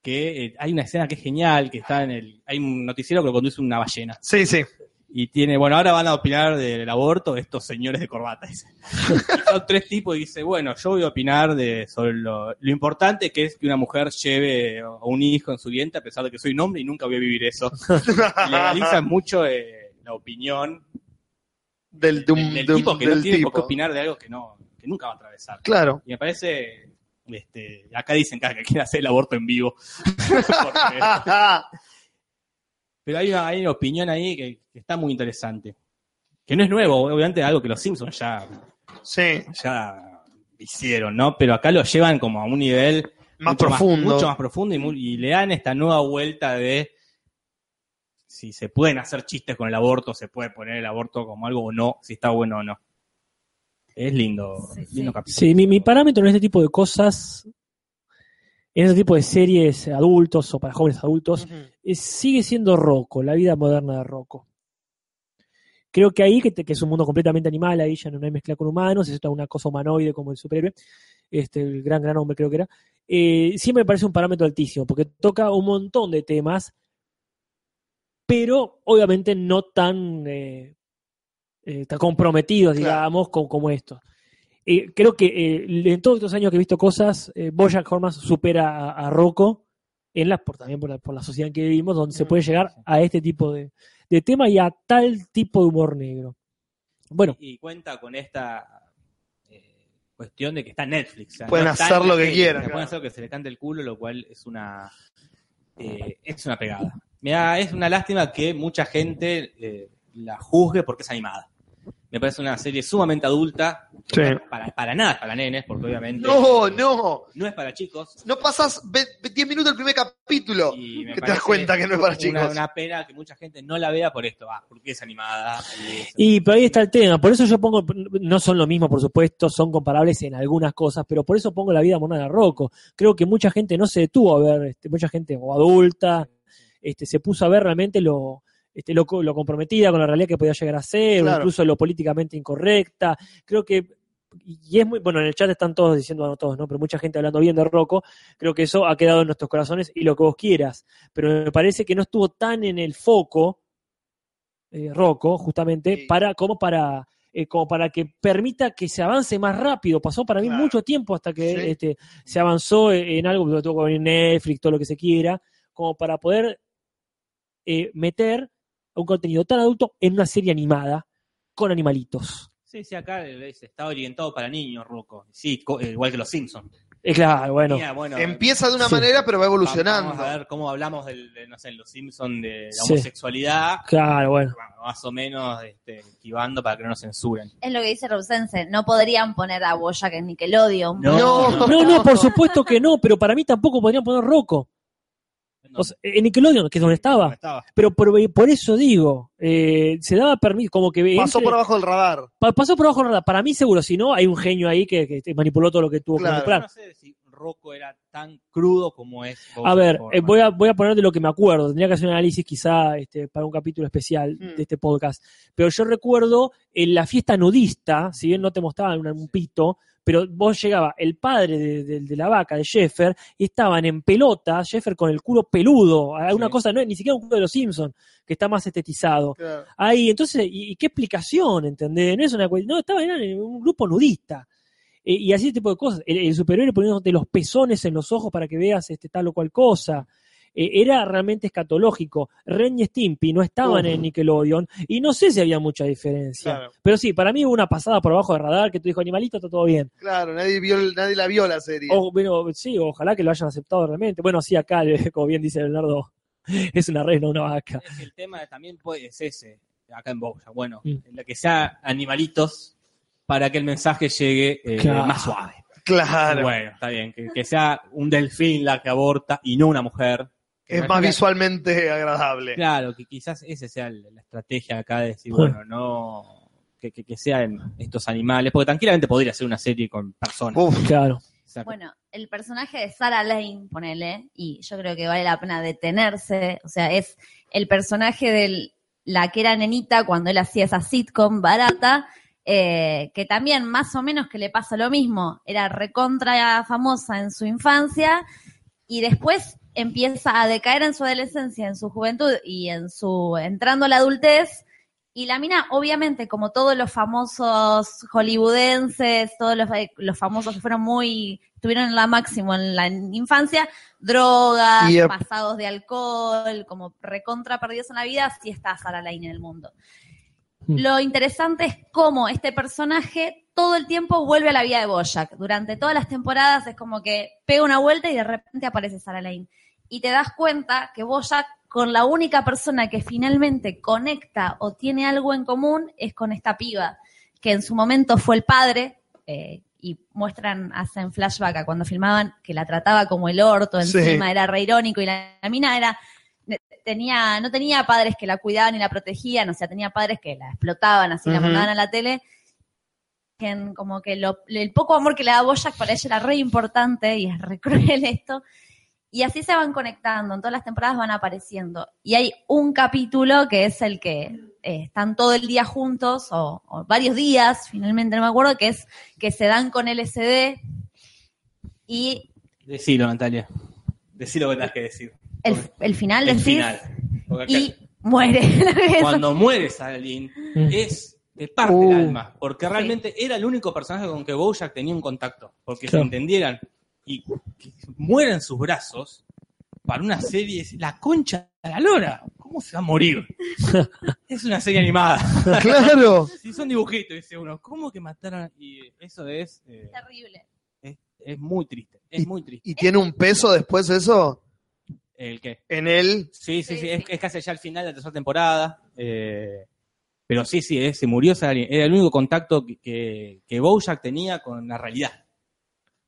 C: que eh, hay una escena que es genial, que está en el. Hay un noticiero que lo conduce una ballena.
A: Sí, sí.
C: Y tiene, bueno, ahora van a opinar del aborto estos señores de corbata. dice. Y son tres tipos y dice, bueno, yo voy a opinar de sobre lo, lo importante que es que una mujer lleve a un hijo en su vientre, a pesar de que soy un hombre y nunca voy a vivir eso. Y legalizan mucho eh, la opinión
A: Del, de un-
C: del, del
A: de un-
C: tipo que no
A: del
C: tiene por qué
A: tipo.
C: opinar de algo que no, que nunca va a atravesar.
A: Claro.
C: Y me parece, este, acá dicen que quiere hacer el aborto en vivo. Porque-
A: Ah,
C: pero hay una, hay una opinión ahí que, que está muy interesante. Que no es nuevo, obviamente es algo que los Simpsons ya,
A: sí.
C: ya hicieron, ¿no? Pero acá lo llevan como a un nivel
A: Más
C: mucho
A: profundo.
C: mucho más profundo y, muy- y le dan esta nueva vuelta de si se pueden hacer chistes con el aborto, se puede poner el aborto como algo o no, si está bueno o no. Es lindo,
E: Sí, sí.
C: lindo capítulo.
B: Sí, mi, mi parámetro en este tipo de cosas, en este tipo de series adultos o para jóvenes adultos,
A: Ujú.
B: eh, sigue siendo Rocco, la vida moderna de Rocco. Creo que ahí, que, te- que es un mundo completamente animal, ahí ya no hay mezcla con humanos, es toda una cosa humanoide como el superhéroe, este, el gran, gran hombre creo que era, eh, siempre me parece un parámetro altísimo, porque toca un montón de temas, pero obviamente no tan, eh, eh, tan comprometidos,
A: Claro.
B: digamos, co- como estos. Eh, creo que eh, en todos estos años que he visto cosas, eh, Bojack Horseman supera a, a Rocco, en la, por, también por la, por la sociedad en que vivimos, donde se
C: Mm,
B: puede llegar
C: sí.
B: a este tipo de, de tema y a tal tipo de humor negro. Bueno,
C: Y cuenta con esta eh, cuestión de que está en Netflix. o sea,
A: Pueden
C: está
A: hacer
C: en
A: lo
C: la
A: que
C: tele,
A: quieran,
C: o sea, Pueden
A: claro.
C: hacer lo que se le cante el culo, lo cual es una eh, es una pegada. Me da- es una lástima que mucha gente eh, la juzgue porque es animada. Me parece una serie sumamente adulta,
A: Sí.
C: para, para nada es para nenes, porque obviamente
A: No, no.
C: no es para chicos.
A: No pasas ve- 10 minutos el primer capítulo.
C: y me
A: que te
C: parece
A: das cuenta que no es para chicos.
C: Una, una pena que mucha gente no la vea por esto, ah, porque es animada. y es-
B: y pero ahí está el tema. Por eso yo pongo, no son lo mismo, por supuesto, son comparables en algunas cosas, pero por eso pongo la vida morada de Rocco. Creo que mucha gente no se detuvo a ver, este, mucha gente o adulta, este, se puso a ver realmente lo, este, lo, co- lo comprometida con la realidad que podía llegar a ser, o
A: Claro.
B: incluso lo políticamente incorrecta. Creo que, y es muy, bueno, en el chat están todos diciendo, no todos, ¿no? Pero mucha gente hablando bien de Rocco, creo que eso ha quedado en nuestros corazones y lo que vos quieras. Pero me parece que no estuvo tan en el foco, eh, Rocco, justamente,
A: Sí.
B: para, como para... eh, como para que permita que se avance más rápido. Pasó para mí
A: Claro.
B: mucho tiempo hasta que
A: Sí.
B: este, se avanzó en algo, tuvo que venir Netflix, todo lo que se quiera, como para poder eh, meter un contenido tan adulto en una serie animada con animalitos.
C: Sí, sí, acá es- está orientado para niños, Ruco. Sí, co- eh, igual que los Simpsons.
B: Eh, claro, bueno.
C: Mira, bueno,
A: Empieza de una
B: Sí.
A: manera, pero va
C: vamos-
A: evolucionando.
C: Vamos a ver cómo hablamos del, de, no sé, los Simpsons de la
B: Sí.
C: homosexualidad.
B: Claro, bueno.
C: Bueno, más o menos este, esquivando para que no nos censuren.
E: Es lo que dice Rausense, no podrían poner a Boya que es Nickelodeon.
C: No.
B: No, no, por supuesto que no, pero para mí tampoco podrían poner Rocco.
C: No,
B: O sea, en Nickelodeon, que es donde
C: no
B: estaba.
C: estaba.
B: Pero por, por eso digo, eh, se daba permiso, como que...
A: Pasó
B: entre-
A: por abajo del radar.
B: pa- pasó por abajo, nada, para mí seguro, si no, hay un genio ahí que, que manipuló todo lo que tuvo
A: Claro.
B: que
C: Yo
B: manipular.
C: no sé si Rocco era tan crudo como es.
B: A ver, eh, voy,
C: a
B: a, voy a poner de lo que me acuerdo. Tendría que hacer un análisis quizá este, para un capítulo especial
A: Mm.
B: de este podcast. Pero yo recuerdo en la fiesta nudista, si bien no te mostraban un, un pito, pero vos llegaba el padre de, de- de la vaca, de Sheffer, y estaban en pelota, Sheffer con el culo peludo, alguna
C: Sí.
B: cosa, no, ni siquiera un culo de los Simpsons, que está más estetizado.
A: Claro.
B: Ahí, entonces, ¿y, y qué explicación, entendés? No es una cuestión, no, estaban eran en un grupo nudista. Eh, y así ese tipo de cosas. El, el superhéroe poniéndote los pezones en los ojos para que veas este tal o cual cosa. Eh, era realmente escatológico. Ren y Stimpy no estaban
A: Uf.
B: en Nickelodeon y no sé si había mucha diferencia.
A: Claro.
B: Pero sí, para mí hubo una pasada por abajo de radar que tú dijo, animalito, está todo bien.
A: Claro, nadie, vio, nadie la vio la serie.
B: O, bueno, sí, ojalá que lo hayan aceptado realmente. Bueno, sí, acá, como bien dice Leonardo, es una res, no una vaca.
C: Es que el tema también puede, es ese, acá en Boya. Bueno,
B: Mm.
C: en la que sea animalitos para que el mensaje llegue eh,
B: Claro.
C: más suave.
A: claro.
C: Bueno, está bien, que, que sea un delfín la que aborta y no una mujer. Que
A: es
C: no
A: más
C: tenga-
A: visualmente agradable.
C: Claro, que quizás esa sea el- la estrategia acá de decir,
B: Bueno.
C: bueno, no. Que, que, que sean estos animales, porque tranquilamente podría ser una serie con personas.
A: Uf,
B: Claro.
C: O sea,
E: Bueno, el personaje de Sarah Lane, ponele, y yo creo que vale la pena detenerse, o sea, es el personaje de la que era nenita cuando él hacía esa sitcom barata, eh, que también más o menos que le pasa lo mismo, era recontra famosa en su infancia y después empieza a decaer en su adolescencia, en su juventud y en su entrando a la adultez. Y la mina, obviamente, como todos los famosos hollywoodenses, todos los, eh, los famosos que fueron muy, estuvieron en la máximo en la infancia, drogas,
A: Yep.
E: pasados de alcohol, como recontra perdidos en la vida, sí está Sarah Lane en el mundo.
B: Mm.
E: Lo interesante es cómo este personaje todo el tiempo vuelve a la vida de Boyack. Durante todas las temporadas es como que pega una vuelta y de repente aparece Sarah Lane. Y te das cuenta que Boyack, con la única persona que finalmente conecta o tiene algo en común, es con esta piba, que en su momento fue el padre, eh, y muestran, hacen flashback a cuando filmaban, que la trataba como el orto,
A: Sí.
E: encima era re irónico, y la, la mina era tenía, no tenía padres que la cuidaban y la protegían, o sea, tenía padres que la explotaban, así la
A: Ujú.
E: mandaban a la tele. Que en- como que lo- el poco amor que le da Boyack para ella era re importante y es re cruel esto. Y así se van conectando, en todas las temporadas van apareciendo. Y hay un capítulo que es el que eh, están todo el día juntos, o, o varios días, finalmente no me acuerdo, que es que se dan con LSD y
C: Decilo, Natalia. Decilo lo que tenés que decir.
E: el, el final
C: El
E: decís,
C: final. Porque acá-
E: y muere.
C: cuando muere Saladin
B: Mm.
C: es te parte
A: Uh.
C: el alma, porque realmente era el único personaje con que Bojack tenía un contacto, porque
B: Claro.
C: se entendieran y que mueran sus brazos para una serie es la concha de la lora, ¿cómo se va a morir? es una serie animada.
A: claro.
C: Si son dibujitos dice uno, ¿cómo que mataron? Y eh, eso es eh,
E: Terrible.
C: es muy triste, es muy triste.
A: ¿Y tiene un peso después eso?
C: El que
A: En él.
C: Sí, sí, sí,
E: Sí, sí.
C: Es, es casi ya al final de la tercera temporada. eh, pero sí, sí, eh, se murió Sally. Era el único contacto que, que, que Bojack tenía con la realidad.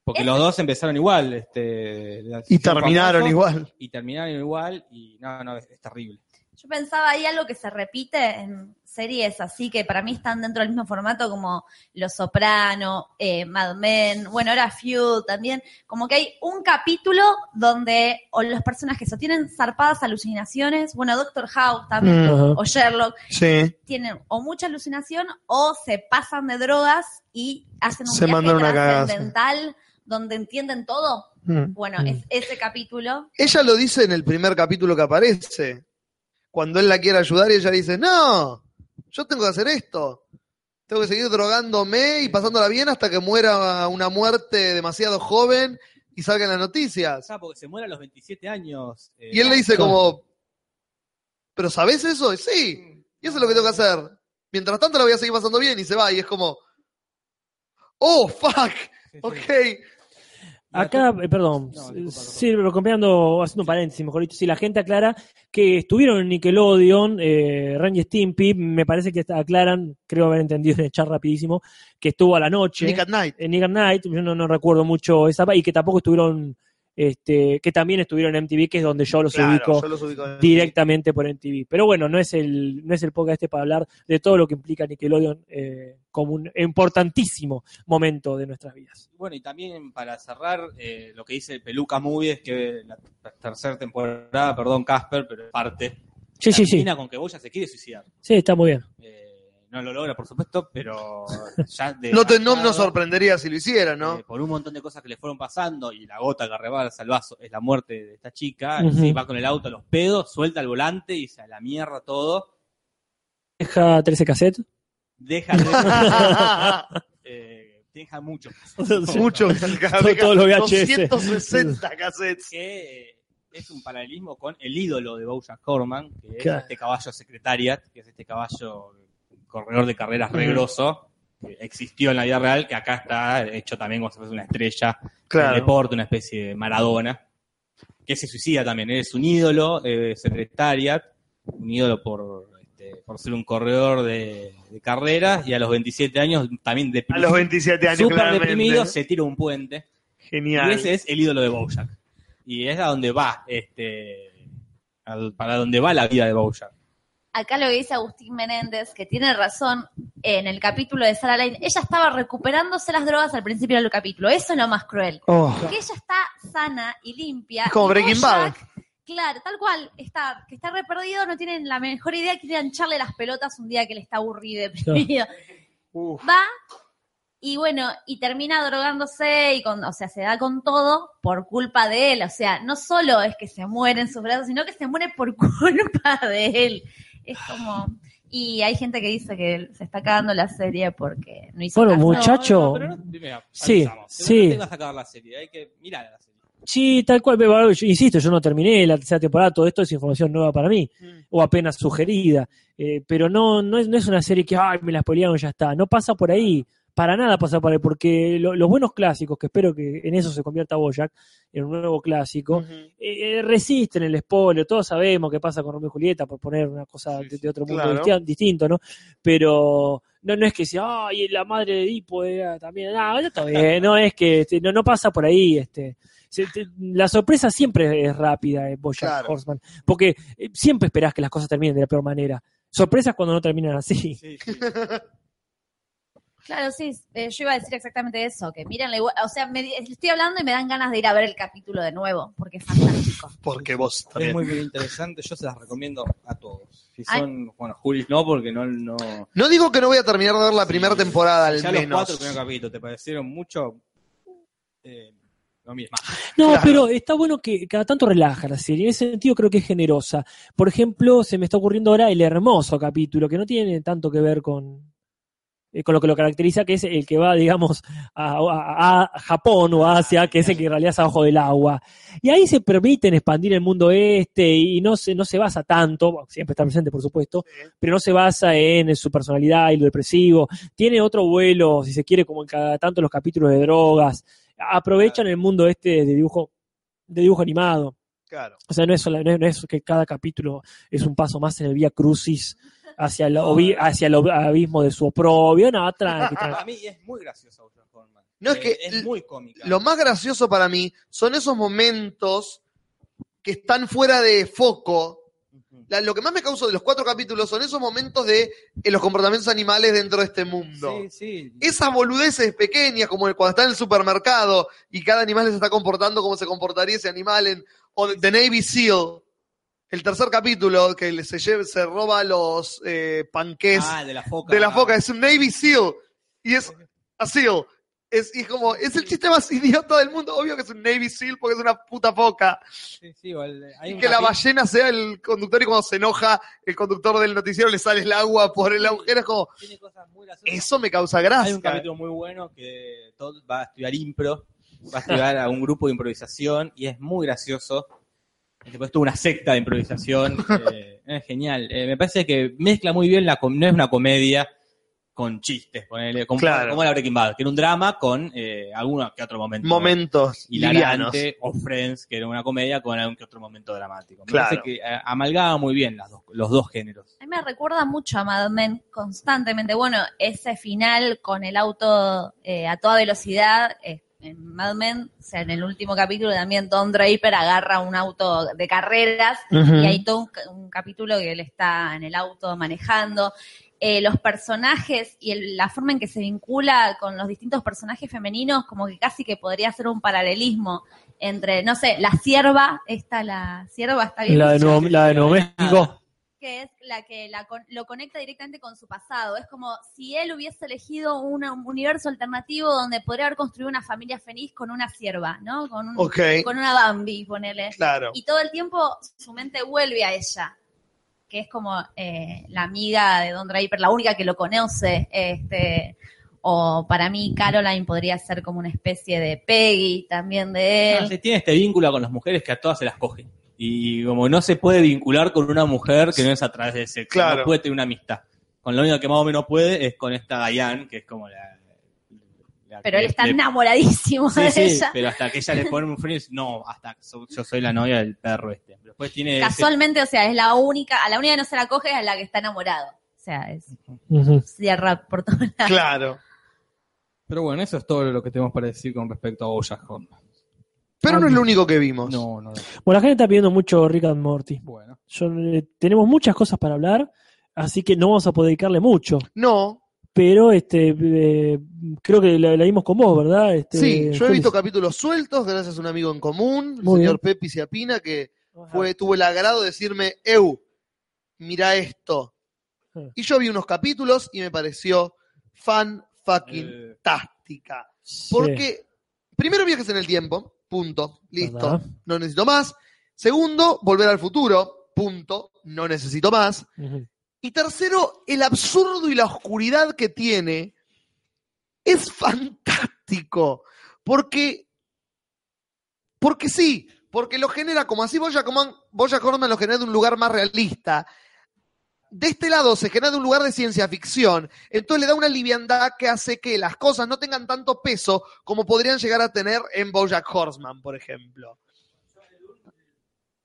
C: Porque los dos empezaron igual. Este, la-
A: Y terminaron
C: famoso,
A: igual.
C: Y terminaron igual y no, no, es, es terrible.
E: Yo pensaba, hay algo que se repite en series así que para mí están dentro del mismo formato como Los Soprano, eh, Mad Men, bueno, ahora Feud también, como que hay un capítulo donde o los personajes o tienen zarpadas alucinaciones, bueno, Doctor House también,
B: Ajá.
E: o Sherlock,
A: Mm. Sí.
E: tienen o mucha alucinación o se pasan de drogas y hacen un
A: Se
E: viaje
A: mandan una cagada, sí.
E: trascendental donde entienden todo.
A: Mm.
E: Bueno,
B: Mm.
E: es ese capítulo
A: Ella lo dice en el primer capítulo que aparece. Cuando él la quiere ayudar y ella dice, no, yo tengo que hacer esto. Tengo que seguir drogándome y pasándola bien hasta que muera una muerte demasiado joven y salgan las
C: O
A: noticias.
C: sea, porque se muere a los 27 años. eh,
A: Y él le dice
B: Claro.
A: como, ¿Pero sabés eso? Y Sí. Y eso es lo que tengo que hacer. Mientras tanto la voy a seguir pasando bien y se va. Y es como. ¡Oh, fuck! Ok.
B: Acá, eh, perdón,
C: Ah,
B: s-
C: No, disculpa, perdón.
B: sí, pero copiando, haciendo un paréntesis, mejor dicho, si la gente aclara que estuvieron en Nickelodeon, eh, Ren y Stimpy, me parece que está- aclaran, creo haber entendido en el chat rapidísimo, que estuvo a la noche
A: Nick at Night.
B: en Nick at Night, yo no, no recuerdo mucho esa, pa- y que tampoco estuvieron, este, que también estuvieron en MTV, que es donde yo los ubico
A: yo los ubico en-
B: directamente por MTV. Pero bueno, no es el, no es el podcast este para hablar de todo lo que implica Nickelodeon eh, como un importantísimo momento de nuestras vidas.
C: Bueno, y también para cerrar, eh, lo que dice Peluca Movie es que la tercera temporada, perdón Casper, pero es parte,
B: Sí, sí, sí.
C: termina con que Boya se quiere suicidar.
B: Sí, está muy bien.
C: Eh, no lo logra, por supuesto, pero ya de
A: No, te, no
C: arrancado,
A: nos sorprendería si lo hiciera,
C: eh,
A: ¿no?
C: por un montón de cosas que le fueron pasando y la gota que rebalsa el vaso es la muerte de esta chica.
B: Ujú.
C: sí, va con el auto a los pedos, suelta el volante y se a la mierda todo.
B: Deja 13 cassettes.
C: Deja, de- eh, deja mucho.
A: Mucho.
B: Todo- todo lo VHS.
A: 260 cassettes.
C: que eh, es un paralelismo con el ídolo de Bojack Horman, que es
B: Claro.
C: este caballo Secretariat, que es este caballo corredor de
B: Mm.
C: carreras regroso, que existió en la vida real, que acá está hecho también como si fuese una estrella del
A: Claro.
C: deporte, una especie de Maradona, que se suicida también, es un ídolo, eh, Secretariat, un ídolo por, este, por ser un corredor de, de carreras, y a los 27 años también
A: A los
C: deprimido,
A: 27 años,
C: súper
A: claramente.
C: deprimido, se tira un puente.
A: Genial.
C: Y ese es el ídolo de Bojack. Y es a donde va, este, al- para donde va la vida de Bojack.
E: Acá lo que dice Agustín Menéndez, que tiene razón, en el capítulo de Sarah Lane, ella estaba recuperándose las drogas al principio del capítulo. Eso es lo más cruel.
A: Oh.
E: Que ella está sana y limpia.
A: Es como
E: y
A: Breaking Bad.
E: Bojack, Claro, tal cual, está, que está re perdido, no tienen la mejor idea, quieren echarle las pelotas un día que le está aburrido y deprimido. Va y bueno, y termina drogándose y con, o sea, se da con todo por culpa de él. O sea, no solo es que se muere en sus brazos, sino que se muere por culpa de él. Es como. Y hay gente que dice que se está cagando la serie porque no hizo
B: Bueno,
E: caso.
B: muchacho.
C: pero no- mira,
B: Sí,
C: avisamos. Pero
B: sí.
C: No te vas a acabar la serie, hay que mirar la serie.
B: Sí, tal cual. pero, yo- insisto, yo no terminé la tercera temporada. Todo esto es información nueva para mí. O apenas sugerida. Eh, pero no, no, es, no es una serie que, ay, me la spoilearon, ya está. No pasa por ahí. Para nada pasa por ahí. Porque lo- los buenos clásicos, que espero que en eso se convierta Boyac, en un nuevo clásico,
A: Ujú.
B: eh, eh, resisten el spoiler, todos sabemos qué pasa con Romeo y Julieta, por poner una cosa
A: Sí,
B: de,
A: sí,
B: de otro mundo
A: claro.
B: disti- distinto, ¿no? Pero no, no es que sea, ay, la madre de Edipo era también, no, ya está bien, no es que, este, no, no pasa por ahí, este. Se- te- la sorpresa siempre es rápida en Bojack
A: Claro.
B: Horseman, porque eh, siempre esperás que las cosas terminen de la peor manera. Sorpresas cuando no terminan así.
E: Claro, sí, eh, yo iba a decir exactamente eso, que miren, o sea, me, di- estoy hablando y me dan ganas de ir a ver el capítulo de nuevo, porque es fantástico.
A: Porque vos
C: Es
A: también.
C: muy bien interesante, yo se las recomiendo a todos. Si son, bueno, Julis no, porque no... no
A: No digo que no voy a terminar de ver la primera
C: Sí.
A: temporada, al
C: ya los
A: menos.
C: cuatro primeros capítulos, ¿te parecieron mucho? Eh, no mires más.
B: No,
A: Claro.
B: pero está bueno que cada tanto relaja la serie. En ese sentido creo que es generosa. Por ejemplo, se me está ocurriendo ahora el hermoso capítulo, que no tiene tanto que ver con, eh, con lo que lo caracteriza, que es el que va, digamos, a, a- a Japón o a Asia, que es el que en realidad es abajo del agua. Y ahí se permiten expandir el mundo este y no se, no se basa tanto, bueno, siempre está presente, por supuesto, pero no se basa en su personalidad y lo depresivo. Tiene otro vuelo, si se quiere, como en cada tanto los capítulos de drogas. Aprovechan el mundo este de dibujo, de dibujo animado.
A: Claro.
B: O sea, no es, sola- no es- no es que cada capítulo es un paso más en el Vía Crucis hacia el, obi- hacia el ob- abismo de su oprobio. No, tranqui, tranqui.
C: Para mí es muy gracioso Bojack Horseman.
A: Ah. No, es
C: Eh,
A: que l-
C: es muy cómica.
A: Lo más gracioso para mí son esos momentos que están fuera de foco.
C: Ujú.
A: La- lo que más me causa de los cuatro capítulos son esos momentos de eh, los comportamientos animales dentro de este mundo.
C: Sí, sí.
A: Esas boludeces pequeñas, como el- cuando está en el supermercado y cada animal se está comportando como se comportaría ese animal en o de- The Navy SEAL, el tercer capítulo que le- se, lleva, se roba los eh, panqués
C: Ah, el de la foca.
A: de la
C: Ah.
A: foca, es un Navy SEAL y es a SEAL. Es, y es como, es el chiste más idiota del mundo. Obvio que es un Navy SEAL porque es una puta foca.
C: Sí, sí, o el- hay
A: Y
C: un
A: que la
C: capi-
A: ballena sea el conductor y cuando se enoja, el conductor del noticiero le sale el agua por el agujero. Es como,
C: tiene cosas muy graciosas.
A: eso me causa
C: Hay un
A: gracia.
C: capítulo muy bueno que Todd va a estudiar impro, va a estudiar a un grupo de improvisación y es muy gracioso. Y Después tuvo una secta de improvisación eh, es genial. Eh, me parece que mezcla muy bien, la com- no es una comedia con chistes, ponele, como,
A: Claro.
C: como la Breaking Bad, que era un drama con eh, alguno que otro momento.
A: Momentos livianos.
C: hilarante, o Friends, que era una comedia con algún que otro momento dramático. Me
A: Claro.
C: parece que eh, amalgaba muy bien las dos- los dos géneros.
E: A mí me recuerda mucho a Mad Men constantemente. Bueno, ese final con el auto eh, a toda velocidad. eh, en Mad Men, o sea, en el último capítulo también Don Draper agarra un auto de carreras y hay todo un, ca- un capítulo que él está en el auto manejando. Eh, los personajes y el- la forma en que se vincula con los distintos personajes femeninos, como que casi que podría ser un paralelismo entre, no sé, la sierva, esta la sierva está bien.
B: La de
E: dicho?
B: Nuevo, la de Nuevo México.
E: que es la que la con- lo conecta directamente con su pasado. Es como si él hubiese elegido una- un universo alternativo donde podría haber construido una familia feliz con una sierva, ¿no? Con, un-
A: Ok,
E: con una Bambi, ponele.
A: claro.
E: Y todo el tiempo su mente vuelve a ella, que es como eh, la amiga de Don Draper, la única que lo conoce. Este, o para mí Caroline podría ser como una especie de Peggy también de él.
C: No, se tiene este vínculo con las mujeres que a todas se las coge. Y como no se puede vincular con una mujer que no es a través del sexo,
A: Claro.
C: no puede tener una amistad. Con lo único que más o menos puede es con esta Diane, que es como la. la
E: pero él
C: que
E: está
C: le-
E: enamoradísimo
C: Sí,
E: de
C: sí,
E: ella.
C: pero hasta que ella le pone un freno y dice, no, hasta que so- yo soy la novia del perro este. Después tiene ese-
E: Casualmente, o sea, es la única, a la única que no se la coge es a la que está enamorado. O sea, es
B: Ujú.
E: cierra por todos lados.
A: Claro.
C: Pero bueno, eso es todo lo que tenemos para decir con respecto a Bojack Horseman.
A: Pero no es lo único que vimos.
C: No, no, no.
B: Bueno, la gente está pidiendo mucho Rick and Morty.
C: Bueno.
B: Yo, eh, tenemos muchas cosas para hablar, así que no vamos a poder dedicarle mucho.
A: No,
B: Pero este eh, creo que la, la vimos con vos, ¿verdad? Este,
A: sí, yo he
B: Juli.
A: visto capítulos sueltos gracias a un amigo en común, el
B: Muy
A: señor Pepi Ciapina, que
B: Ajá.
A: fue, tuvo el agrado de decirme, Eu, mira esto.
B: Ah.
A: Y yo vi unos capítulos y me pareció fan fucking
C: Eh,
A: tástica.
B: Sí,
A: Porque, primero, viajes en el tiempo, punto, listo,
B: ¿verdad?
A: no necesito más. Segundo, volver al futuro, punto, no necesito más.
B: Ujú.
A: Y tercero, el absurdo y la oscuridad que tiene es fantástico. Porque. Porque sí, porque lo genera, como así Boya Horseman lo genera de un lugar más realista. De este lado se genera de un lugar de ciencia ficción, entonces le da una liviandad que hace que las cosas no tengan tanto peso como podrían llegar a tener en Bojack Horseman, por ejemplo.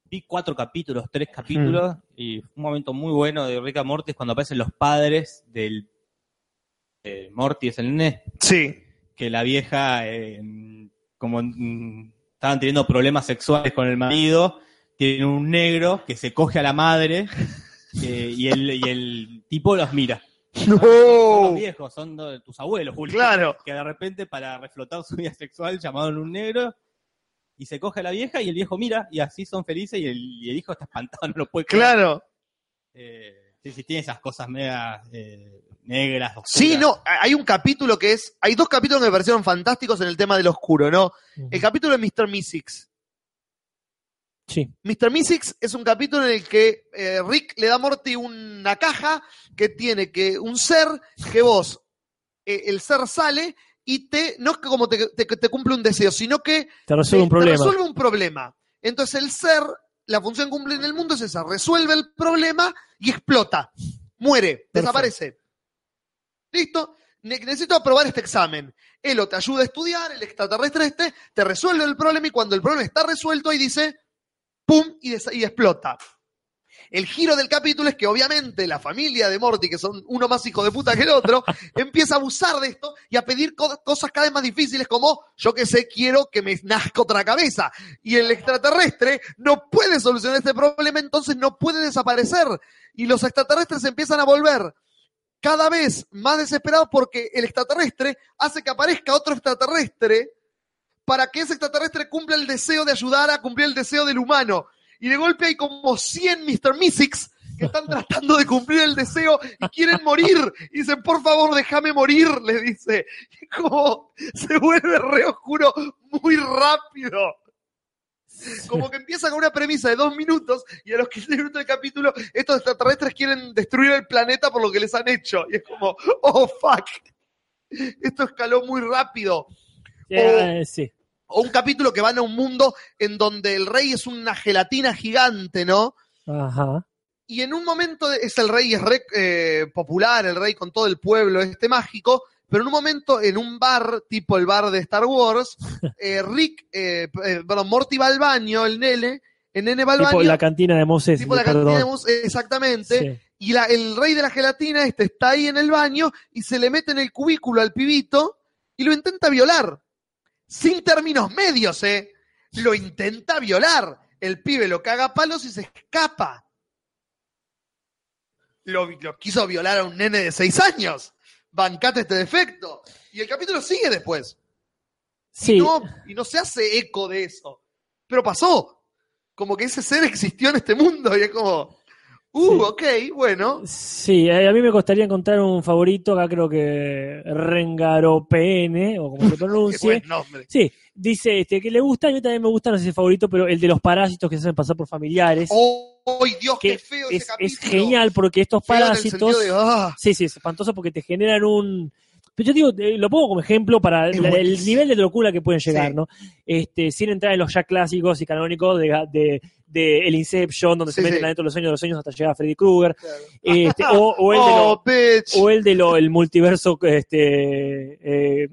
C: vi cuatro capítulos, tres capítulos, y un momento muy bueno de Rick and Morty es cuando aparecen los padres del eh, Morty es el nene,
A: Sí.
C: que la vieja eh, como mm, estaban teniendo problemas sexuales con el marido, tiene un negro que se coge a la madre eh, y, el, y el tipo los mira. Son los viejos, son do- tus abuelos, Julio.
A: ¡Oh! Claro.
C: Que de repente, para reflotar su vida sexual, llamaron un negro y se coge a la vieja y el viejo mira y así son felices y el, y el hijo está espantado, no lo puede creer.
A: Claro.
C: Eh, sí, sí, tiene esas cosas mega eh, negras. Oscuras.
A: Sí, no, ha- hay un capítulo que es. Hay dos capítulos que me parecieron fantásticos en el tema del oscuro, ¿no? El capítulo de Mr. Mystics.
B: Sí.
A: Mr. Mystics es un capítulo en el que eh, Rick le da a Morty una caja que tiene que un ser que vos, eh, el ser sale y te, no es que como te, te- te cumple un deseo, sino que
B: Te
A: te-
B: resuelve un
A: te
B: problema.
A: resuelve un problema. Entonces el ser, la función que cumple en el mundo es esa, resuelve el problema y explota, muere, desaparece. Listo, Ne- necesito aprobar este examen. Él o te ayuda a estudiar, el extraterrestre este, te resuelve el problema y cuando el problema está resuelto ahí dice, ¡pum! y, des- y explota. El giro del capítulo es que obviamente la familia de Morty, que son uno más hijo de puta que el otro, empieza a abusar de esto y a pedir co- cosas cada vez más difíciles como yo que sé, quiero que me nazca otra cabeza. Y el extraterrestre no puede solucionar este problema, entonces no puede desaparecer. Y los extraterrestres empiezan a volver cada vez más desesperados porque el extraterrestre hace que aparezca otro extraterrestre para que ese extraterrestre cumpla el deseo de ayudar a cumplir el deseo del humano. Y de golpe hay como 100 Mr. Mystics que están tratando de cumplir el deseo y quieren morir. Y dicen, por favor, déjame morir, le dice. Y como se vuelve re oscuro muy rápido. Como que empieza con una premisa de dos minutos y a los 15 minutos del capítulo estos extraterrestres quieren destruir el planeta por lo que les han hecho. Y es como, oh, fuck. Esto escaló muy rápido.
B: Eh, eh, sí.
A: O un capítulo que van a un mundo en donde el rey es una gelatina gigante, ¿no?
B: Ajá.
A: Y en un momento de- es el rey, es re, eh, popular, el rey con todo el pueblo, este mágico. Pero en un momento, en un bar, tipo el bar de Star Wars, eh, Rick, eh, p- eh, perdón, Morty va al baño, el nene, el nene va al
B: Tipo
A: baño.
B: la cantina de Moses.
A: tipo la
B: perdón.
A: cantina de mus- exactamente.
B: Sí.
A: Y la- el rey de la gelatina este está ahí en el baño y se le mete en el cubículo al pibito y lo intenta violar. Sin términos medios, ¿eh? Lo intenta violar. El pibe lo caga a palos y se escapa. Lo, vi- lo quiso violar a un nene de seis años. Bancate este defecto. Y el capítulo sigue después.
B: Sí,
A: No, y no se hace eco de eso. Pero pasó. Como que ese ser existió en este mundo. Y es como. Uh,
B: Sí.
A: ok, bueno.
B: sí, eh, a mí me costaría encontrar un favorito, acá creo que Rengaropene, o como se
A: Qué
B: pronuncie.
A: buen nombre.
B: Sí, dice este que le gusta, a mí también me gusta, no sé si es favorito, pero el de los parásitos que se hacen pasar por familiares.
A: ¡Oh, ¡Ay, Dios, qué
B: que
A: feo
B: es,
A: ese capítulo!
B: es genial porque estos
A: Feo en el sentido
B: parásitos...
A: de, ah,
B: Sí, sí, es espantoso porque te generan un. Pero yo digo, eh, lo pongo como ejemplo para
A: Es
B: la- el
A: buenísimo.
B: nivel de locura que pueden llegar,
A: Sí.
B: ¿no? Este, sin entrar en los ya clásicos y canónicos de, de, de El Inception, donde se
A: Sí,
B: meten
A: sí.
B: adentro de los sueños de los sueños hasta llegar a Freddy Krueger.
A: claro.
B: Este, o, o el de lo-
A: ¡Oh, bitch!
B: o el de lo, el multiverso este, eh,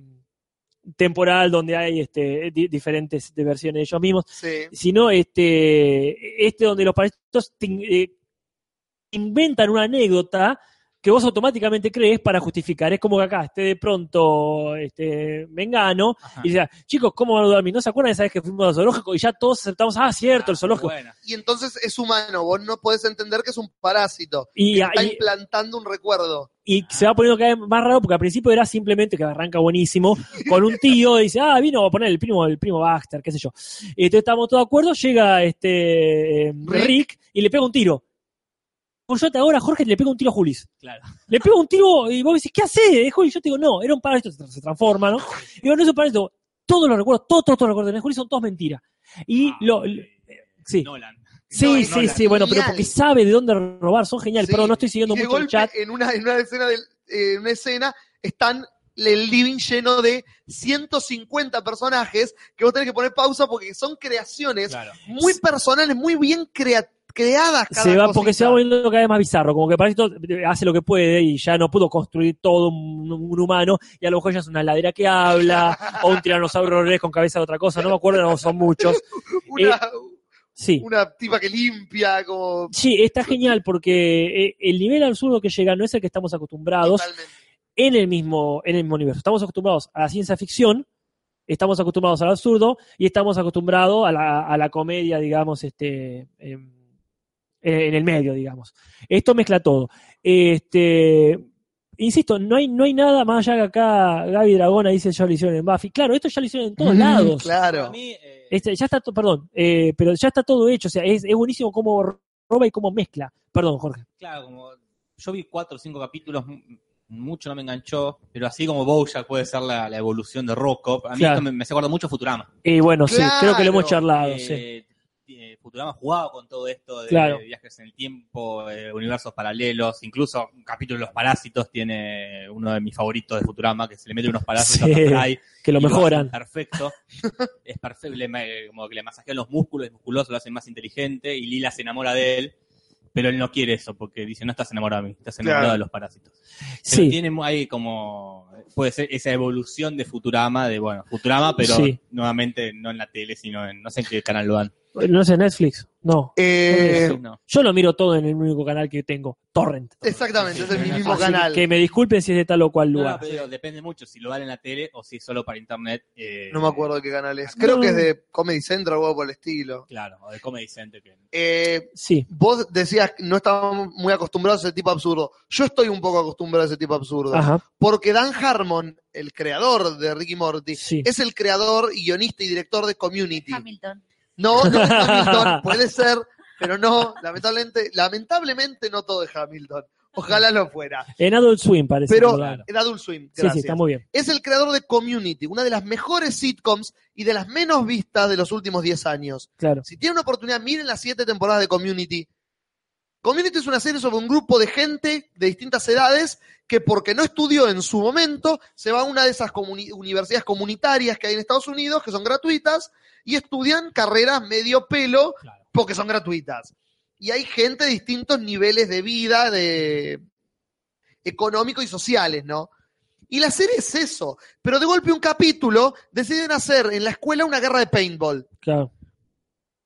B: temporal donde hay este, di- diferentes de versiones de ellos mismos
A: Sí.
B: sino este, este donde los parásitos te in- eh, inventan una anécdota que vos automáticamente crees para justificar. Es como que acá esté de pronto este, Mengano
C: Ajá.
B: y diga, chicos, ¿cómo van a dormir? ¿No se acuerdan de esa vez que fuimos al zoológico? Y ya todos aceptamos, ah, cierto, el zoológico.
C: Bueno,
A: Y entonces es humano, vos no podés entender que es un parásito.
B: Y,
A: Está
B: y-
A: implantando un recuerdo.
B: y se va poniendo cada vez más raro porque al principio era simplemente que arranca buenísimo con un tío y dice ah vino a poner el primo el primo Baxter qué sé yo Y entonces estamos todos de acuerdo llega este eh, Rick,
A: Rick.
B: y le pega un tiro Como yo te ahora Jorge le pega un tiro a Julis
C: claro.
B: le pega un tiro y vos decís ¿qué hace? Juli yo te digo no era un parásito se tra- se transforma ¿no? y digo no es un parásito todos los recuerdos todos todos, todos los recuerdos de Inés Juli son todos mentiras y
C: Ah,
B: lo,
C: eh,
B: sí
C: Nolan.
B: Sí,
A: No,
B: sí,
A: no,
B: sí, bueno, pero
A: genial.
B: porque sabe de dónde robar, son genial.
A: Sí.
B: Perdón, no estoy siguiendo
A: Y de
B: mucho el
A: golpe,
B: chat.
A: En una, en una escena del- eh, en una escena están el living lleno de 150 personajes que vos tenés que poner pausa porque son creaciones
C: Claro.
A: muy personales, muy bien crea- creadas cada
B: se va
A: cosita.
B: porque se va volviendo cada vez más bizarro, como que Parásito hace lo que puede y ya no pudo construir todo un, un humano y a lo mejor ya es una ladera que habla o un tiranosaurio rex con cabeza de otra cosa, no me acuerdo, no son muchos.
A: Una,
B: Eh, Sí.
A: una tipa que limpia, como.
B: Sí, está genial porque eh, el nivel absurdo que llega no es el que estamos acostumbrados
A: Totalmente.
B: en el mismo en el mismo universo. Estamos acostumbrados a la ciencia ficción, estamos acostumbrados al absurdo y estamos acostumbrados a la, a la comedia, digamos, este em, eh, en el medio, digamos. Esto mezcla todo. Este, insisto, no hay, no hay nada más allá que acá Gaby Dragona dice ya lo hicieron en Buffy. Claro, esto ya lo hicieron en todos lados.
C: Para
A: Claro.
C: mí, eh,
B: Este, ya está, to- perdón, eh, pero ya está todo hecho. O sea, es, es buenísimo cómo roba y cómo mezcla. Perdón, Jorge.
C: claro, como yo vi cuatro o cinco capítulos, m- mucho no me enganchó, pero así como Bojack puede ser la, la evolución de Robocop, a mí
B: Claro.
C: esto me, me hace acordar mucho a Futurama.
B: Y Eh, bueno, sí, creo que lo hemos
A: Claro,
B: charlado. sí.
C: Eh, eh, Futurama jugaba con todo esto de
B: Claro.
C: viajes en el tiempo, eh, universos paralelos, incluso un capítulo de los parásitos tiene uno de mis favoritos de Futurama, que se le mete unos parásitos
B: Sí.
C: a Fry
B: que lo
C: y lo
B: mejoran.
C: hacen Perfecto. es perfecto. le ma- eh, como que le masajean los músculos, es musculoso, lo hacen más inteligente y Lila se enamora de él. Pero él no quiere eso porque dice, no estás enamorado de mí, estás enamorado
A: Claro.
C: de los parásitos. Pero
B: Sí.
C: tiene mu- ahí como, puede ser esa evolución de Futurama, de bueno, Futurama, pero
B: Sí.
C: nuevamente no en la tele, sino en, no sé en qué canal lo dan.
B: No sé, Netflix. No.
A: Eh,
C: Sí, no.
B: Yo lo miro todo en el único canal que tengo, Torrent.
A: exactamente, es el
C: Sí,
A: mismo
B: Así
A: canal. Ah,
B: Que me disculpen si es de tal o cual
C: No,
B: lugar.
C: no, pero depende mucho si lo dan en la tele o si es solo para internet. eh,
A: No me acuerdo de qué canal es. Creo
B: No.
A: que es de Comedy Central o algo por el estilo.
C: Claro, o de Comedy Center. Que,
A: Eh,
B: Sí.
A: vos decías que no estábamos muy acostumbrados a ese tipo de absurdo. Yo estoy un poco acostumbrado a ese tipo de absurdo.
B: Ajá.
A: Porque Dan Harmon, el creador de Ricky Morty,
B: Sí.
A: es el creador, guionista y director de Community.
E: Hamilton.
A: No, no es Hamilton, puede ser, pero no, lamentablemente, lamentablemente no todo es Hamilton. Ojalá lo fuera.
B: En Adult Swim parece.
A: Pero-
B: que lo dan.
A: En Adult Swim,
B: sí,
A: gracias.
B: sí, está muy bien.
A: Es el creador de Community, una de las mejores sitcoms y de las menos vistas de los últimos 10 años.
B: Claro.
A: Si tienen una oportunidad, miren las siete temporadas de Community. Community es una serie sobre un grupo de gente de distintas edades que porque no estudió en su momento, se va a una de esas comuni- universidades comunitarias que hay en Estados Unidos, que son gratuitas, y estudian carreras medio pelo
C: Claro.
A: porque son gratuitas. y hay gente de distintos niveles de vida, de económico y sociales, ¿no? Y la serie es eso, pero de golpe un capítulo deciden hacer en la escuela una guerra de paintball
B: Claro.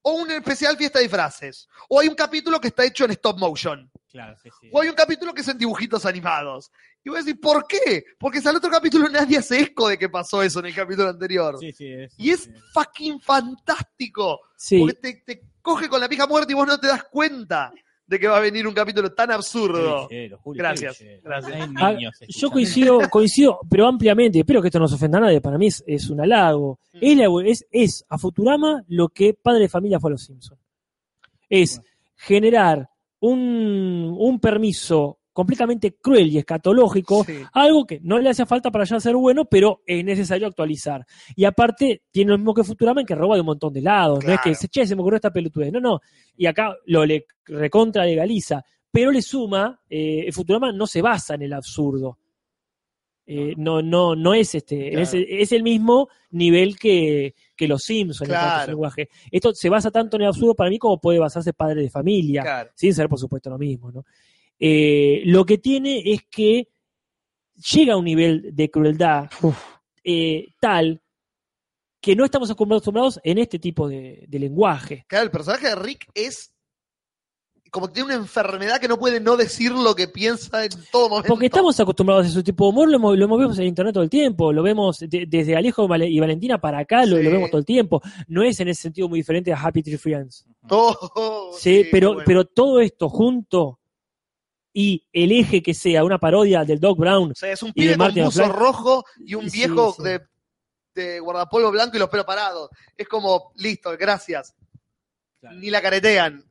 A: o un especial fiesta de disfraces, o hay un capítulo que está hecho en stop motion.
C: Claro, sí, sí.
A: O hay un capítulo que es en dibujitos animados. Y voy a decir, ¿por qué? Porque sale otro capítulo y nadie hace eco de que pasó eso en el capítulo anterior.
C: Sí, sí, es-
A: Y es
C: sí.
A: fucking fantástico.
B: Sí,
A: Porque te, te coge con la pija muerta y vos no te das cuenta de que va a venir un capítulo tan absurdo.
C: Ligero, Julio,
A: Gracias,
C: qué ligero.
A: gracias.
C: Hay
B: Ah,
C: niños
B: yo
C: escuchando.
B: coincido, coincido, pero ampliamente. Espero que esto no se ofenda a nadie. Para mí es, es un halago.
A: Mm.
B: Es, la- es, es a Futurama lo que Padre de Familia fue a Los Simpsons. Es generar un, un permiso completamente cruel y escatológico
A: Sí.
B: algo que no le hacía falta para ya ser bueno, pero es necesario actualizar. Y aparte, tiene lo mismo que Futurama en que roba de un montón de lados. No es que
A: Claro.
B: dice, che, se me ocurrió esta pelotudez. No, no. Y acá lo le recontra legaliza. Pero le suma, eh, Futurama no se basa en el absurdo. Eh, no, no, no es este,
A: Claro.
B: es, el- es el mismo nivel que, que los Simpsons en cuanto a su
A: Claro.
B: lenguaje. Esto se basa tanto en el absurdo para mí como puede basarse padre de familia
A: Claro.
B: sin ser por supuesto lo mismo, ¿no? Eh, lo que tiene es que llega a un nivel de crueldad eh, tal que no estamos acostumbrados en este tipo de, de lenguaje.
A: Claro, el personaje de Rick es como que tiene una enfermedad que no puede no decir lo que piensa en todo momento.
B: Porque estamos acostumbrados a ese tipo de humor, lo, hemos- lo hemos vemos en internet todo el tiempo, lo vemos de- desde Alejo Vale- y Valentina para acá, lo,
A: Sí.
B: lo vemos todo el tiempo. No es en ese sentido muy diferente a Happy Tree Friends.
A: Todo-
B: Sí, pero,
A: Oh, bueno.
B: pero todo esto junto y el eje que sea una parodia del Doc Brown,
A: O sea, es un
B: y
A: pibe
B: de
A: con
B: Martin
A: buzo
B: O'Flack.
A: rojo y un
B: Sí,
A: viejo
B: sí.
A: De, de guardapolvo blanco y los pelos parados. Es como, listo, gracias.
C: Claro.
A: Ni la caretean.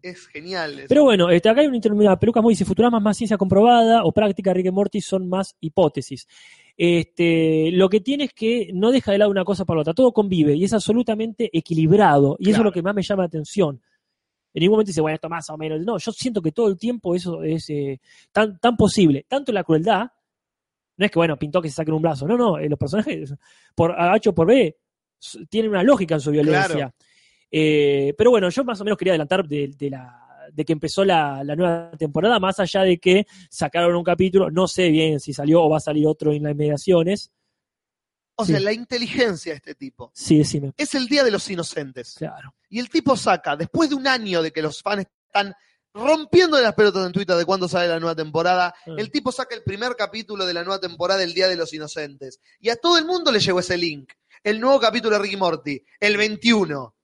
A: Es genial. eso.
B: Pero bueno, este, acá hay una interminable. Pelucas muy dice: Futurama es más ciencia comprobada o práctica. Rick and Morty son más hipótesis. Este, lo que tiene es que no deja de lado una cosa para la otra. Todo convive y es absolutamente equilibrado. Y eso es
A: Claro.
B: lo que más me llama la atención. En ningún momento dice, bueno, esto más o menos. No, yo siento que todo el tiempo eso es eh, tan, tan posible. Tanto la crueldad, no es que, bueno, pintó que se saquen un brazo. No, no, eh, los personajes, por A o por B, s- tienen una lógica en su violencia.
A: Claro.
B: Eh, pero bueno, yo más o menos quería adelantar de, de la de que empezó la, la nueva temporada, más allá de que sacaron un capítulo, no sé bien si salió o va a salir otro en las mediaciones.
A: o sea,
B: sí.
A: la inteligencia de este tipo.
B: Sí, decime.
A: Es el día de los inocentes.
B: Claro.
A: Y el tipo saca, después de un año de que los fans están rompiendo de las pelotas en Twitter de cuándo sale la nueva temporada,
B: Ah.
A: el tipo saca el primer capítulo de la nueva temporada El Día de los Inocentes. Y a todo el mundo le llegó ese link. El nuevo capítulo de Ricky Morty, el 21.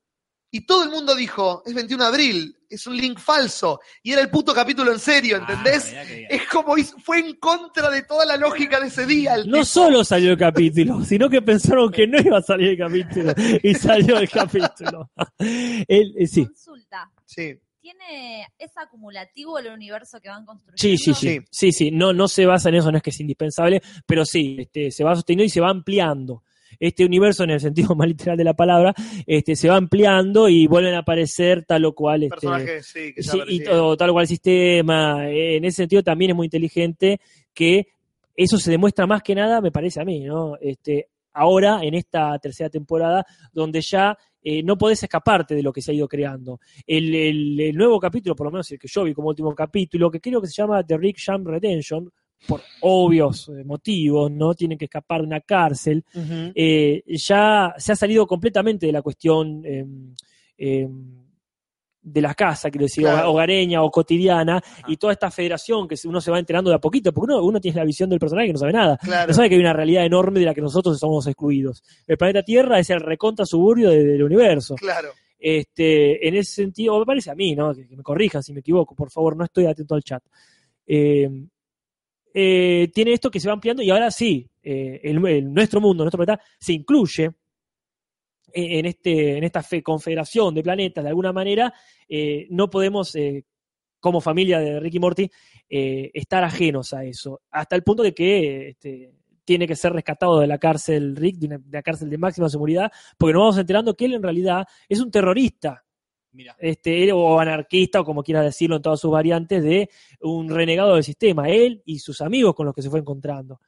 A: Y todo el mundo dijo, es 21 de abril, es un link falso. Y era el puto capítulo en serio, ¿entendés?
C: Ah, mirá que bien.
A: es como hizo- fue en contra de toda la lógica de ese día. el
B: No
A: tipo.
B: solo salió el capítulo, sino que pensaron que no iba a salir el capítulo y salió el capítulo. El- eh, sí.
E: Consulta.
A: Sí,
B: este,
E: ¿Tiene, ¿Es acumulativo el universo que van construyendo?
B: Sí, sí, sí,
A: Sí.
B: sí, sí, no, no se basa en eso, no es que es indispensable, pero sí, este, se va sosteniendo y se va ampliando. Este universo, en el sentido más literal de la palabra, este, se va ampliando y vuelven a aparecer tal o cual. Este,
A: personajes, sí, que ya
B: sí, y
A: aparecían.
B: todo, tal o cual sistema. Eh, En ese sentido también es muy inteligente que eso se demuestra más que nada, me parece a mí, ¿no? Este, ahora, en esta tercera temporada, donde ya eh, no podés escaparte de lo que se ha ido creando. El, el- el nuevo capítulo, por lo menos el que yo vi como último capítulo, que creo que se llama The Rick Jam Redemption, por obvios eh, motivos, ¿no? Tienen que escapar de una cárcel
A: Ujú.
B: eh, ya se ha salido completamente de la cuestión eh, eh, de las casas, quiero decir,
A: Claro. Ah.
B: hogareña o cotidiana, y toda esta federación que uno se va enterando de a poquito, porque uno, uno tiene la visión del personaje que no sabe nada.
A: Claro.
B: No sabe que hay una realidad enorme de la que nosotros somos excluidos. El planeta Tierra es el recontra suburbio de- del universo.
A: Claro.
B: Este, en ese sentido, me parece a mí, ¿no? Que, que me corrijan si me equivoco, por favor, no estoy atento al chat. Eh, eh, tiene esto que se va ampliando y ahora sí, eh, el- el- nuestro mundo, nuestro planeta, se incluye en, en este, en esta fe- confederación de planetas, de alguna manera, eh, no podemos, eh, como familia de Ricky Morty, eh, estar ajenos a eso. Hasta el punto de que eh, este, tiene que ser rescatado de la cárcel Rick, de, una, de la cárcel de máxima seguridad, porque nos vamos enterando que él en realidad es un terrorista,
C: Mirá.
B: este, él, o anarquista, o como quieras decirlo en todas sus variantes, de un renegado del sistema, él y sus amigos con los que se fue encontrando.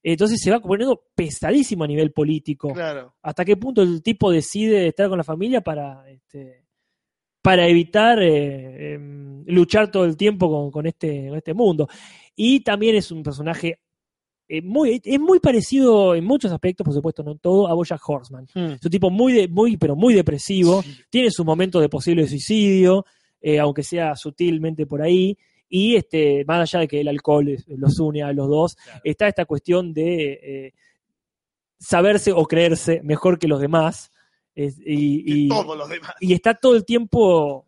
B: Entonces se va poniendo pesadísimo a nivel político
A: Claro.
B: hasta qué punto el tipo decide estar con la familia para este, para evitar eh, em, luchar todo el tiempo con, con este, con este mundo. Y también es un personaje eh, muy, es muy parecido en muchos aspectos, por supuesto, no en todo, a Bojack Horseman. Es un tipo muy, de- muy pero muy depresivo, tiene sus momentos de posible suicidio, eh, aunque sea sutilmente por ahí, y este, más allá de que el alcohol es- los une a los dos, está esta cuestión de eh, saberse o creerse mejor que los demás, es- y, y-
A: todos los demás.
B: y está todo el tiempo...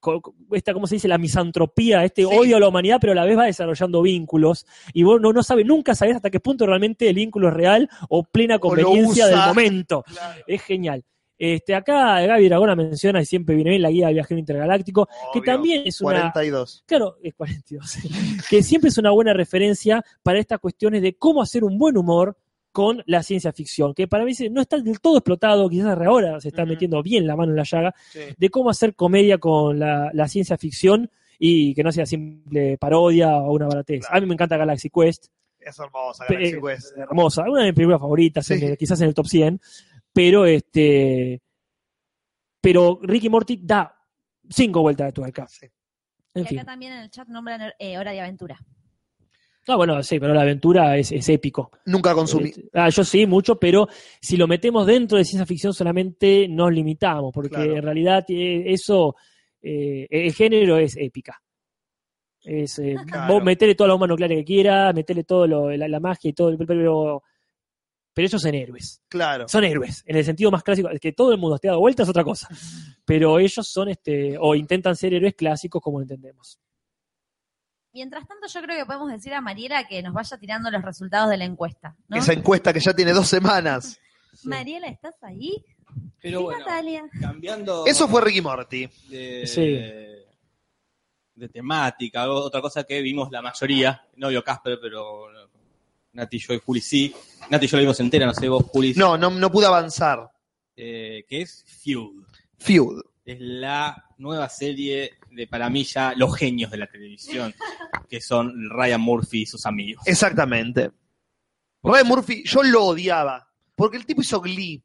B: co- co- Esta, ¿cómo se dice? La misantropía, este
A: Sí.
B: odio a la humanidad, pero a la vez va desarrollando vínculos. Y vos no, no sabes, nunca sabes hasta qué punto realmente el vínculo es real o plena conveniencia del
A: usa.
B: momento. Es genial. Este, acá Gaby Dragona menciona y siempre viene bien la guía de viajero intergaláctico, que
A: Obvio.
B: también es una.
A: 42.
B: Claro, es 42. que siempre es una buena referencia para estas cuestiones de cómo hacer un buen humor con la ciencia ficción, que para mí se- no está del todo explotado, quizás ahora se está
A: Ujú.
B: metiendo bien la mano en la llaga,
A: Sí.
B: de cómo hacer comedia con la, la ciencia ficción y que no sea simple parodia o una baratez. A mí me encanta Galaxy Quest,
A: Es hermosa,
B: Pe-
A: Galaxy
B: eh,
A: Quest.
B: hermosa, una de mis películas favoritas,
A: Sí.
B: en el- quizás en el top 100, pero este pero Ricky Morty da cinco vueltas de tuerca.
A: Sí.
B: En
E: y
B: fin.
E: acá también en el chat nombran eh, Hora de Aventura.
B: Ah, bueno, sí, pero la aventura es, es épico.
A: Nunca consumí.
B: Este, ah, yo sí, mucho, pero si lo metemos dentro de ciencia ficción solamente nos limitamos, porque
A: Claro.
B: en realidad eh, eso, eh, el género es épica. Es, eh,
A: Claro.
B: Vos metele toda la bomba nuclear que quieras, metele todo lo- la, la magia y todo, pero, pero ellos son héroes.
A: Claro.
B: son héroes, en el sentido más clásico, que todo el mundo esté dado vuelta es otra cosa. Pero ellos son este, o intentan ser héroes clásicos como lo entendemos.
E: Mientras tanto, yo creo que podemos decir a Mariela que nos vaya tirando los resultados de la encuesta. ¿no?
A: Esa encuesta que ya tiene dos semanas.
E: Mariela, ¿estás ahí?
C: Pero
E: sí,
C: bueno,
E: Natalia.
C: cambiando
A: Eso fue Ricky Morty.
C: de,
B: Sí.
C: de temática, algo- otra cosa que vimos la mayoría, no vio Casper, pero Nati, yo y Juli sí. Nati, y yo la vimos entera, no sé vos, Juli.
A: No, no, no pude avanzar.
C: eh, que es Feud.
A: Feud.
C: Es la nueva serie de, para mí, ya los genios de la televisión, que son Ryan Murphy y sus amigos.
A: Exactamente. Ryan Murphy, yo lo odiaba. Porque el tipo hizo Glee.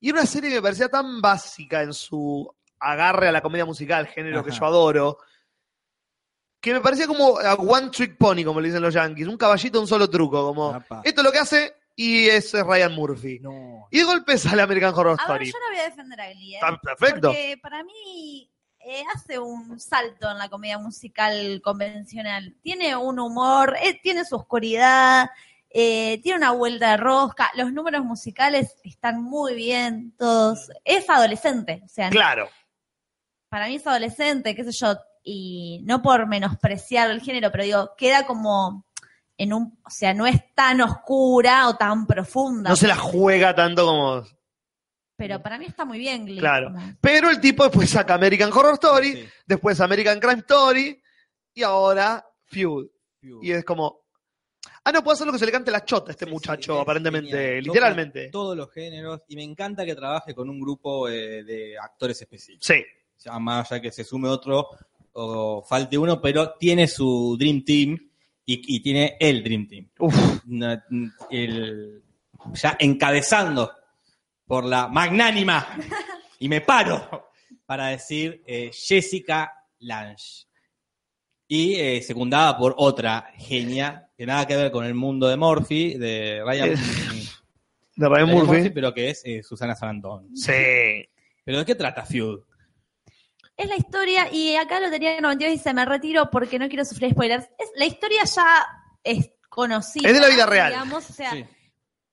A: Y era una serie que me parecía tan básica en su agarre a la comedia musical, género que
C: Ajá.
A: yo adoro, que me parecía como a One Trick Pony, como le dicen los yankees. Un caballito, un solo truco. Como,
C: Apa.
A: esto es lo que hace y ese es Ryan Murphy. Y de golpe sale American Horror
E: A ver,
A: Story.
E: yo la voy a defender a Glee. ¿eh?
A: Está perfecto.
E: Ah, Porque para mí eh, hace un salto en la comedia musical convencional. Tiene un humor, eh, tiene su oscuridad, eh, tiene una vuelta de rosca. Los números musicales están muy bien, todos. Es adolescente, o sea,
A: Claro.
E: para mí es adolescente, qué sé yo, y no por menospreciar el género, pero digo, queda como en un, o sea, no es tan oscura o tan profunda.
A: No se la juega tanto como.
E: Pero para mí está muy bien, Glee.
A: Claro.
E: Como-
A: Pero el tipo después saca American Horror Story,
C: Sí,
A: después American Crime Story y ahora Feud.
C: Feud.
A: Y es como. Ah, no, puede hacer lo que se le cante la chota a este
C: Sí,
A: muchacho,
C: sí, es
A: aparentemente,
C: genial.
A: literalmente.
C: Toca todos los géneros y me encanta que trabaje con un grupo eh, de actores específicos.
A: Sí,
C: Ya más allá que se sume otro o falte uno, pero tiene su Dream Team y, y tiene el Dream Team.
A: Uf.
C: Na- el- ya encabezando por la magnánima y me paro para decir eh, Jessica Lange. Y eh, secundada por otra genia que nada que ver con el mundo de Murphy, de Ryan,
A: Eh, de Ryan
C: Ryan Murphy,
A: Murphy.
C: pero que es eh, Susana Sarandon.
A: Sí.
C: ¿Pero de qué trata Feud?
E: Es la historia, y acá lo tenía 92 dice, me retiro porque no quiero sufrir spoilers. Es, la historia ya es conocida.
A: Es de la vida real.
E: Digamos, o sea,
C: Sí.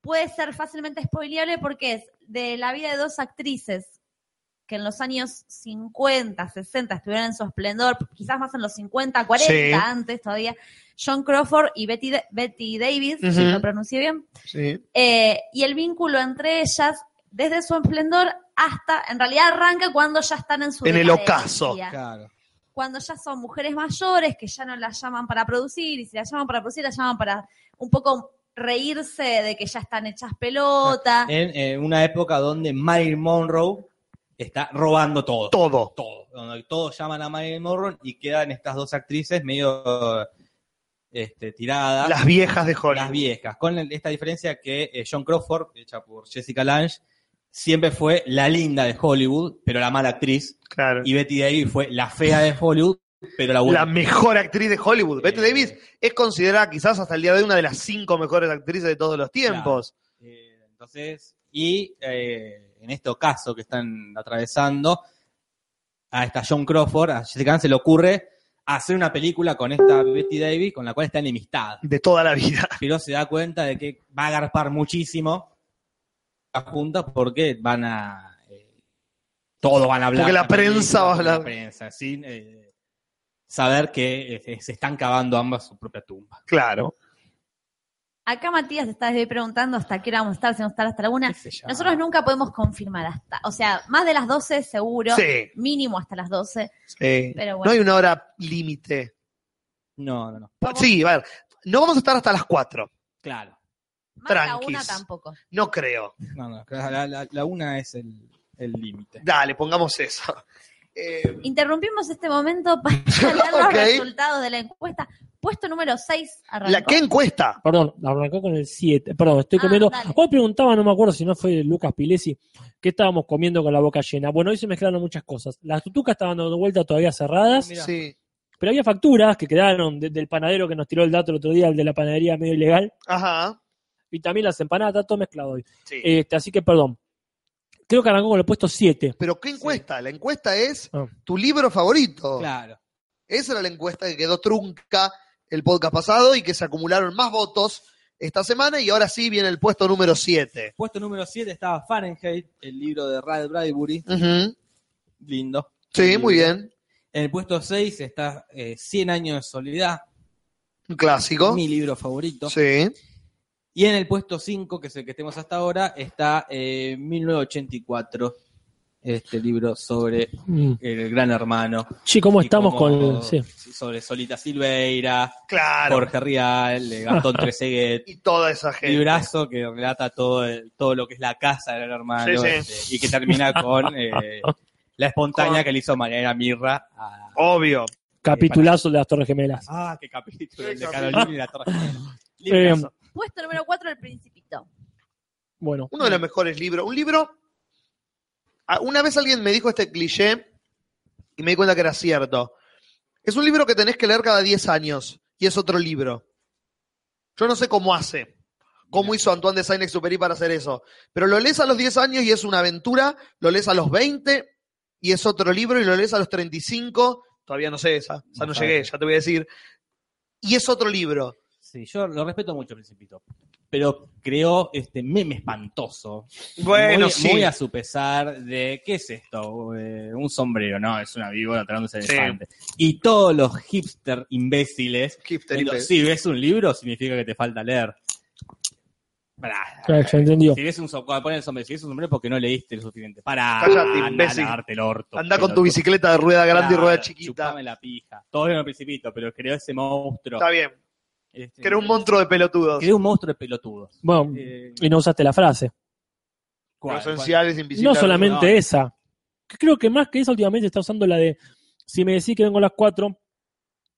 E: puede ser fácilmente spoileable porque es de la vida de dos actrices que en los años 50, 60 estuvieron en su esplendor, quizás más en los 50, 40
A: Sí.
E: antes todavía, John Crawford y Betty, Betty Davis,
A: Ujú.
E: si lo pronuncié bien,
A: sí.
E: eh, y el vínculo entre ellas desde su esplendor hasta, en realidad arranca cuando ya están en su
A: En el
E: decadencia.
A: ocaso.
C: Claro.
E: cuando ya son mujeres mayores que ya no las llaman para producir y si las llaman para producir las llaman para un poco reírse de que ya están hechas pelota.
C: En eh, una época donde Marilyn Monroe está robando todo.
A: Todo.
C: todo, donde todos llaman a Marilyn Monroe y quedan estas dos actrices medio este, tiradas,
A: Las viejas de
C: las
A: Hollywood.
C: viejas, con el- esta diferencia que eh, John Crawford, hecha por Jessica Lange, siempre fue la linda de Hollywood, pero la mala actriz.
A: Claro.
C: Y Betty Davis fue la fea de Hollywood, pero la buena.
A: La mejor actriz de Hollywood. Betty
C: Eh.
A: Davis es considerada quizás hasta el día de hoy una de las cinco mejores actrices de todos los tiempos.
C: Eh, entonces, y eh, en este caso que están atravesando, a esta John Crawford, a Jessica Lange se le ocurre hacer una película con esta Betty Davis, con la cual está enemistada.
A: De toda la vida.
C: Pero se da cuenta de que va a agarpar muchísimo a juntas porque van a. eh, todos van a hablar.
A: Porque la
C: de esta película,
A: prensa va a
C: porque la
A: hablar.
C: prensa, sin eh, saber que eh, se- se están cavando ambas su propia tumba.
A: Claro.
E: Acá Matías está desde preguntando hasta qué hora vamos a estar, si vamos a estar hasta la una.
C: ¿Qué se llama?
E: Nosotros nunca podemos confirmar hasta, o sea, más de las 12 seguro,
A: Sí.
E: mínimo hasta las 12,
A: sí.
E: pero
A: No
E: bueno.
A: hay una hora límite.
C: No, no, no.
A: Sí, a ver. No vamos a estar hasta las cuatro.
C: Claro.
E: más de la
A: tranquis.
E: una tampoco.
A: No creo.
C: No, no, la, la- la una es el el límite.
A: Dale, pongamos eso. Eh,
E: Interrumpimos este momento para leer los
A: Ok.
E: resultados de la encuesta. Puesto número 6 arrancó.
A: ¿la, ¿Qué encuesta?
B: Perdón, arrancó con el 7. Perdón, estoy
E: Ah,
B: comiendo.
E: dale.
B: Hoy preguntaba, no me acuerdo si no fue Lucas Pilesi, ¿qué estábamos comiendo con la boca llena? Bueno, hoy se mezclaron muchas cosas. Las tutucas estaban dando vuelta todavía cerradas,
C: Mira.
A: Sí.
B: pero había facturas que quedaron de- del panadero que nos tiró el dato el otro día, el de la panadería medio ilegal,
A: Ajá. Eh,
B: y también las empanadas, está todo mezclado hoy.
A: Sí.
B: Este, así que perdón. Creo que arrancó con el puesto 7.
A: Pero ¿qué encuesta? La encuesta es
B: Ah.
A: tu libro favorito.
C: Claro.
A: Esa era la encuesta que quedó trunca el podcast pasado y que se acumularon más votos esta semana y ahora sí viene el puesto número 7.
C: Puesto número 7 estaba Fahrenheit, el libro de Ray Bradbury. Lindo.
A: Sí, muy bien.
C: En el puesto 6 está eh, 100 años de soledad,
A: Un clásico.
C: mi libro favorito.
A: Sí.
C: Y en el puesto 5, que es el que tenemos hasta ahora, está eh, 1984, este libro sobre el gran hermano.
B: Sí, ¿cómo
C: Y
B: estamos
C: cómo-
B: con.? sí.
C: Sobre Solita Silveira,
A: Claro.
C: Jorge Rial, eh, Gastón Treseguet,
A: Y toda esa gente.
C: librazo que relata todo el- todo lo que es la casa del hermano
A: Sí, sí.
C: este, y que termina con eh, la espontánea que le hizo Mariana Mirra a
A: Obvio.
B: Capitulazo de las Torres Gemelas.
C: ah qué capítulo
A: Qué
C: el de
A: capítulo.
C: Carolina y la torre Gemela.
B: Eh,
C: Librazo.
E: Puesto número 4 el Principito.
B: bueno,
A: Uno de los mejores libros. Un libro. Ah, Una vez alguien me dijo este cliché y me di cuenta que era cierto. Es un libro que tenés que leer cada 10 años y es otro libro. Yo no sé cómo hace, cómo hizo Antoine de Saint-Exupéry para hacer eso. Pero lo lees a los 10 años y es una aventura, lo lees a los 20 y es otro libro y lo lees a los 35, todavía no sé esa, esa no
C: No
A: llegué,
C: sabe.
A: ya te voy a decir. Y es otro libro.
C: sí yo lo respeto mucho Principito pero creó este meme espantoso muy, muy a su pesar de qué es esto Eh, un sombrero no es una víbora tratándose de
A: Sí.
C: elefante y todos los hipster imbéciles
A: Hipster,
C: Diciendo,
A: hipster.
C: si ves un libro, significa que te falta leer. Pará.
B: claro, Eh, ya entendió.
C: Si ves un sombrero, el sombrero, si ves un sombrero es porque no leíste lo suficiente. Pará,
A: Cállate,
C: anda a
A: imbécil.
C: lavarte el orto.
A: Anda con tu
C: pelotudo.
A: bicicleta de rueda grande y
C: Claro,
A: rueda chiquita.
C: Chupame la pija. Todo en el principito, pero creó ese monstruo.
A: Está bien.
C: Este,
A: Que era un monstruo de pelotudos.
C: creó un monstruo de pelotudos.
B: Bueno,
C: Eh,
B: y no usaste la frase.
C: ¿cuál?
A: Presenciales,
B: no
A: invisibles.
B: solamente
C: no.
B: esa. Que Creo que más que esa últimamente se está usando la de si me decís que vengo a las 4,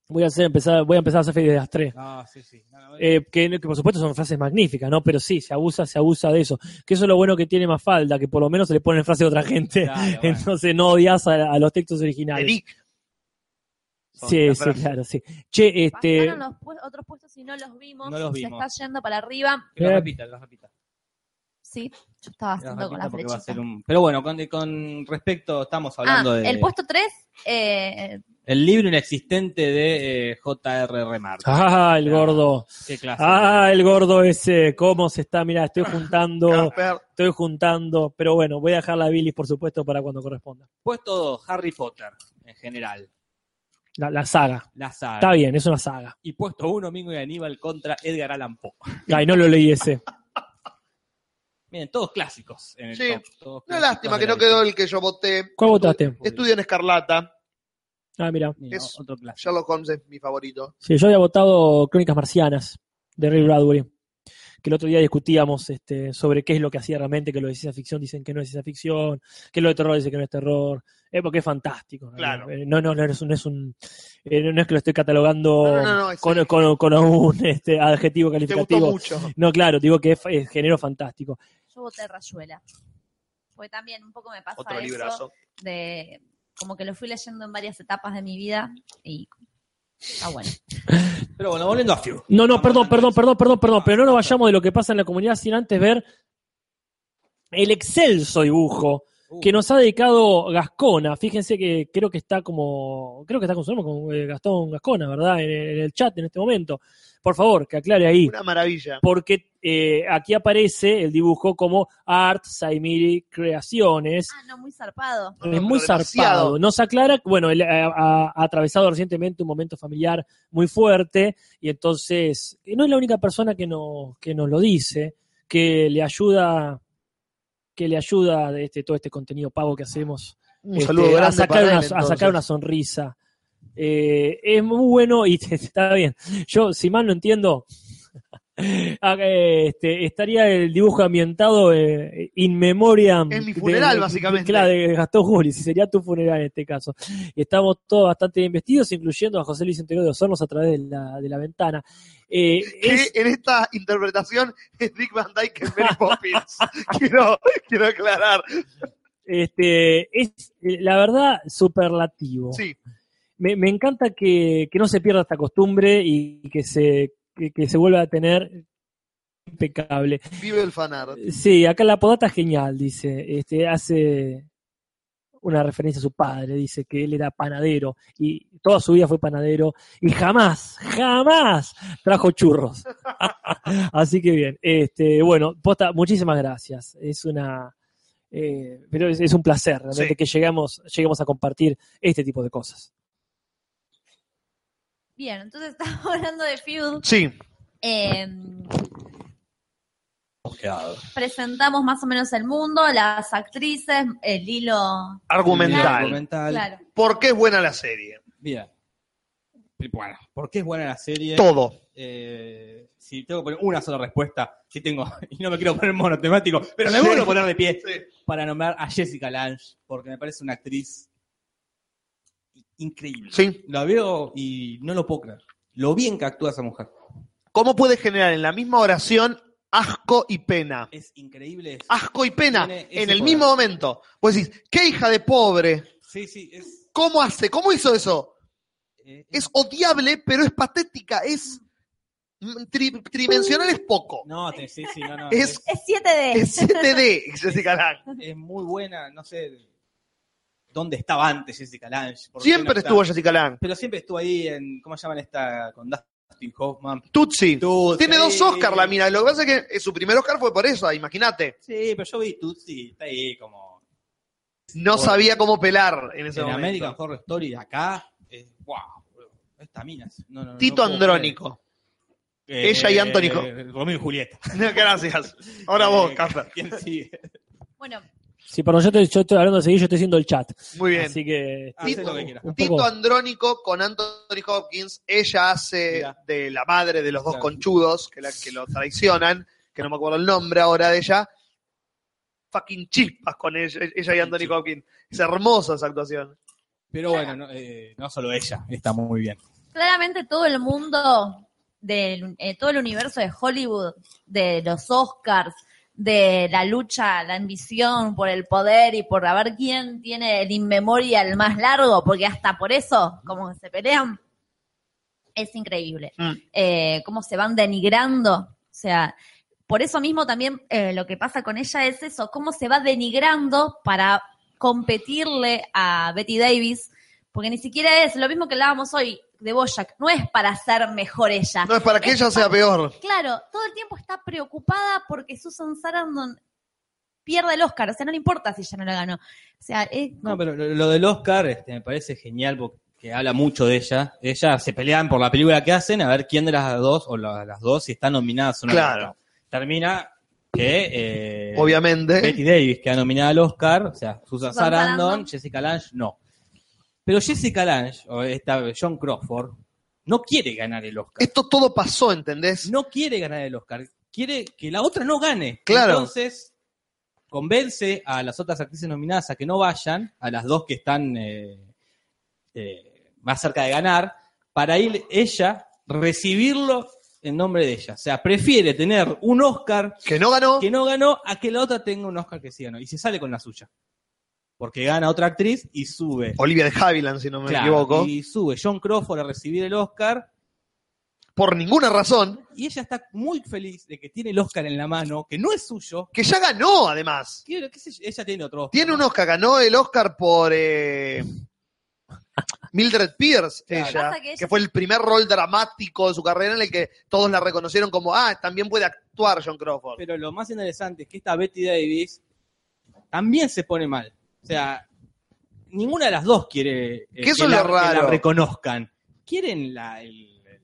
B: voy a hacer empezar, voy a empezar a hacer fe de las 3.
C: Ah, sí, sí. No, no,
B: Eh, que, que por supuesto son frases magníficas, ¿no? Pero sí, se abusa, se abusa de eso. Que eso es lo bueno que tiene más falda, que por lo menos se le ponen frase de otra gente.
C: claro, bueno.
B: Entonces no odias a, a los textos originales.
A: Eric.
B: Sí,
A: Las
B: sí,
A: frases.
B: claro, sí. Che, este.
E: Pasaron los pu- otros puestos y no los vimos.
C: No los
E: Se
C: vimos.
E: está yendo para arriba.
C: Que lo
B: eh,
C: repita, que lo repita.
E: Sí, yo estaba
C: Que lo
E: haciendo con
C: repita
E: la
C: porque va a
E: flechita.
C: ser un- Pero bueno, con, con respecto, estamos
E: Ah,
C: hablando de
E: el puesto 3, eh,
C: el libro inexistente de eh, J.R.R. Martin.
B: Ah, el gordo.
C: Qué clase.
B: Ah, el gordo ese. ¿Cómo se está? Mira, estoy juntando.
A: Casper.
B: Estoy juntando. Pero bueno, voy a dejar la bilis, por supuesto, para cuando corresponda.
C: Puesto 2, Harry Potter, en general.
B: La, la saga.
C: La saga.
B: Está bien, es una saga.
C: Y puesto 1, Mingo y Aníbal contra Edgar Allan Poe.
B: Ay, no lo leí ese.
C: Miren, todos clásicos en el
A: Sí.
C: top, todos
A: Una
C: clásicos
A: lástima
C: de
A: que
C: la
A: no quedó
C: literatura.
A: el que yo voté.
B: ¿Cuál votaste?
A: Estudio en Escarlata.
B: Ah, mira.
C: Mira,
A: Es-
C: otro clásico.
A: Sherlock Holmes es mi favorito.
B: Sí, yo había votado Crónicas Marcianas de Ray Bradbury. Que el otro día discutíamos este, sobre qué es lo que hacía realmente, que lo de ciencia ficción dicen que no es ciencia ficción, que lo de terror dicen que no es terror. Es porque es fantástico. ¿no?
A: Claro.
B: Eh, No, no, no, es un. No es, un, eh, no es que lo estoy catalogando
A: No, no, no, no, es-
B: con, con- con un este, adjetivo
A: Te gustó
B: calificativo.
A: mucho.
B: eh, No, claro, digo que es, es género fantástico.
E: yo voté Rayuela. porque también un poco me pasa
A: Otro
E: eso
A: librazo.
E: de como que lo fui leyendo en varias etapas de mi vida y está bueno.
C: Pero bueno, volviendo a Few.
B: No, no, perdón, perdón, perdón, perdón, perdón, pero no nos vayamos de lo que pasa en la comunidad sin antes ver el excelso dibujo que nos ha dedicado Gascona. Fíjense que creo que está como, creo que está con su nombre, con eh, Gastón Gascona, ¿verdad? En, en el chat en este momento. Por favor, que aclare ahí.
A: Una maravilla.
B: Porque eh, aquí aparece el dibujo como Art Saimiri Creaciones.
E: Ah, no, muy zarpado.
A: No, no,
B: es muy
A: pero demasiado.
B: zarpado. Nos aclara, que, bueno, él ha, ha- ha atravesado recientemente un momento familiar muy fuerte y entonces y no es la única persona que nos, que nos lo dice, que le ayuda, que le ayuda de este, todo este contenido pago que hacemos
A: Un
B: este,
A: saludo grande
B: a sacar,
A: para
B: una,
A: él,
B: a
A: entonces.
B: sacar una sonrisa. Eh, es muy bueno y está bien. Yo, si mal no entiendo, ah, eh, este, estaría el dibujo ambientado eh, in memoriam.
A: Es mi funeral,
B: de-
A: básicamente.
B: Claro, de Gastón Juli, si sería tu funeral en este caso. Y estamos todos bastante bien vestidos, incluyendo a José Luis Interior de Osornos a través de la, de la ventana. Eh,
A: Que
B: es-
A: en esta interpretación es Dick Van Dyke en Mary Poppins. quiero, quiero aclarar.
B: este, es, eh, la verdad, superlativo.
A: Sí,
B: me, me encanta que, que no se pierda esta costumbre y que se, que, que se vuelva a tener impecable.
A: vive el fanart.
B: Sí, acá la podata es genial, dice. Este, hace una referencia a su padre, dice que él era panadero y toda su vida fue panadero y jamás, jamás trajo churros. Así que bien, este, bueno, posta, muchísimas gracias. Es una eh, pero es, es un placer realmente
A: Sí.
B: que llegamos, lleguemos a compartir este tipo de cosas.
E: Bien, entonces estamos hablando de Feud.
A: Sí,
E: Eh, presentamos más o menos el mundo, las actrices, el hilo.
A: argumental.
C: Mental.
E: Claro.
A: ¿Por qué es buena la serie?
C: Bien. Y Bueno, ¿por qué es buena la serie?
A: Todo.
C: Eh, si tengo que poner una sola respuesta, si tengo, y no me quiero poner monotemático, pero me vuelvo a poner de pie para nombrar a Jessica Lange, porque me parece una actriz increíble.
A: Sí.
C: La veo y no lo puedo creer. Lo bien que actúa esa mujer.
A: ¿Cómo puede generar en la misma oración asco y pena?
C: Es increíble. eso.
A: Asco y pena
C: Tiene ese
A: en el
C: poder.
A: mismo momento. Vos decís, qué hija de pobre.
C: Sí, sí, es.
A: ¿Cómo hace? ¿Cómo hizo eso?
C: eh,
A: Es odiable, pero es patética. Es mm, tri- tridimensional es poco.
C: No, te- sí, sí, no, no.
A: Es-
E: Es 7D.
A: Es 7D, Jessica Lange.
C: es muy buena, no sé dónde estaba antes Jessica Lange. ¿Por qué no
A: Siempre
C: está?
A: estuvo Jessica Lange.
C: Pero siempre estuvo ahí en, ¿cómo llaman esta? Con Dustin Hoffman.
A: Tutsi.
C: Tootsie.
A: Tiene dos Oscars la mina. Lo que pasa es que eh, su primer Oscar fue por eso, imagínate.
C: Sí, pero yo vi Tutsi, está ahí como...
A: No
C: Por-
A: sabía cómo pelar en ese
C: en
A: momento.
C: American Horror Story, acá, es, wow, boludo, esta mina. es- no, no, no
A: Tito
C: puedo creer. Eh,
A: Andrónico. ella y Antónico.
C: Romeo y Julieta.
A: Gracias. Ahora vos,
C: Eh,
A: Casper.
C: ¿Quién sigue?
E: Bueno,
B: Sí, perdón, yo, te- yo estoy hablando de seguir, yo estoy haciendo el chat.
A: Muy bien.
B: Así que.
C: Hacé
A: Tito-
C: lo que quieras.
B: un
A: Tito
B: poco-
A: Andrónico con Anthony Hopkins. Ella hace
C: Mirá.
A: de la madre de los dos
C: Claro.
A: conchudos que, la- que lo traicionan, que no me acuerdo el nombre ahora de ella. Fucking chispas con ella, ella y Anthony
C: chispas.
A: Hopkins. Es hermosa esa actuación.
C: Pero bueno, no, eh, no solo ella, está muy bien.
E: claramente todo el mundo, del, eh, todo el universo de Hollywood, de los Oscars, de la lucha, la ambición por el poder y por a ver quién tiene el inmemorial más largo, porque hasta por eso, como se pelean, es increíble.
A: Mm.
E: Eh, cómo se van denigrando, o sea, por eso mismo también eh, lo que pasa con ella es eso, cómo se va denigrando para competirle a Betty Davis, porque ni siquiera es lo mismo que hablábamos hoy de Boyack, no es para ser mejor ella.
A: No es para que ella sea peor.
E: Claro, todo el tiempo está preocupada porque Susan Sarandon pierda el Oscar, o sea, no le importa si ella no la ganó. O sea, es
C: No, pero lo, lo del Oscar este, me parece genial porque habla mucho de ella. Ella se pelean por la película que hacen a ver quién de las dos o la- las dos si están nominadas o no.
A: Claro.
C: Termina que eh,
A: Obviamente.
C: Betty Davis queda nominada al Oscar, o sea, Susan
E: Susan
C: Sarandon,
E: Sarandon.
C: Jessica Lange no. Pero Jessica Lange, o esta John Crawford, no quiere ganar el Oscar.
A: Esto todo pasó, ¿entendés?
C: No quiere ganar el Oscar. Quiere que la otra no gane.
A: Claro.
C: Entonces, convence a las otras actrices nominadas a que no vayan, a las dos que están eh, eh, más cerca de ganar, para ir ella, recibirlo en nombre de ella. O sea, prefiere tener un Oscar
A: Que no ganó.
C: que no ganó a que la otra tenga un Oscar que sí ganó. Y se sale con la suya. Porque gana otra actriz y sube.
A: Olivia de Havilland, si no me
C: Claro,
A: equivoco.
C: Y sube John Crawford a recibir el Oscar.
A: Por ninguna razón.
C: Y ella está muy feliz de que tiene el Oscar en la mano, que no es suyo.
A: Que ya ganó, además.
C: Quiero- qué sé yo, ella tiene otro Oscar.
A: Tiene un Oscar. Ganó el Oscar por eh, Mildred Pierce,
C: Claro.
A: ella,
E: Pasa que
A: que,
E: ella-
A: fue el primer rol dramático de su carrera en el que todos la reconocieron como, ah, también puede actuar John Crawford.
C: Pero lo más interesante es que esta Betty Davis también se pone mal. O sea, ninguna de las dos quiere eh,
A: Que eso es
C: la,
A: lo raro.
C: la reconozcan. Quieren la- el- el-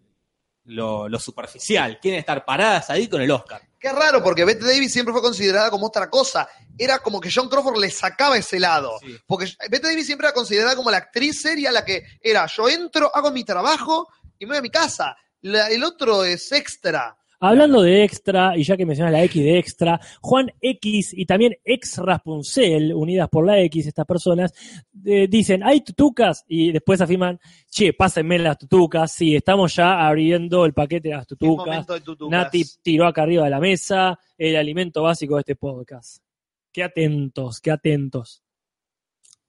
C: lo, lo superficial, quieren estar paradas ahí con el Oscar.
A: Qué raro, porque Bette Davis siempre fue considerada como otra cosa. Era como que John Crawford le sacaba ese lado.
C: Sí.
A: Porque Bette Davis siempre era considerada como la actriz seria, la que era, yo entro, hago mi trabajo y me voy a mi casa. La- el otro es extra.
B: Hablando de extra, y ya que mencionas la X de extra, Juan X y también ex Raspuncel, unidas por la X, estas personas, eh, dicen, hay tutucas, y después afirman, che, pásenme las tutucas, sí, estamos ya abriendo el paquete de las
A: Es
B: tutucas.
A: momento de tutucas.
B: Nati tiró acá arriba de la mesa el alimento básico de este podcast. Qué atentos, qué atentos.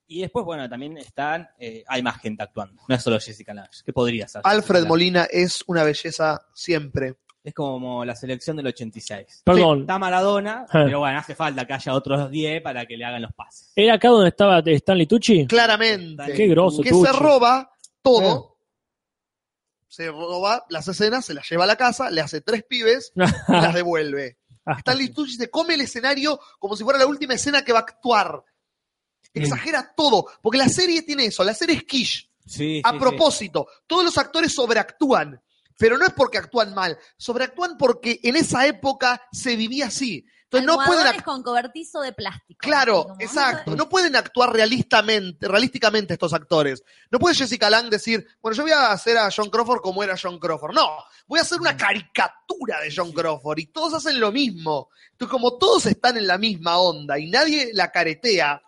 C: Y después, bueno, también están. eh, hay más gente actuando. No es solo Jessica Lange. ¿Qué podría ser?
A: Alfred
C: Jessica Lange?
A: Molina es una belleza siempre.
C: Es como la selección del 86.
B: Perdón,
C: Está Maradona,
B: Ah.
C: pero bueno, hace falta que haya otros 10 para que le hagan los pases.
B: ¿era acá donde estaba Stanley Tucci?
A: Claramente.
B: Qué grosso,
A: que
B: Tucci.
A: se roba todo. Se roba las escenas, se las lleva a la casa, le hace tres pibes y las devuelve.
B: Ah,
A: Stanley Tucci se come el escenario como si fuera la última escena que va a actuar.
C: Mm.
A: Exagera todo, porque la serie tiene eso, la serie es quiche.
C: Sí,
A: A propósito, todos los actores sobreactúan, pero no es porque actúan mal, sobreactúan porque en esa época se vivía así. Entonces no pueden
E: Almohadones
A: actuar.
E: con cobertizo de plástico.
A: Claro,
E: Así como,
A: exacto.
E: "Ah,
A: No pueden actuar realistamente, realísticamente estos actores. No puede Jessica Lang decir, bueno, yo voy a hacer a John Crawford como era John Crawford. No, voy a hacer
E: Mm.
A: una caricatura de John Crawford y todos hacen lo mismo. Entonces, como todos están en la misma onda y nadie la caretea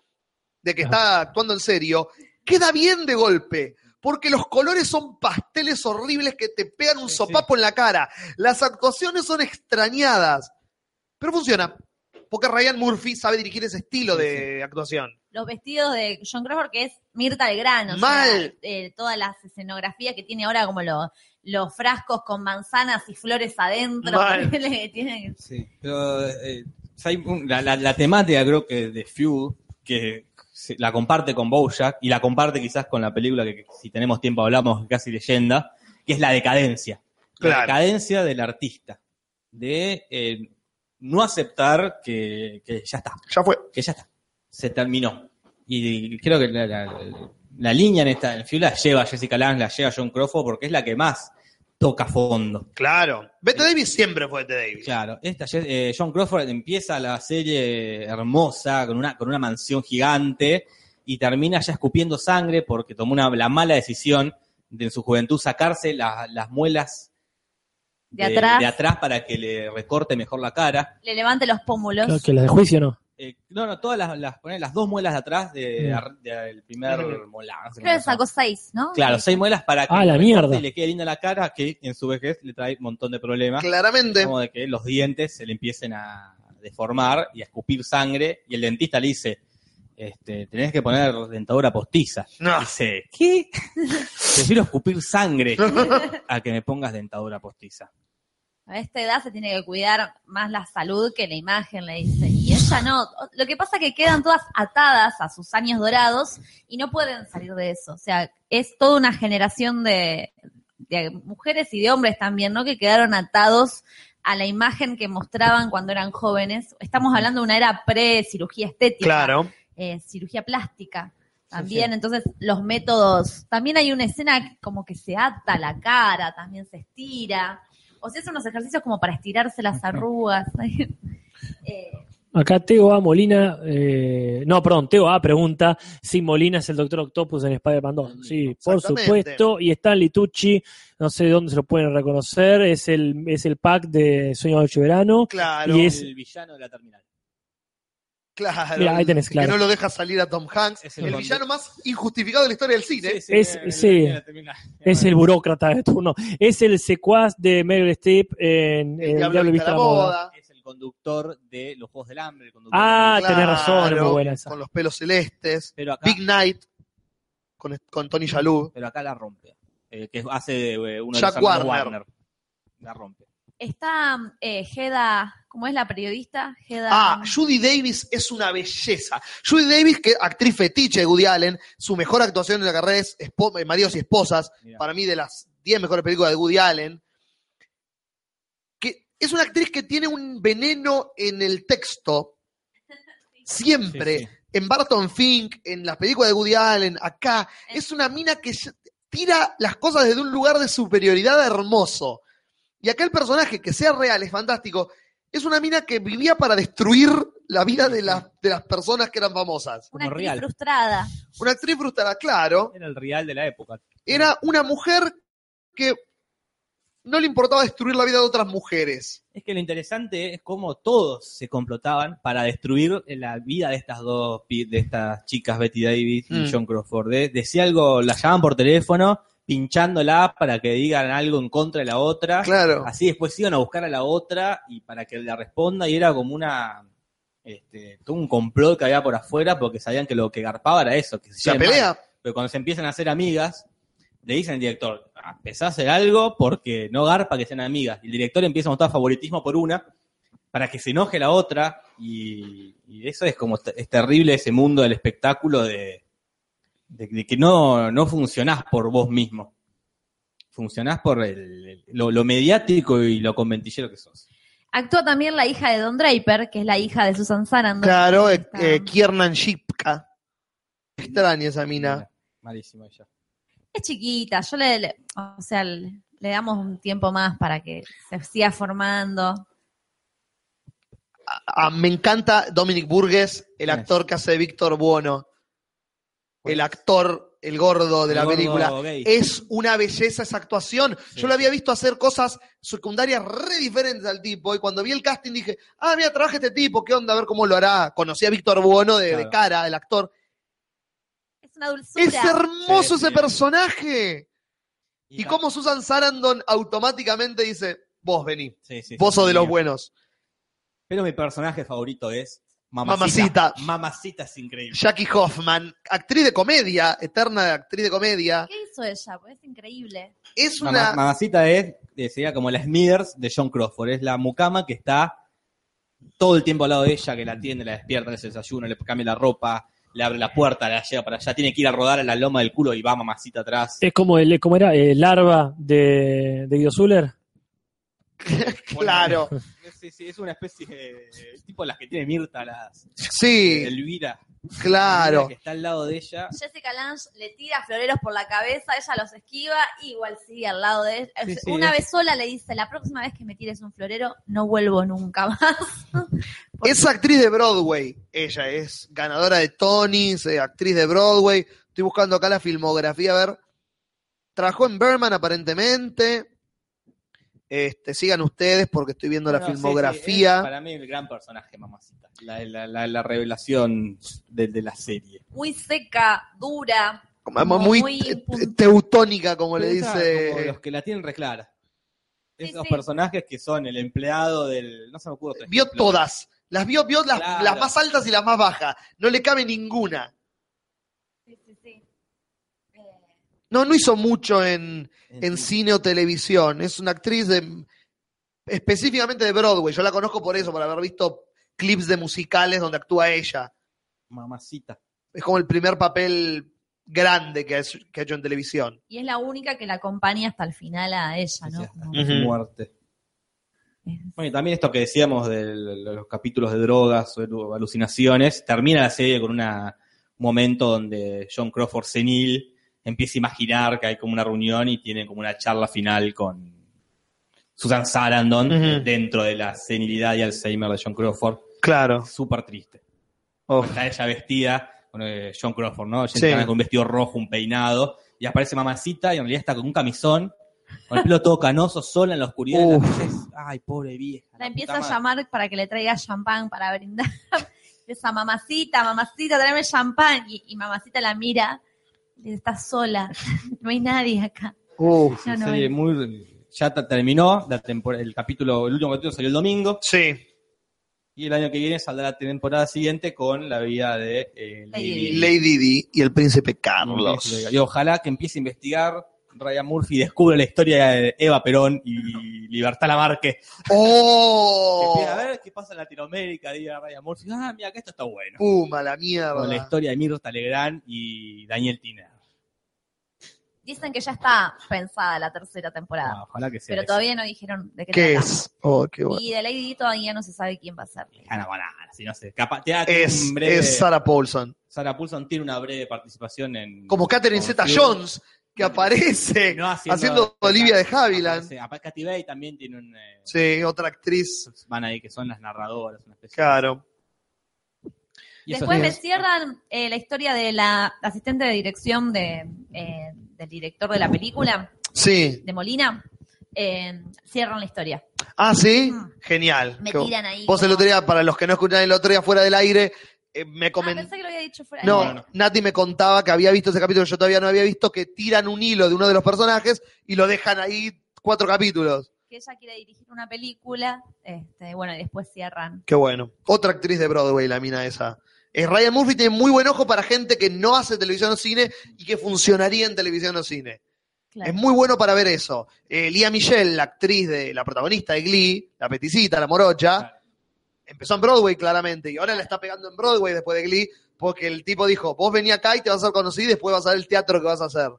A: de que está actuando en serio, queda bien de golpe. Porque los colores son pasteles horribles que te pegan un
C: Sí, sí.
A: sopapo en la cara. Las actuaciones son extrañadas. Pero funciona. Porque Ryan Murphy sabe dirigir ese estilo
C: Sí,
A: de actuación.
E: los vestidos de John Crawford, que es Mirta Legrand. o sea,
A: Mal.
E: eh, todas las escenografías que tiene ahora, como los, los frascos con manzanas y flores adentro.
A: Mal.
E: ponele, que tiene-
C: Sí, pero eh, hay un- la, la- la temática creo que de Feud, que se- la comparte con Bojack y la comparte quizás con la película que, que si tenemos tiempo hablamos casi leyenda, que es la decadencia. La
A: Claro.
C: decadencia del artista. De eh, no aceptar que, que ya está,
A: Ya fue.
C: que ya está. Se terminó. Y creo que la, la- la línea en esta en Feud la lleva Jessica Lange, la lleva John Crawford, porque es la que más toca fondo.
A: Claro. Bette Davis siempre fue Bette Davis.
C: Claro, esta, eh, John Crawford empieza la serie hermosa con una, con una mansión gigante y termina ya escupiendo sangre porque tomó una, la mala decisión de en su juventud sacarse la- las muelas
E: De atrás.
C: para que le recorte mejor la cara.
E: le levante los pómulos.
B: Claro que las de juicio no.
C: Eh, no, no, todas las, las, poné las dos muelas de atrás del de,
B: Mm.
C: ar- del primer
A: Mm.
C: molar. no sé
E: Creo que
C: cómo se llama.
E: sacó seis, ¿no?
C: Claro, seis muelas para que
B: Ah,
C: le
B: la
C: recorte
B: mierda.
C: y le quede linda la cara, que en su vejez le trae un montón de problemas.
A: Claramente.
C: como de que los dientes se le empiecen a deformar y a escupir sangre, y el dentista le dice, este, tenés que poner dentadura postiza.
A: No.
C: Dice, ¿qué? Prefiero escupir sangre a que me pongas dentadura postiza.
E: A esta edad se tiene que cuidar más la salud que la imagen, le dice. Y ella no. Lo que pasa es que quedan todas atadas a sus años dorados y no pueden salir de eso. O sea, es toda una generación de, de mujeres y de hombres también, ¿no? Que quedaron atados a la imagen que mostraban cuando eran jóvenes. Estamos hablando de una era pre-cirugía estética.
A: Claro.
E: eh, cirugía plástica. También, entonces, los métodos. También hay una escena como que se ata la cara, también se estira. O sea, hace unos ejercicios como para estirarse las arrugas. Eh,
B: Acá Teo A. Molina, eh, no, perdón, Teo A. pregunta si Molina es el Doctor Octopus en Spider-Man 2. Sí, por
A: Exactamente.
B: supuesto. Y Stanley Tucci, no sé dónde se lo pueden reconocer, es el, es el pack de Sueño de Verano.
A: Claro.
B: Y es-
C: El villano de la terminal.
A: Claro.
B: Mira, ahí tenés,
A: que
B: claro.
A: no lo deja salir a Tom Hanks.
C: Es el
A: el
C: Bond.
A: villano más injustificado de la historia del cine.
B: Es- sí. Es el burócrata de turno. Es el secuaz de Meryl Streep en
A: El
B: El Diablo Viste a la Moda.
C: Es el conductor de los Juegos del Hambre. el conductor
B: Ah,
C: de-
A: Claro,
B: tenés razón, es muy buena esa.
A: Con los pelos celestes.
C: pero
B: Ah.
C: acá,
A: Big Night. Con, con Tony Shalhoub.
C: pero acá la rompe. Eh, que hace eh, uno
A: Jack
C: de los hermanos
A: Warner.
C: La rompe.
E: Está eh, Heda, ¿cómo es la periodista? Heda.
A: Ah, Judy Davis es una belleza. Judy Davis, que actriz fetiche de Woody Allen, su mejor actuación en la carrera es Espo- eh, Maridos y Esposas,
C: Mirá.
A: para mí de las 10 mejores películas de Woody Allen. Que es una actriz que tiene un veneno en el texto. Siempre.
C: Sí, sí.
A: En Barton Fink, en las películas de Woody Allen, acá. Es una mina que ya tira las cosas desde un lugar de superioridad hermoso. Y acá el personaje, que sea real, es fantástico. Es una mina que vivía para destruir la vida de, las de las personas que eran famosas.
E: una
C: como
E: actriz
C: real.
E: frustrada.
A: Una actriz frustrada, claro.
C: Era el real de la época.
A: Era una mujer que no le importaba destruir la vida de otras mujeres.
C: Es que lo interesante es cómo todos se complotaban para destruir la vida de estas dos, pi- de estas chicas, Betty Davis y
A: Mm.
C: John Crawford. De- decía algo, la llamaban por teléfono, pinchándola para que digan algo en contra de la otra.
A: Claro.
C: Así después iban a buscar a la otra y para que la responda y era como una, este, todo un complot que había por afuera porque sabían que lo que garpaba era eso. Que se
A: La
C: lleven mal.
A: pelea.
C: Pero cuando se empiezan a hacer amigas, le dicen al director, "Ah, empezá a hacer algo porque no garpa que sean amigas. Y el director empieza a mostrar favoritismo por una para que se enoje la otra. Y, y eso es como, es terrible ese mundo del espectáculo de, de- de que no, no funcionás por vos mismo. Funcionás por el- el- lo, lo mediático y lo conventillero que sos.
E: Actúa también la hija de Don Draper, que es la hija de Susan Sarandon.
A: Claro, eh,
E: Está-
A: eh, Kiernan Shipka. Extraña esa mina.
C: Malísimo ella.
E: Es chiquita, yo le, le- o sea, le, le damos un tiempo más para que se siga formando.
A: A- a- Ah, me encanta Dominic Burgess, el
C: Sí.
A: actor que hace de Víctor Buono. El actor, el gordo de la
C: El gordo
A: película. Eh,
C: gay.
A: Es una belleza esa actuación.
C: Sí.
A: Yo lo había visto hacer cosas secundarias re diferentes al tipo. Y cuando vi el casting dije, ah, mira, trabaja este tipo, ¿qué onda? A ver cómo lo hará. Conocí a Víctor Buono de, de
C: Claro.
A: cara, el actor.
E: Es una dulzura.
A: ¡Es hermoso
C: Sí, sí.
A: ese personaje! Y,
C: la-
A: cómo Susan Sarandon automáticamente dice, vos vení,
C: Sí, sí,
A: vos
C: sí,
A: sos de los
C: sí.
A: buenos.
C: Pero mi personaje favorito es
A: Mamacita.
C: Mamacita. Mamacita es increíble.
A: Jackie Hoffman, actriz de comedia, eterna actriz de comedia.
E: ¿Qué hizo ella? Pues es increíble.
A: Es
C: Mama-
A: una...
C: Mamacita es, eh, sería como la Smithers de John Crawford. Es la mucama que está todo el tiempo al lado de ella, que la atiende, la despierta, le hace el desayuno, le cambia la ropa, le abre la puerta, la lleva para allá. Tiene que ir a rodar a la loma del culo y va mamacita atrás.
B: Es como el, como era, el larva de, de Guido Zuller.
A: Claro.
C: Sí, sí, es una especie de eh, tipo las que tiene Mirta, las eh,
A: Sí,
C: Elvira. Elvira
A: claro.
C: Que está al lado de ella.
E: Jessica Lange le tira floreros por la cabeza, ella los esquiva, y igual sigue al lado de ella.
C: Sí, sí,
E: Una
C: es-
E: vez sola le dice, la próxima vez que me tires un florero, no vuelvo nunca más.
A: Es actriz de Broadway. Ella es ganadora de Tonys, eh, actriz de Broadway. Estoy buscando acá la filmografía, a ver. Trabajó en Berman aparentemente. Este, sigan ustedes porque estoy viendo la
C: No, sí, sí, es
A: filmografía.
C: para mí el gran personaje, mamacita. La, la- la- la revelación de, de la serie.
E: Muy seca, dura.
A: Como
E: como
A: muy,
E: muy
A: te- te-
E: puntual.
A: teutónica, como le
C: Pero esa,
A: dice.
C: como los que la tienen reclara.
E: Sí,
C: Esos
E: sí.
C: personajes que son el empleado del. No se me ocurre. otro
A: Vio
C: ejemplo.
A: todas. Las vio, vio las,
C: Claro.
A: las más altas y las más bajas. No le cabe ninguna.
E: Sí, sí, sí. Eh,
A: No, no hizo mucho en, en
C: sí.
A: cine o televisión. Es una actriz de, específicamente de Broadway. Yo la conozco por eso, por haber visto clips de musicales donde actúa ella.
C: Mamacita.
A: Es como el primer papel grande que ha hecho, que ha hecho en televisión.
E: y es la única que la acompaña hasta el final a ella,
C: Sí, sí, Mm.
E: ¿no?
C: hasta
E: Como-
C: su
A: Ujú.
C: Muerte.
E: es-
C: Bueno, y también esto que decíamos de los capítulos de drogas o de alucinaciones. Termina la serie con una- un momento donde John Crawford senil empieza a imaginar que hay como una reunión y tiene como una charla final con Susan Sarandon
A: Ujú.
C: dentro de la senilidad y Alzheimer de John Crawford.
A: Claro.
C: Súper triste. Está ella vestida, con eh, John Crawford, ¿no? Jessica
A: Sí.
C: Lange con un vestido rojo, un peinado, y aparece mamacita y en realidad está con un camisón, con el pelo todo canoso, sola en la oscuridad. de la
A: Uf.
C: noche. Es- Ay, pobre vieja.
E: La
C: puta
E: empieza a
C: madre.
E: llamar para que le traiga champán para brindar. empieza, mamacita, mamacita, tráeme champán. Y, y mamacita la mira, y dice, está sola, no hay nadie acá.
A: Uf.
E: No, no
C: Serie
E: hay.
C: muy- ya ta- terminó la tempor- el capítulo, el último capítulo salió el domingo
A: Sí.
C: y el año que viene saldrá la temporada siguiente con la vida de eh,
E: Lady
C: Lady.
A: Lady Di y el príncipe Carlos.
C: Y ojalá que empiece a investigar Ryan Murphy descubre la historia de Eva Perón y Libertad Lamarque.
A: ¡Oh!
C: A ver qué pasa en Latinoamérica, diga Ryan Murphy. Ah, mira, que esto está bueno.
A: ¡Puma, la
C: Con la
A: mierda!
C: historia de Mirta Legrand y Daniel Tiner.
E: Dicen que ya está pensada la tercera temporada,
C: Ah, ojalá que sea.
E: pero
C: eso.
E: todavía no dijeron de qué,
A: ¿Qué
E: trata.
A: es? Oh, qué bueno.
E: Y de Lady Di todavía no se sabe quién va a ser.
C: Hannah Banana, si no sé. Capaz, te da
A: Es,
C: un breve-
A: es Sarah Paulson.
C: Sarah Paulson tiene una breve participación en.
A: Como Catherine
C: con
A: Zeta
C: Fury.
A: Jones, que aparece.
C: No,
A: haciendo Olivia de Havilland.
C: aparece- apa- Katy Bay también tiene un. eh,
A: Sí, otra actriz.
C: Van ahí que son las narradoras, una especie.
A: Claro.
C: Y eso
E: Después me
C: es-
E: cierran eh, la historia de la asistente de dirección de, eh, del director de la película,
A: Sí.
E: de Molina. Eh, cierran la historia.
A: Ah, sí.
E: Mm.
A: Genial.
E: Me
A: Qué bu-
E: tiran ahí.
A: Vos el
E: como-
A: otro día, para los que no escuchan el otro día fuera del aire, eh, me
E: Ah,
A: comentó.
E: pensé que lo había dicho fuera.
A: No,
E: de-
A: Nati me contaba que había visto ese capítulo, yo todavía no había visto, que tiran un hilo de uno de los personajes y lo dejan ahí cuatro capítulos.
E: Que ella quiere dirigir una película. Este, bueno, y después cierran.
A: Qué bueno. Otra actriz de Broadway, la mina esa. Eh, Ryan Murphy tiene muy buen ojo para gente que no hace televisión o cine y que funcionaría en televisión o cine.
E: Claro.
A: Es muy bueno para ver eso. Eh, Lía Michelle, la actriz de la protagonista de Glee, la peticita, la morocha,
C: Claro.
A: empezó en Broadway claramente y ahora la está pegando en Broadway después de Glee porque el tipo dijo, vos vení acá y te vas a hacer conocido y después vas a ver el teatro que vas a hacer.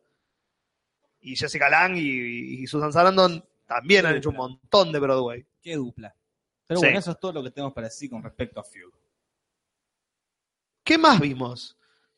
A: Y Jessica Lang y, y Susan Sarandon también han hecho un montón de Broadway.
C: Qué dupla. Pero
A: Sí.
C: bueno, eso es todo lo que tenemos para decir con respecto a Fugue.
A: ¿Qué más vimos?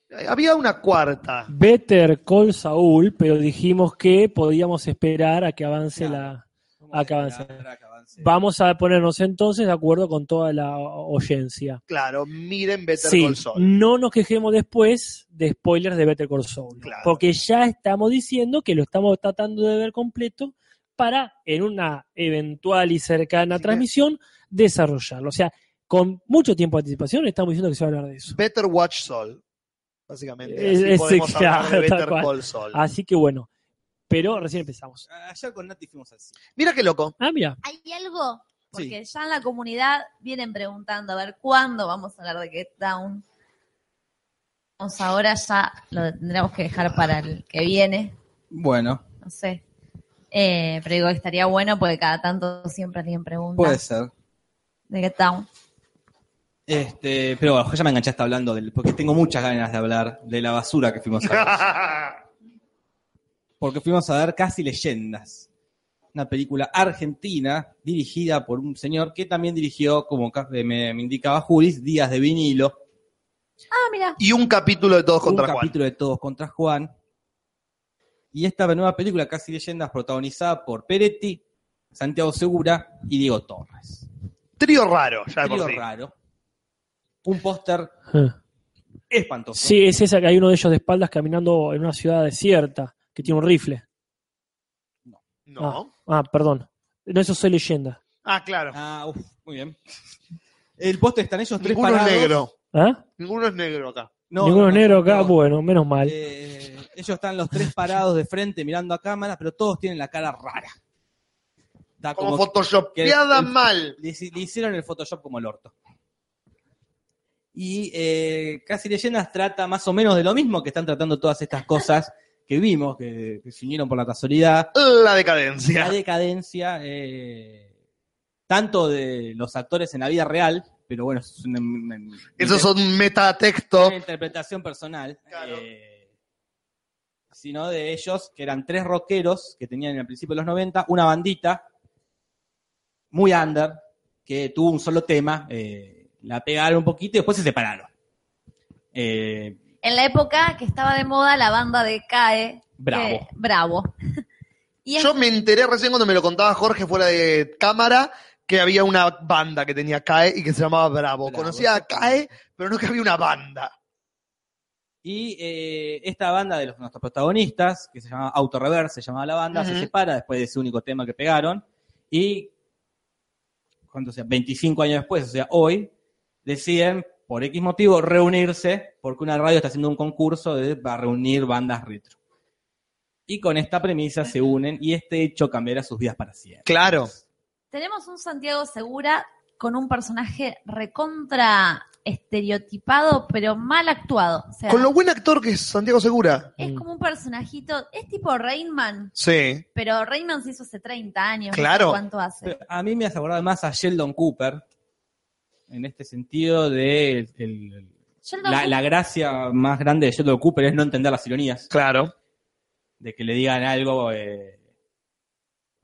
A: Eh, Había una cuarta.
B: Better Call Saul, pero dijimos que podíamos esperar a que avance
C: Claro.
B: la... Acá avance.
C: Acá avance.
B: Vamos a ponernos entonces de acuerdo con toda la oyencia.
A: Claro, miren Better
B: Sí,
A: Call Saul.
B: no nos quejemos después de spoilers de Better Call Saul,
A: Claro.
B: porque ya estamos diciendo que lo estamos tratando de ver completo para en una eventual y cercana
A: Así que-
B: transmisión desarrollarlo. O sea, con mucho tiempo de anticipación estamos diciendo que se va a hablar de eso.
A: Better Watch Saul. Básicamente.
B: Es-
A: Así
B: es-
A: podemos hablar de
B: claro, tal
A: Better
B: cual. Ah.
A: Call Saul.
B: Así que bueno, pero recién empezamos.
C: Ayer con Nati fuimos al cine.
A: Mira qué loco.
B: Ah, mira,
E: Hay algo,
C: Sí.
E: porque ya en la comunidad vienen preguntando a ver cuándo vamos a hablar de Get Down. Vamos ahora ya lo tendremos que dejar para el que viene,
C: Bueno,
E: no sé. Eh, pero digo, estaría bueno porque cada tanto siempre alguien pregunta
C: puede ser.
E: de Get Down.
C: Este, pero bueno, ya me enganchaste hablando del, porque tengo muchas ganas de hablar de la basura que fuimos a ver. porque fuimos a ver Casi Leyendas, una película argentina dirigida por un señor que también dirigió, como ca- me, me indicaba Juris, Días de vinilo,
E: Ah, mira.
A: y un capítulo de Todos
C: un
A: contra Juan.
C: capítulo de Todos contra Juan. Y esta nueva película, Casi Leyendas, protagonizada por Peretti, Santiago Segura y Diego Torres.
A: Trío raro, ya de por
C: Trío
A: sí.
C: raro. Un póster
B: Ah.
C: espantoso.
B: sí, es esa que hay uno de ellos de espaldas caminando en una ciudad desierta que tiene un rifle.
A: No.
B: Ah, perdón, no eso soy leyenda.
A: Ah, claro.
C: Ah, uf, muy bien. El póster están ellos tres
A: Ninguno es
C: parados.
A: negro.
B: ¿Ah?
A: Ninguno es negro acá.
C: No,
B: Ninguno
C: no, no,
B: negro acá,
C: no.
B: bueno, menos mal.
C: Eh, ellos están los tres parados de frente mirando a cámara, pero todos tienen la cara rara. Da
A: Como,
C: como
A: photoshopeada
C: que-
A: mal.
C: le, hici- le hicieron el Photoshop como el orto. Y eh, Casi Leyendas trata más o menos de lo mismo que están tratando todas estas cosas que vimos, que, que se unieron por la casualidad.
A: La
C: La
A: decadencia.
C: decadencia, eh, tanto de los actores en la vida real, pero bueno, es una, una- una-
A: Eso es un metatexto.
C: una interpretación personal.
A: Claro.
C: eh, sino de ellos, que eran tres rockeros que tenían al principio de los 90, una bandita muy under, que tuvo un solo tema, eh, la pegaron un poquito y después se separaron. Eh,
E: En la época que estaba de moda la banda de CAE.
C: bravo.
E: que- bravo. Y es-
A: Yo me enteré recién cuando me lo contaba Jorge fuera de cámara que había una banda que tenía CAE y que se llamaba Bravo.
C: Bravo.
A: Conocía a CAE, pero no que había una banda.
C: Y eh, esta banda de los nuestros protagonistas, que se llama Autoreverse, se llamaba la banda, se
A: Ujú.
C: separa después de ese único tema que pegaron. Y, ¿cuánto sea? 25 años después, o sea, hoy, deciden por X motivo, reunirse, porque una radio está haciendo un concurso de, para reunir bandas retro. Y con esta premisa se unen y este hecho cambiará sus vidas para siempre.
A: Claro.
E: Tenemos un Santiago Segura con un personaje recontra estereotipado, pero mal actuado. O sea,
A: Con lo buen actor que es Santiago Segura.
C: Mm.
E: es como un personajito, es tipo Rainman,
A: Sí.
E: pero Rainman se hizo hace 30 años.
A: Claro.
E: No sé cuánto hace.
C: Pero A mí me has acordado más a Sheldon Cooper, en este sentido de el- el-
E: Sheldon
C: la, la gracia más grande de Sheldon Cooper es no entender las ironías,
A: Claro.
C: de que le digan algo, eh,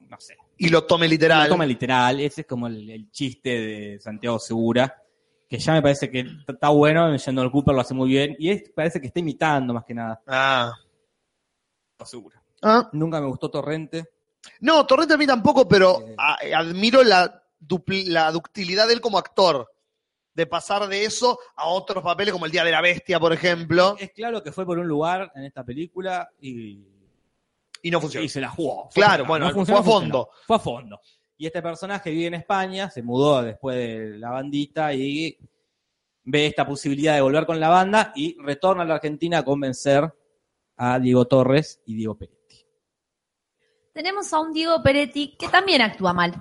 C: no sé,
A: Y lo tome literal.
C: Lo toma literal, ese es como el, el chiste de Santiago Segura, que ya me parece que t- está bueno, Sheldon Cooper lo hace muy bien, y es, parece que está imitando más que nada.
A: Ah.
C: a Segura.
A: Ah.
C: Nunca me gustó Torrente.
A: No, Torrente a mí tampoco, pero
C: Eh.
A: a- admiro la, dupli- la ductilidad de él como actor. De pasar de eso a otros papeles como El Día de la Bestia, por ejemplo.
C: Es claro que fue por un lugar en esta película y
A: Y no funciona.
C: Y se la jugó.
A: Claro,
C: Funcionó.
A: bueno,
C: funcionó,
A: fue a
C: funcionó.
A: fondo.
C: Fue a fondo. Y este personaje vive en España, se mudó después de la bandita y ve esta posibilidad de volver con la banda y retorna a la Argentina a convencer a Diego Torres y Diego Peretti.
E: Tenemos a un Diego Peretti que también actúa mal.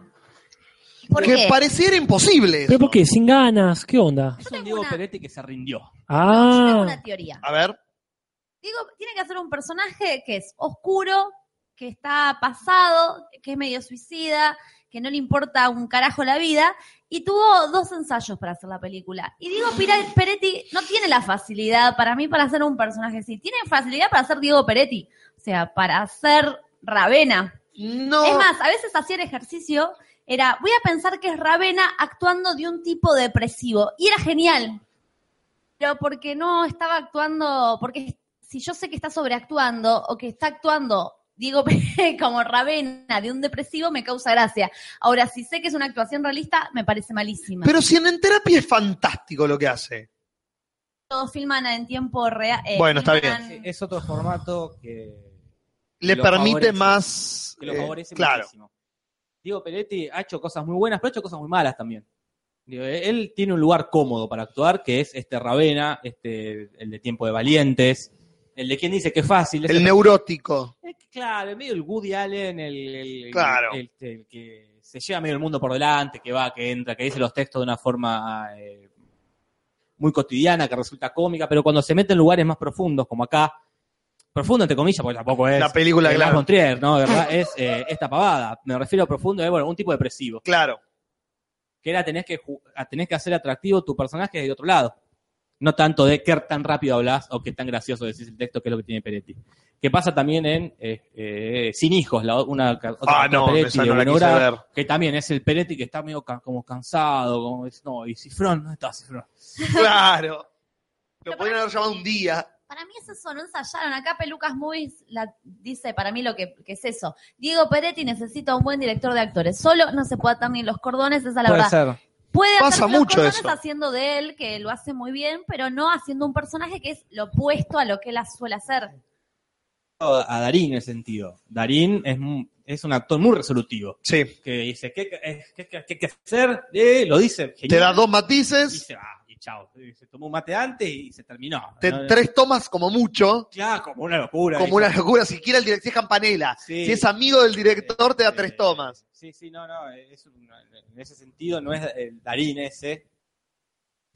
E: ¿Por
A: que
E: qué?
A: pareciera imposible.
B: ¿Pero
A: eso.
B: por qué? ¿Sin ganas? ¿Qué onda?
C: Es un
E: tengo
C: Diego
E: una-
C: Peretti que se rindió.
E: Yo tengo
B: Ah,
E: una teoría.
A: A ver.
E: Diego tiene que hacer un personaje que es oscuro, que está pasado, que es medio suicida, que no le importa un carajo la vida, y tuvo dos ensayos para hacer la película. Y Diego Pira- Peretti no tiene la facilidad para mí para hacer un personaje así, tiene facilidad para hacer Diego Peretti, o sea, para hacer Ravena.
A: No.
E: Es más, a veces hacía el ejercicio, era, voy a pensar que es Ravena actuando de un tipo depresivo. Y era genial. Pero porque no estaba actuando, porque si yo sé que está sobreactuando o que está actuando, digo, como Ravena de un depresivo, me causa gracia. Ahora, si sé que es una actuación realista, me parece malísima.
A: Pero si en, en terapia es fantástico lo que hace.
E: Todos filman en tiempo real. eh,
A: Bueno, está
C: Sí, Es otro formato que,
A: Le
C: lo
A: permite
C: favorece.
A: más.
C: que lo
A: eh,
C: favorece
A: claro.
C: muchísimo. Diego Peretti ha hecho cosas muy buenas, pero ha hecho cosas muy malas también. Digo, eh, él tiene un lugar cómodo para actuar, que es este Ravena, este, el de Tiempo de Valientes, el de quien dice que es fácil. ese-
A: El neurótico.
C: Eh, claro, el medio el Woody Allen, el, el- el-
A: Claro.
C: el- este, el que se lleva medio el mundo por delante, que va, que entra, que dice los textos de una forma eh, muy cotidiana, que resulta cómica, pero cuando se mete en lugares más profundos, como acá, profundo entre comillas, porque tampoco es
A: La película,
C: de Lars
A: claro.
C: von Trier, ¿no? De verdad, es eh, esta pavada. Me refiero a profundo, es bueno, un tipo depresivo.
A: Claro.
C: Que era tenés que, ju- a- tenés que hacer atractivo tu personaje de otro lado. No tanto de qué tan rápido hablas o qué tan gracioso decís el texto, que es lo que tiene Peretti. Que pasa también en eh, eh, Sin Hijos, la, o- una ca- otra
A: Ah,
C: canción
A: no,
C: de Peretti,
A: esa
C: de
A: no la quise
C: Bonora,
A: ver.
C: que también es el Peretti que está medio ca- como cansado, como es, no, y Cifrón, ¿dónde está Cifrón?
A: Claro. Lo podrían haber llamado un día.
E: Para mí es eso, no ensayaron. Acá Pelucas Movies la, dice para mí lo que, que es eso. Diego Peretti necesita un buen director de actores. Solo no se puede atar ni los cordones, esa es la
C: Puede
E: verdad.
C: ser.
E: Puede
A: Pasa
E: hacer los
A: mucho
E: cordones
A: eso.
E: haciendo de él, que lo hace muy bien, pero no haciendo un personaje que es lo opuesto a lo que él suele hacer.
C: A Darín en el sentido. Darín es, mu- es un actor muy resolutivo.
A: Sí.
C: que dice, ¿qué, qué, qué- qué- qué hacer? Eh, lo dice.
A: Te
C: genial.
A: da dos
C: Y
A: matices,
C: se va, y chao. Y Se tomó un mate antes y se terminó.
A: te-
C: No, no,
A: tres tomas como mucho,
C: claro, como una locura.
A: como
C: dijo.
A: una locura. Siquiera el director, si es campanela,
C: Sí.
A: si es amigo del director, te da
C: Eh,
A: tres tomas.
C: Sí, sí, no, no. es un- en ese sentido no es el Darín ese,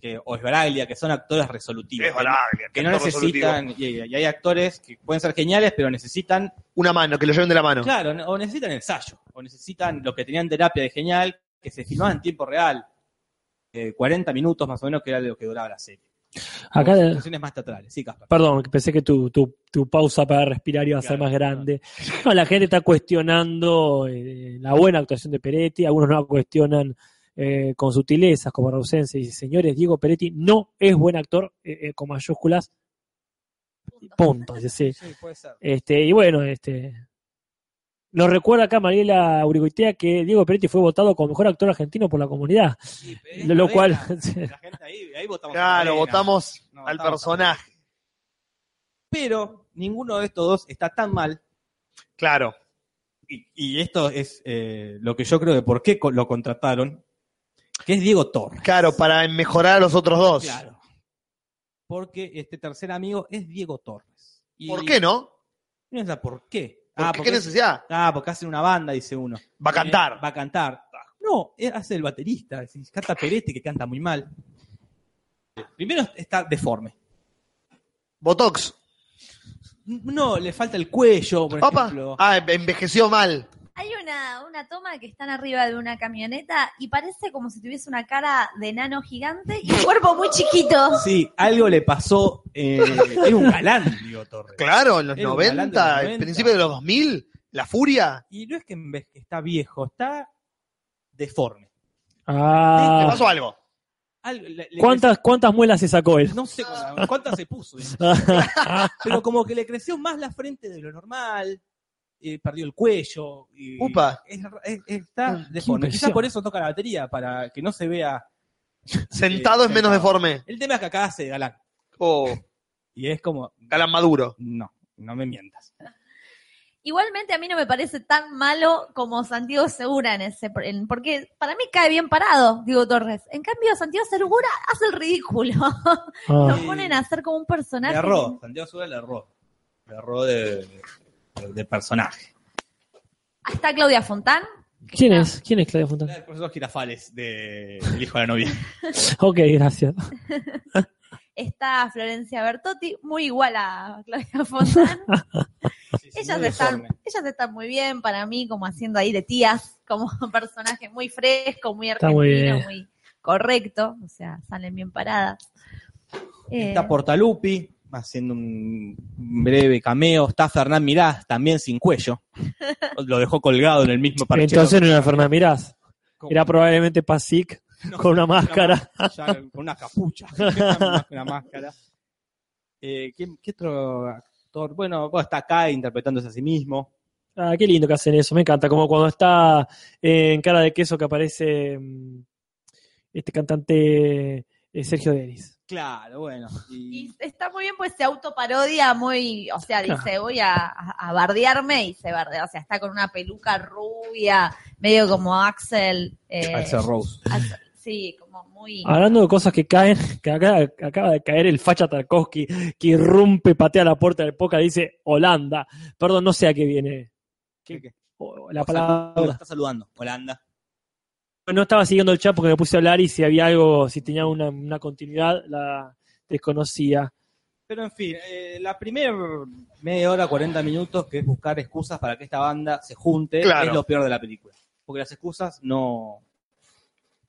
C: que, o Esbaraglia, que son actores resolutivos.
A: Es horrible,
C: Que no
A: actor resolutivo.
C: necesitan, y, y hay actores que pueden ser geniales, pero necesitan
A: Una mano, que lo lleven de la mano.
C: Claro, o necesitan ensayo, o necesitan lo que tenían terapia de genial, que se filmaba en tiempo real, eh, 40 minutos más o menos, que era lo que duraba la serie.
B: acá,
C: Con situaciones más teatrales, sí, Caspar.
B: perdón, que pensé que tu, tu- tu pausa para respirar iba a ser
C: Claro,
B: más
C: claro.
B: grande. No, la gente está cuestionando eh, la buena actuación de Peretti, algunos no la cuestionan eh, con sutilezas, como Rausense dice, señores, Diego Peretti no es buen actor, eh, eh, con mayúsculas, punto, dice, sí.
C: Sí, puede ser.
B: Este, y bueno, este. Nos recuerda acá Mariela Aurigoitea que Diego Peretti fue votado como mejor actor argentino por la comunidad.
C: Sí, pero es
B: Lo, lo
C: novela.
B: cual.
C: La gente ahí, ahí votamos.
A: Claro,
C: novela.
A: votamos
C: No,
A: al
C: votamos
A: personaje.
C: Pero ninguno de estos dos está tan mal
A: Claro.
C: y, y esto es eh, lo que yo creo de por qué co- lo contrataron, que es Diego Torres.
A: Claro, para mejorar a los otros dos.
C: Claro. porque este tercer amigo es Diego Torres. Y-
A: ¿Por qué no?
C: No sé por qué.
A: ¿Por
C: ah,
A: qué?
C: porque,
A: ¿Qué necesidad?
C: ah, porque hacen una banda, dice uno.
A: Va a cantar.
C: Eh, va a cantar. No, él hace el baterista, es decir, canta Peretti, que canta muy mal. Primero está deforme.
A: Botox.
C: No, le falta el cuello, por
A: Opa.
C: ejemplo.
A: Ah, envejeció mal.
E: Hay una, una toma que están arriba de una camioneta y parece como si tuviese una cara de nano gigante y un cuerpo muy chiquito.
C: Sí, algo le pasó. eh, es un galán, Diego Torres.
A: Claro, en los
C: Era un galán de los
A: 90, el
C: 90.
A: principio de los 2000, la furia.
C: Y no es que en vez que está viejo, está deforme.
A: ¿Le
B: Ah,
A: pasó algo?
C: Algo- le- le
B: ¿cuántas, ¿Cuántas muelas se sacó él?
C: creció- No sé cuántas cuántas se puso. dice. Pero como que le creció más la frente de lo normal. eh, perdió el cuello. y-
A: Upa.
C: es- es- está
B: Ah, Qué
C: deforme. Quizás
B: impresión.
C: por eso toca la batería, para que no se vea.
A: Sentado es menos
C: sentado. Oh,
A: deforme.
C: El tema es que acá hace galán.
A: O
C: Y es como,
A: galán maduro.
C: no, no me mientas.
E: Igualmente a mí no me parece tan malo como Santiago Segura en ese, en- porque para mí cae bien parado, Diego Torres. En cambio, Santiago Segura hace el ridículo.
B: Ah,
E: Lo ponen a hacer como un
C: Le
E: personaje.
C: erró, Santiago Segura le erró. Le erró de, de- de personaje.
E: Hasta Claudia Fontán. que
B: ¿Quién
E: está-
B: es? ¿Quién es Claudia Fontana?
C: Por esos girafales de El hijo de la novia.
B: Ok, gracias.
E: Está Florencia Bertotti, muy igual a Claudia Fontán.
C: Sí, sí,
E: ellas,
C: muy
E: están,
C: deforme.
E: ellas están muy bien para mí, como haciendo ahí de tías, como un personaje muy fresco, muy
B: Está
E: argentino,
B: muy
E: muy,
B: bien.
E: correcto. O sea, salen bien paradas. Eh,
C: Está Portalupi haciendo un breve cameo. Está Fernán Mirás, también sin cuello. Lo dejó colgado en el mismo parche.
B: Entonces no era Fernán Mirás.
C: Como-
B: Era probablemente Pasic
C: no,
B: con una máscara.
C: ya con una capucha. una, una máscara. Eh, ¿quién- ¿Qué otro actor? Bueno, bueno, está acá interpretándose a sí mismo.
B: Ah, qué lindo que hacen eso, me encanta. Como cuando está en cara de queso que aparece mm, este cantante eh, Sergio Denis.
C: Claro, bueno. y-
E: y está muy bien, pues se autoparodia muy. O sea, dice, voy a, a- a bardearme y se bardea. O sea, está con una peluca rubia, medio como Axel. eh,
C: Axel Rose.
E: Axel- sí, como muy.
B: Hablando de cosas que caen, que acá- acaba de caer el facha Tarkovsky que irrumpe, patea la puerta del poca, dice Holanda. Perdón, no sé a qué viene ¿Qué-
C: ¿Qué?
B: o- la
C: O sea,
B: palabra.
C: Está saludando, Holanda.
B: No estaba siguiendo el chat porque me puse a hablar y si había algo, si tenía una, una continuidad, la desconocía.
C: Pero en fin, eh, la primera media hora, 40 minutos, que es buscar excusas para que esta banda se junte,
A: Claro.
C: es lo peor de la película. Porque las excusas no,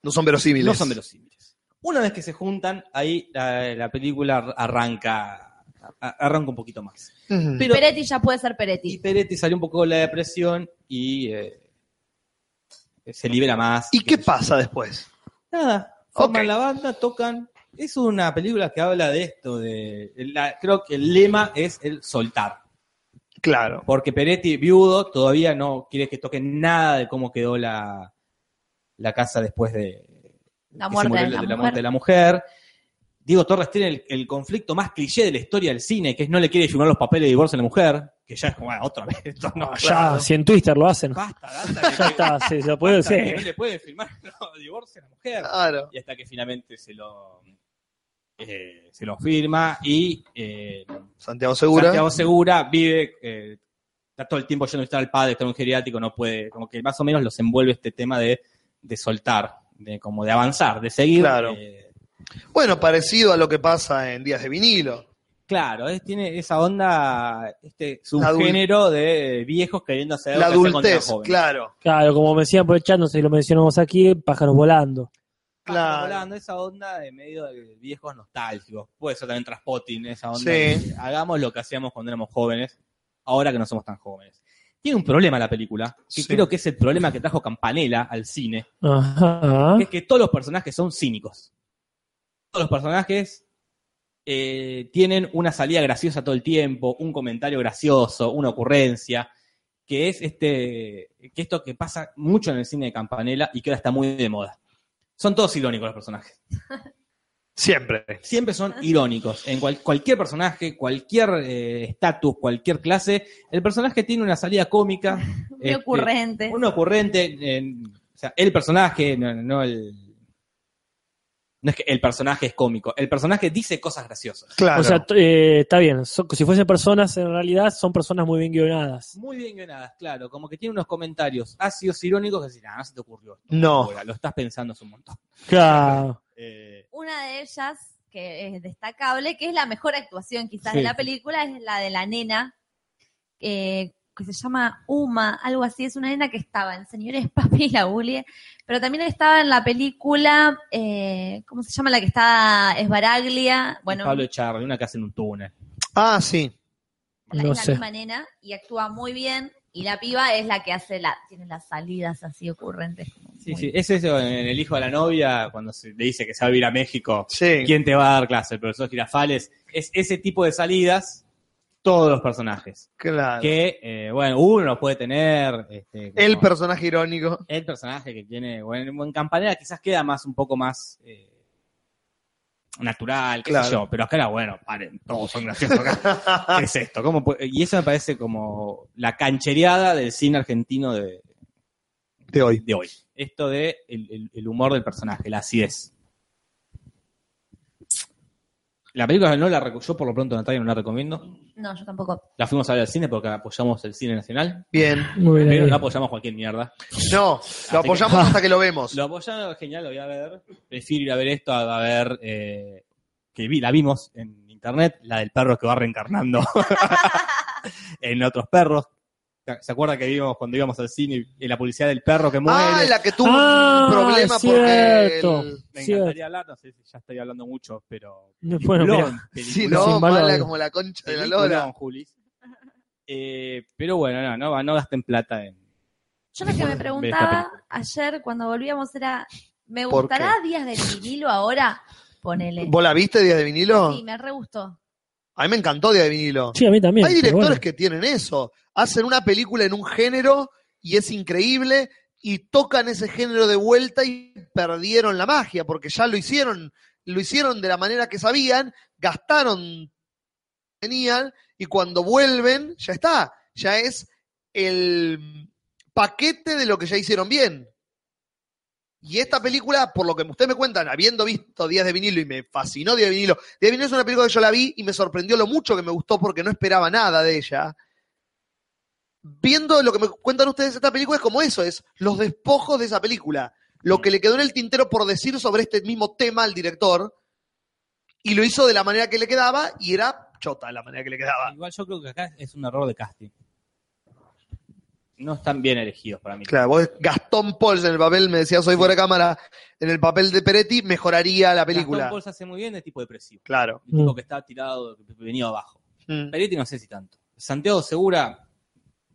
A: No son verosímiles.
C: no son verosímiles. Una vez que se juntan, ahí la, la película ar- arranca a- arranca un poquito más.
A: Ujú.
C: Pero
E: Peretti ya puede ser
C: y
E: Peretti.
C: Peretti salió un poco de la depresión y eh, se libera más.
A: ¿Y qué
C: sé yo.
A: pasa después?
C: Nada, forman
A: Ok.
C: la banda, tocan. Es una película que habla de esto, de la- creo que el lema es el soltar.
A: Claro.
C: Porque Peretti, viudo, todavía no quiere que toquen nada de cómo quedó la, la casa después de
E: La
C: que se
E: muerte
C: murió
E: de la
C: muerte de la mujer. Diego Torres tiene el, el conflicto más cliché de la historia del cine, que es no le quiere firmar los papeles de divorcio a la mujer, que ya es como, bueno, otra vez, esto no,
B: No,
C: claro.
B: Ah, ya, si en Twitter lo hacen.
C: basta, basta, que-
B: Ya está, se, se lo puede
C: basta que
B: decir.
C: no le puede firmar los divorcios a la mujer
A: Claro.
C: y hasta que finalmente se lo eh, se lo firma y eh,
A: Santiago Segura.
C: Santiago Segura vive eh, está todo el tiempo yendo a visitar al padre está en un geriátrico no puede como que más o menos los envuelve este tema de, de soltar de como de avanzar de seguir
A: Claro.
C: eh,
A: Bueno, parecido a lo que pasa en Días de Vinilo.
C: claro es- tiene esa onda este
A: La adul-
C: subgénero de viejos queriendo hacer
A: La
C: algo que hacer contra
A: adultez,
C: jóvenes.
A: claro.
B: Claro, como me decían por el chat, no sé si lo mencionamos aquí, pájaros volando.
C: Pájaro
A: Claro.
C: volando, esa onda de medio de viejos nostálgicos. Puede ser también Traspotting, esa onda.
A: Sí.
C: de hagamos lo que hacíamos cuando éramos jóvenes, ahora que no somos tan jóvenes. Tiene un problema la película, que
A: Sí.
C: creo que es el problema que trajo Campanella al cine,
B: Ajá.
C: que es que todos los personajes son cínicos. Todos los personajes eh, tienen una salida graciosa todo el tiempo, un comentario gracioso, una ocurrencia, que es este, que esto que pasa mucho en el cine de Campanella y que ahora está muy de moda. Son todos irónicos los personajes
A: Siempre.
C: siempre son irónicos. En cual- cualquier personaje, cualquier eh, estatus, cualquier clase, el personaje tiene una salida cómica.
E: Muy
C: este,
E: ocurrente.
C: Un ocurrente. en- o sea, el personaje, no, no el. No es que el personaje es cómico, el personaje dice cosas graciosas.
A: Claro.
B: O sea, t- eh, está bien. son- si fuesen personas, en realidad son personas muy bien guionadas.
C: Muy bien guionadas, claro, como que tiene unos comentarios ácidos irónicos que dicen, ah, no se te ocurrió. esto,
A: No.
C: ahora, lo estás pensando hace un montón.
B: Claro.
C: Eh,
E: Una de ellas, que es destacable, que es la mejor actuación quizás
B: Sí.
E: de la película, es la de la nena, eh, que se llama Uma, algo así. Es una nena que estaba en Señores Papi y la Bully, pero también estaba en la película, eh, ¿cómo se llama? La que está Esbaraglia. Bueno,
C: Pablo Echarri, una que hace en un túnel.
A: Ah, sí.
E: la,
B: No
E: es la
B: sé.
E: misma nena y actúa muy bien. Y la piba es la que hace la, tiene las salidas así ocurrentes. como
C: Sí,
E: muy-
C: sí, es eso en el hijo de la novia, cuando se le dice que se va a vivir a México,
A: Sí.
C: ¿quién te va a dar clase? El profesor Girafales. Es ese tipo de salidas, todos los personajes.
A: Claro.
C: Que, eh, bueno, uno los puede tener. este, como
A: El personaje irónico.
C: el personaje que tiene, bueno, en Campanera quizás queda más, un poco más eh, natural, qué
A: Claro.
C: sé yo, pero acá era bueno, paren, todos son graciosos acá. ¿Qué es esto? ¿Cómo puede- Y eso me parece como la canchereada del cine argentino de,
A: De hoy.
C: de hoy. Esto de el, el- el humor del personaje, la acidez. La película no la recu- yo por lo pronto Natalia no la recomiendo.
E: No, yo tampoco.
C: La fuimos a ver al cine porque apoyamos el cine nacional,
A: Bien.
B: Muy bien.
C: pero
B: ahí.
C: no apoyamos cualquier mierda.
A: No, lo apoyamos hasta que lo vemos.
C: Lo apoyaron, genial, lo voy a ver. Prefiero ir a ver esto a, a ver eh, que vi, la vimos en internet, la del perro que va reencarnando en otros perros. ¿Se acuerda que vimos cuando íbamos al cine y la publicidad del perro que muere?
A: Ah, la que tuvo
B: Ah,
A: un problema
B: cierto.
A: porque. el-
C: Me
B: Sí, eh,
C: encantaría hablar, no sé si ya estoy hablando mucho, pero.
B: No, bueno,
C: Peliculón,
B: mirá.
A: Sí,
C: peliculón,
A: no,
B: Sin valor.
A: mala como la concha de la
C: peliculón,
A: lora.
C: Julis. Eh, pero bueno, no, no, no gasten plata en.
E: Yo lo que me preguntaba ayer cuando volvíamos era, ¿me
A: ¿Por
E: gustará Días del Vinilo ahora? Ponele.
A: ¿Vos la viste Días de vinilo?
E: Sí, me re gustó.
A: A mí me encantó Días de vinilo.
B: Sí, a mí también.
A: Hay
B: pero
A: directores
B: bueno.
A: que tienen eso. Hacen una película en un género y es increíble y tocan ese género de vuelta y perdieron la magia porque ya lo hicieron, lo hicieron de la manera que sabían, gastaron, tenían y cuando vuelven ya está, ya es el paquete de lo que ya hicieron bien. Y esta película, por lo que ustedes me cuentan, habiendo visto Días de vinilo y me fascinó Días de vinilo, Días de vinilo es una película que yo la vi y me sorprendió lo mucho que me gustó porque no esperaba nada de ella. Viendo lo que me cuentan ustedes de esta película es como eso, es los despojos de esa película. Lo que le quedó en el tintero por decir sobre este mismo tema al director y lo hizo de la manera que le quedaba y era chota la manera que le
B: Ah.
A: quedaba.
C: Igual yo creo que acá es un error de casting. No están bien elegidos para mí.
A: Claro, vos Gastón Pauls en el papel, me decías hoy fuera de cámara, en el papel de Peretti mejoraría la película.
C: Gastón Paul se hace muy bien de tipo depresivo.
A: Claro.
C: El tipo
B: Mm.
C: que está tirado, venido abajo.
A: Mm.
C: Peretti no sé si tanto. Santiago Segura,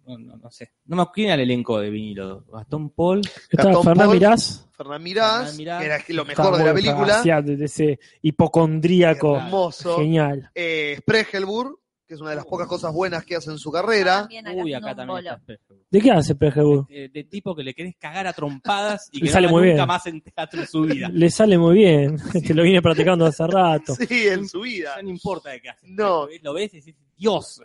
C: no, no- no sé. No me acuerdo el elenco de vinilo. Gastón Paul.
B: Está
A: Gastón
B: Fernán
A: Paul,
B: Mirás.
A: Fernán Mirás,
C: Fernán Mirás.
A: que era lo
B: Está
A: mejor de la
B: bueno, está
A: película.
B: vaciado De ese hipocondríaco.
A: Hermoso.
B: Genial.
A: Eh, Spregelburg, que es una de las pocas cosas buenas que hace en su carrera.
E: También
C: Uy,
E: haciendo
C: acá
E: un
C: también.
E: bolo.
C: está Peretti.
B: ¿De qué hace PGU?
C: Eh, de tipo que le querés cagar a trompadas y
B: Le
C: que
B: sale
C: no
B: muy
C: haga
B: bien.
C: nunca más en teatro en su vida.
B: Le sale muy bien. Te lo vine practicando hace rato.
A: Sí, en su vida.
C: Ya no importa de qué hace.
A: No.
C: Lo ves- Lo ves y decís, Dios.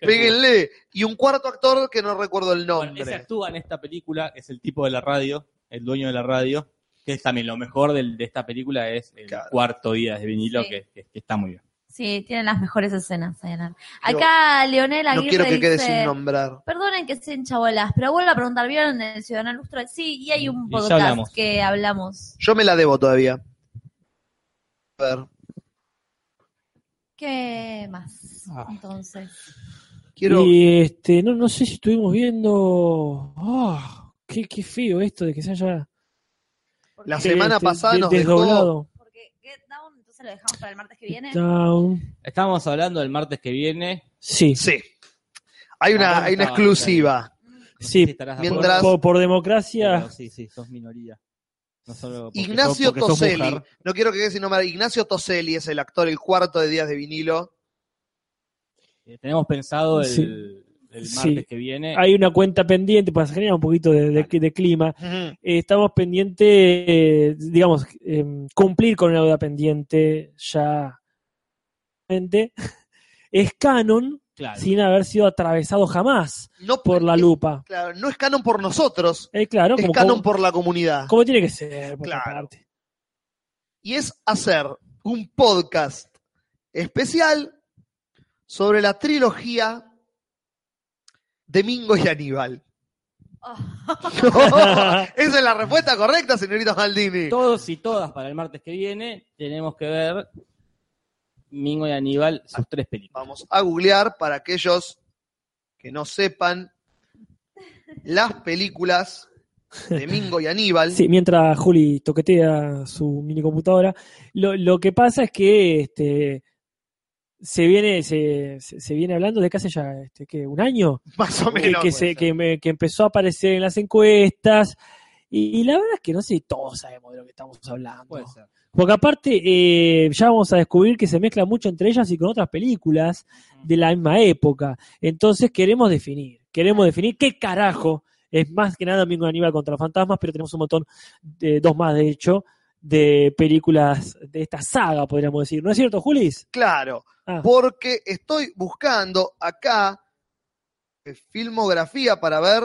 A: Péguenle. Y un cuarto actor que no recuerdo el
C: Bueno, ese
A: nombre.
C: actúa en esta película, es el tipo de la radio, el dueño de la radio, que es también lo mejor del- de esta película, es el
A: Claro.
C: cuarto día de vinilo,
E: Sí.
C: que, que- que está muy bien.
E: Sí, tienen las mejores escenas. ahí en la- Acá Leonel
A: No
E: Aguirre
A: quiero que quede
E: dice,
A: sin nombrar.
E: perdonen que sean chabolas, pero vuelvo a preguntar, ¿vieron el Ciudadano Lustro? Sí, y hay un
C: Y ya
E: podcast
C: hablamos.
E: que hablamos.
A: Yo me la debo todavía. A ver.
E: ¿Qué más?
C: Ah.
E: Entonces,
A: Quiero.
B: Y este, no, no sé si estuvimos viendo. ah, qué, qué feo esto de que se haya.
A: La
B: este,
A: semana
B: este,
A: pasada
B: de-
A: nos dejó.
B: desdoblado.
E: porque Get Down, entonces lo dejamos para el martes que viene.
B: Down.
C: Estábamos hablando del martes que viene.
B: Sí,
A: Sí. Hay una, hay una
C: Ah,
A: exclusiva.
C: No sé
B: Sí,
C: si estarás de
A: mientras-
C: acuerdo,
B: por, por democracia.
C: pero sí, sí, sos minoría. No solo porque
A: Ignacio
C: sos- porque sos
A: Toselli.
C: mujer.
A: No quiero que quede sin nombrar. Ignacio Toselli es el actor, el cuarto de Días de Vinilo.
C: Eh, tenemos pensado el,
B: Sí.
C: el martes
B: Sí.
C: que viene.
B: Hay una cuenta pendiente para generar un poquito de, de- de clima.
A: Ujú.
B: Eh, estamos pendientes, digamos, em, cumplir con una deuda pendiente ya. Es canon
C: Claro.
B: sin haber sido atravesado jamás
A: No
B: por la
A: es-
B: lupa.
A: claro, no es canon por nosotros,
B: Eh, claro,
A: es
B: como,
A: canon
B: como,
A: por la comunidad.
B: como tiene que ser. por otra
A: Claro.
B: parte.
A: y es hacer un podcast especial sobre la trilogía de Mingo y Aníbal.
E: Oh,
A: Esa es la respuesta correcta, señorita Maldini.
C: Todos y todas para el martes que viene tenemos que ver Mingo y Aníbal, sus tres películas.
A: Vamos a googlear para aquellos que no sepan las películas de Mingo y Aníbal.
B: Sí, mientras Juli toquetea su minicomputadora, lo, lo que pasa es que este, se viene se, se se viene hablando de casi ya este, ¿qué? un año
A: Más o
B: que,
A: menos.
B: que
A: puede
B: se,
A: ser.
B: que, me- que empezó a aparecer en las encuestas. Y, y la verdad es que no sé si todos sabemos de lo que estamos hablando.
C: Puede ser.
B: Porque aparte, eh, ya vamos a descubrir que se mezcla mucho entre ellas y con otras películas de la misma época. Entonces queremos definir, queremos definir qué carajo es más que nada Mingo Aníbal contra los fantasmas, pero tenemos un montón, de, dos más de hecho, de películas de esta saga, podríamos decir. ¿No es cierto, Julis?
A: Claro,
B: Ah.
A: porque estoy buscando acá eh, filmografía para ver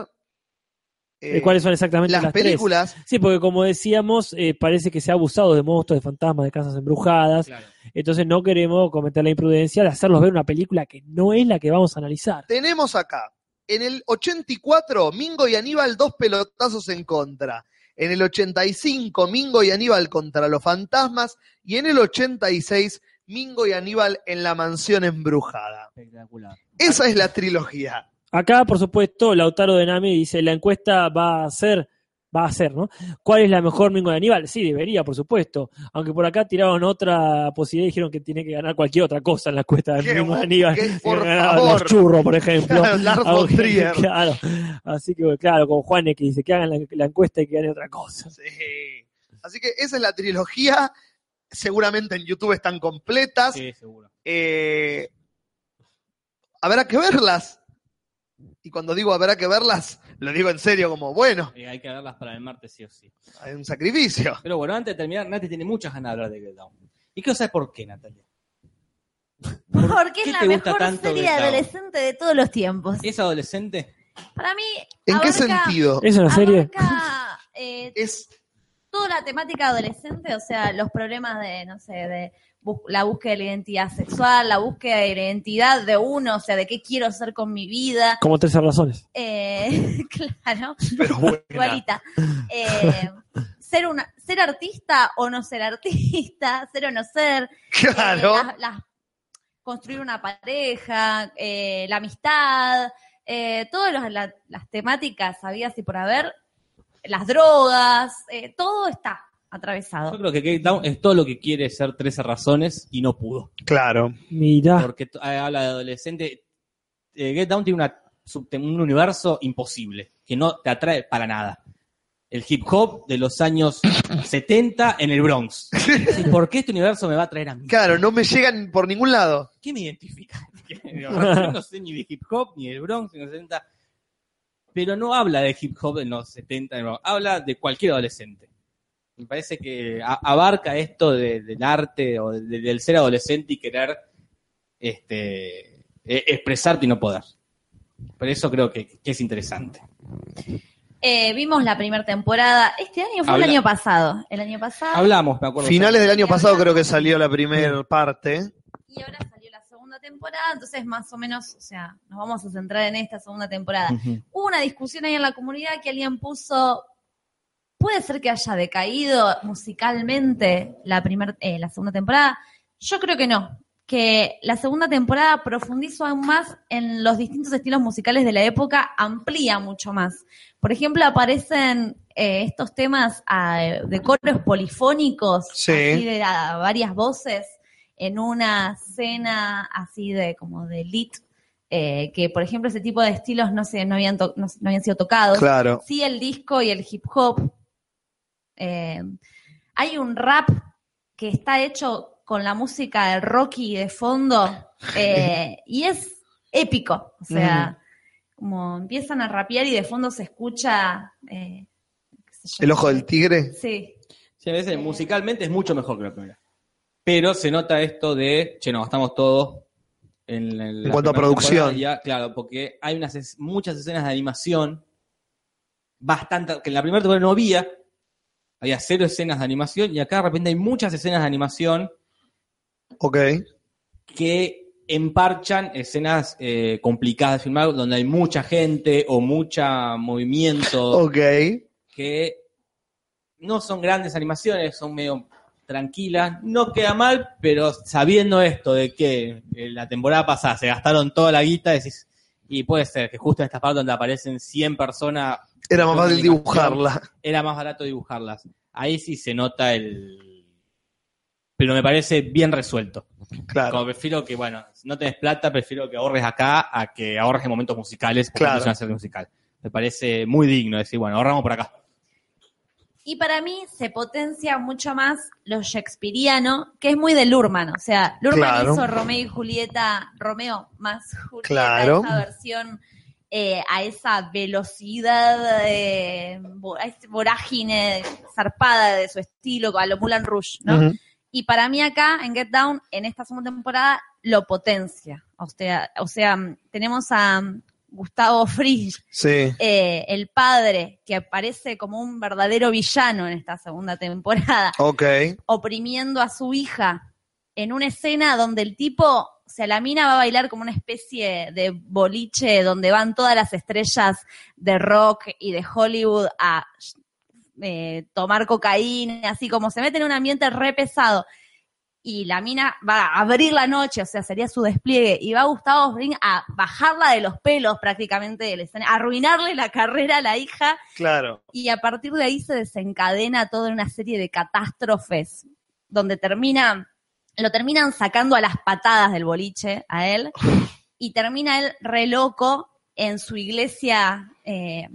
A: eh,
B: Eh, ¿Cuáles son exactamente las,
A: las
B: tres?
A: películas.
B: Sí, porque como decíamos, eh, parece que se ha abusado de monstruos, de fantasmas, de casas embrujadas.
C: Claro.
B: Entonces no queremos cometer la imprudencia de hacerlos ver una película que no es la que vamos a analizar.
A: Tenemos acá, en el 84, Mingo y Aníbal dos pelotazos en contra. En el 85, Mingo y Aníbal contra los fantasmas. Y en el 86, Mingo y Aníbal en la mansión embrujada.
C: Espectacular.
A: Esa es la trilogía.
B: Acá, por supuesto, Lautaro de Nami dice, la encuesta va a ser, va a ser, ¿no? ¿Cuál es la mejor Mingo de Aníbal? Sí, debería, por supuesto. Aunque por acá tiraron otra posibilidad y dijeron que tiene que ganar cualquier otra cosa en la encuesta de
A: Qué
B: Mingo de
A: bu-
B: Aníbal.
A: qué-
B: Que
A: por
B: ganaba
A: favor.
B: Los churros, por ejemplo.
A: Lars von
B: Aunque-
A: Trier.
B: claro. Así que, claro, con Juan que dice que hagan la, la encuesta y que gane otra cosa.
A: Sí. Así que esa es la trilogía. Seguramente en YouTube están completas.
C: Sí, seguro.
A: Eh, habrá que verlas. Y cuando digo habrá que verlas, lo digo en serio, como bueno,
C: Eh, hay que verlas para el martes sí o sí.
A: hay un sacrificio.
C: Pero bueno, antes de terminar, Nati tiene muchas ganas de hablar de Get Down. ¿Y qué sabes por qué, Natalia?
E: Porque
C: qué
E: es la
C: te gusta
E: mejor
C: tanto
E: serie
C: de Down?
E: adolescente de todos los tiempos.
C: ¿Es adolescente?
E: Para mí.
A: ¿En qué
E: abarca-
A: sentido?
B: ¿Es
E: Ah,
B: una serie?
E: abarca, eh,
A: Es
E: toda la temática adolescente, o sea, los problemas de, no sé, de bus- la búsqueda de la identidad sexual, la búsqueda de la identidad de uno, o sea, de qué quiero ser con mi vida.
B: Como 13 razones.
E: Eh, claro,
A: pero bueno,
E: igualita. Eh, ser, una, ser artista o no ser artista, ser o no ser. eh,
A: claro.
E: las- las- construir una pareja, eh, la amistad, eh, todas las- la- las temáticas habidas y por haber, las drogas, eh, todo está atravesado.
B: Ah.
C: Yo creo que Get Down es todo lo que quiere ser 13 razones y no pudo.
A: Claro.
B: Mirá.
C: Porque t- eh, habla de adolescente. Eh, Get Down tiene una subte- un universo imposible, que no te atrae para nada. El hip hop de los años 70 en el Bronx. Decís, ¿Por qué este universo me va a traer a mí?
A: Claro, no me llegan por ningún lado.
C: ¿Qué me identifica? Yo no sé ni de hip hop, ni del Bronx, ni de los 70. Pero no habla de hip hop en los 70, en el Bronx. habla de cualquier adolescente. Me parece que a- abarca esto de- del arte o de- del ser adolescente y querer este, e- expresarte y no poder. Por eso creo que, que es interesante.
E: Eh, vimos la primera temporada. Este año fue
C: Habla-
E: el año pasado. El año pasado.
C: Hablamos, me acuerdo.
A: Finales del año pasado creo que salió la primera parte.
E: Y ahora salió la segunda temporada. Entonces, más o menos, o sea, nos vamos a centrar en esta segunda temporada.
C: Ujú.
E: Hubo una discusión ahí en la comunidad que alguien puso. Puede ser que haya decaído musicalmente la, primer, eh, la segunda temporada. Yo creo que no. Que la segunda temporada profundizó aún más en los distintos estilos musicales de la época, amplía mucho más. Por ejemplo, aparecen eh, estos temas ah, de coros polifónicos,
A: Sí.
E: así de ah, varias voces, en una cena así de como de lit, eh, que por ejemplo ese tipo de estilos no, se, no, habían, to- no, no habían sido tocados.
A: Claro.
E: Sí, el disco y el hip hop. Eh, hay un rap que está hecho con la música de Rocky de fondo eh, y es épico. O sea, como empiezan a rapear y de fondo se escucha. eh, qué sé yo.
A: El ojo del tigre.
E: Sí.
C: Sí, a veces musicalmente es mucho mejor que la primera. Pero se nota esto de, che, no, estamos todos en, el- la
A: cuanto a
C: primera
A: producción.
C: temporada ya, claro, porque hay unas es- muchas escenas de animación bastante, que en la primera temporada no había, había cero escenas de animación y acá de repente hay muchas escenas de animación
A: Ok.
C: que emparchan escenas eh, complicadas de filmar donde hay mucha gente o mucha movimiento
A: Ok.
C: que no son grandes animaciones, son medio tranquilas, no queda mal, pero sabiendo esto de que eh, la temporada pasada se gastaron toda la guita, decís, y puede ser que justo en esta parte donde aparecen 100 personas,
A: Era más fácil
C: Animación.
A: dibujarla.
C: era más barato dibujarlas. Ahí sí se nota el... Pero me parece bien resuelto.
A: Claro.
C: Como prefiero que, bueno, si no tenés plata, prefiero que ahorres acá a que ahorres en momentos musicales, porque
A: Claro.
C: no es una serie musical. Me parece muy digno decir, bueno, ahorramos por acá.
E: Y para mí se potencia mucho más lo shakespeariano, que es muy de Lurman. O sea, Lurman
A: Claro.
E: hizo Romeo y Julieta, Romeo más Julieta,
A: Claro.
E: esa versión eh, a esa velocidad, eh, vo- a esa vorágine zarpada de su estilo, a lo Mulan Rouge, ¿no?
A: Ujú.
E: Y para mí acá, en Get Down, en esta segunda temporada, lo potencia. O sea, o sea tenemos a mm, Gustavo Fring
A: Sí.
E: eh, el padre, que aparece como un verdadero villano en esta segunda temporada,
A: Ok.
E: oprimiendo a su hija en una escena donde el tipo, o sea, la mina va a bailar como una especie de boliche donde van todas las estrellas de rock y de Hollywood a eh, tomar cocaína, así como se mete en un ambiente re pesado. Y la mina va a abrir la noche, o sea, sería su despliegue. Y va Gustavo Fring a bajarla de los pelos prácticamente del escenario, a arruinarle la carrera a la hija
A: Claro.
E: y a partir de ahí se desencadena toda una serie de catástrofes donde termina, lo terminan sacando a las patadas del boliche a él y termina él re loco en su iglesia eh,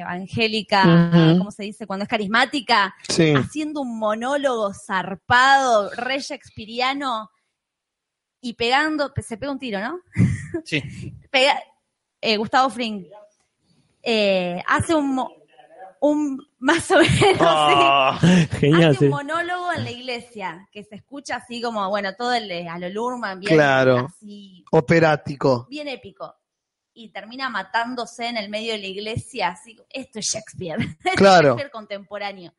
E: evangélica,
A: Ujú.
E: ¿cómo se dice? Cuando es carismática,
A: Sí.
E: haciendo un monólogo zarpado, re shakespeariano y pegando, se pega un tiro, ¿no?
C: Sí.
E: pega- eh, Gustavo Fring eh, hace un, mo- un más o menos sí,
A: Ah,
B: Genial.
E: hace un
B: sí.
E: monólogo en la iglesia que se escucha así como bueno todo el de a lo Lurman bien
A: Claro.
E: así
A: operático.
E: bien épico y termina matándose en el medio de la iglesia así esto es Shakespeare Esto es
A: Claro.
E: Shakespeare contemporáneo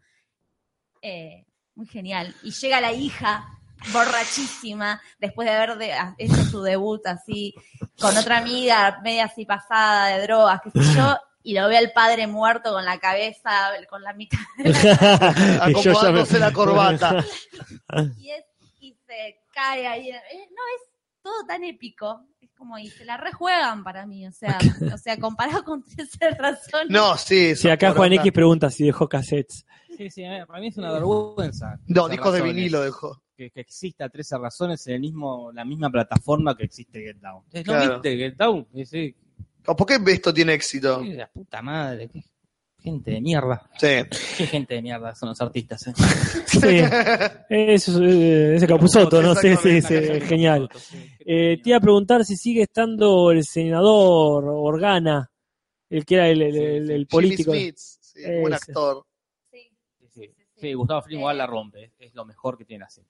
E: Eh, muy genial y llega la hija borrachísima después de haber de- ha- hecho su debut así con otra amiga media así pasada de drogas qué sé yo y lo ve al padre muerto con la cabeza con la mitad de la
B: Que yo ya me-
A: Acomodándose la corbata.
E: y, es- y se cae ahí. Eh, No, es todo tan épico. Es como, y se la rejuegan para mí. O sea, o sea comparado con 13 razones.
A: No, sí.
B: Sí, acá
A: son
B: Juan
A: corotas.
B: X pregunta si dejó cassettes.
C: Sí, sí, a ver, para mí es una vergüenza.
A: No,
C: 13
A: discos de
C: razones.
A: vinilo dejó.
C: Que, que exista 13 razones en el mismo, la misma plataforma que existe Get Down. ¿No
A: Claro.
C: viste Get Down? Y decís,
A: ¿O ¿Por qué esto tiene éxito?
C: "Qué la puta madre, qué gente de mierda.
A: Sí.
C: Qué gente de mierda son los artistas. eh".
B: Sí, eso es, eh, ese capuzoto, ¿no? Sí, sí, sí,
C: Exactamente.
B: genial. Eh, te iba a preguntar si sigue estando el senador Organa, el que era el, el- el- el político.
A: Jimmy Smith, sí, buen
B: Ese.
A: actor.
E: Sí.
C: Sí, sí. Sí, Gustavo Fring igual la rompe. Es lo mejor que tiene la serie.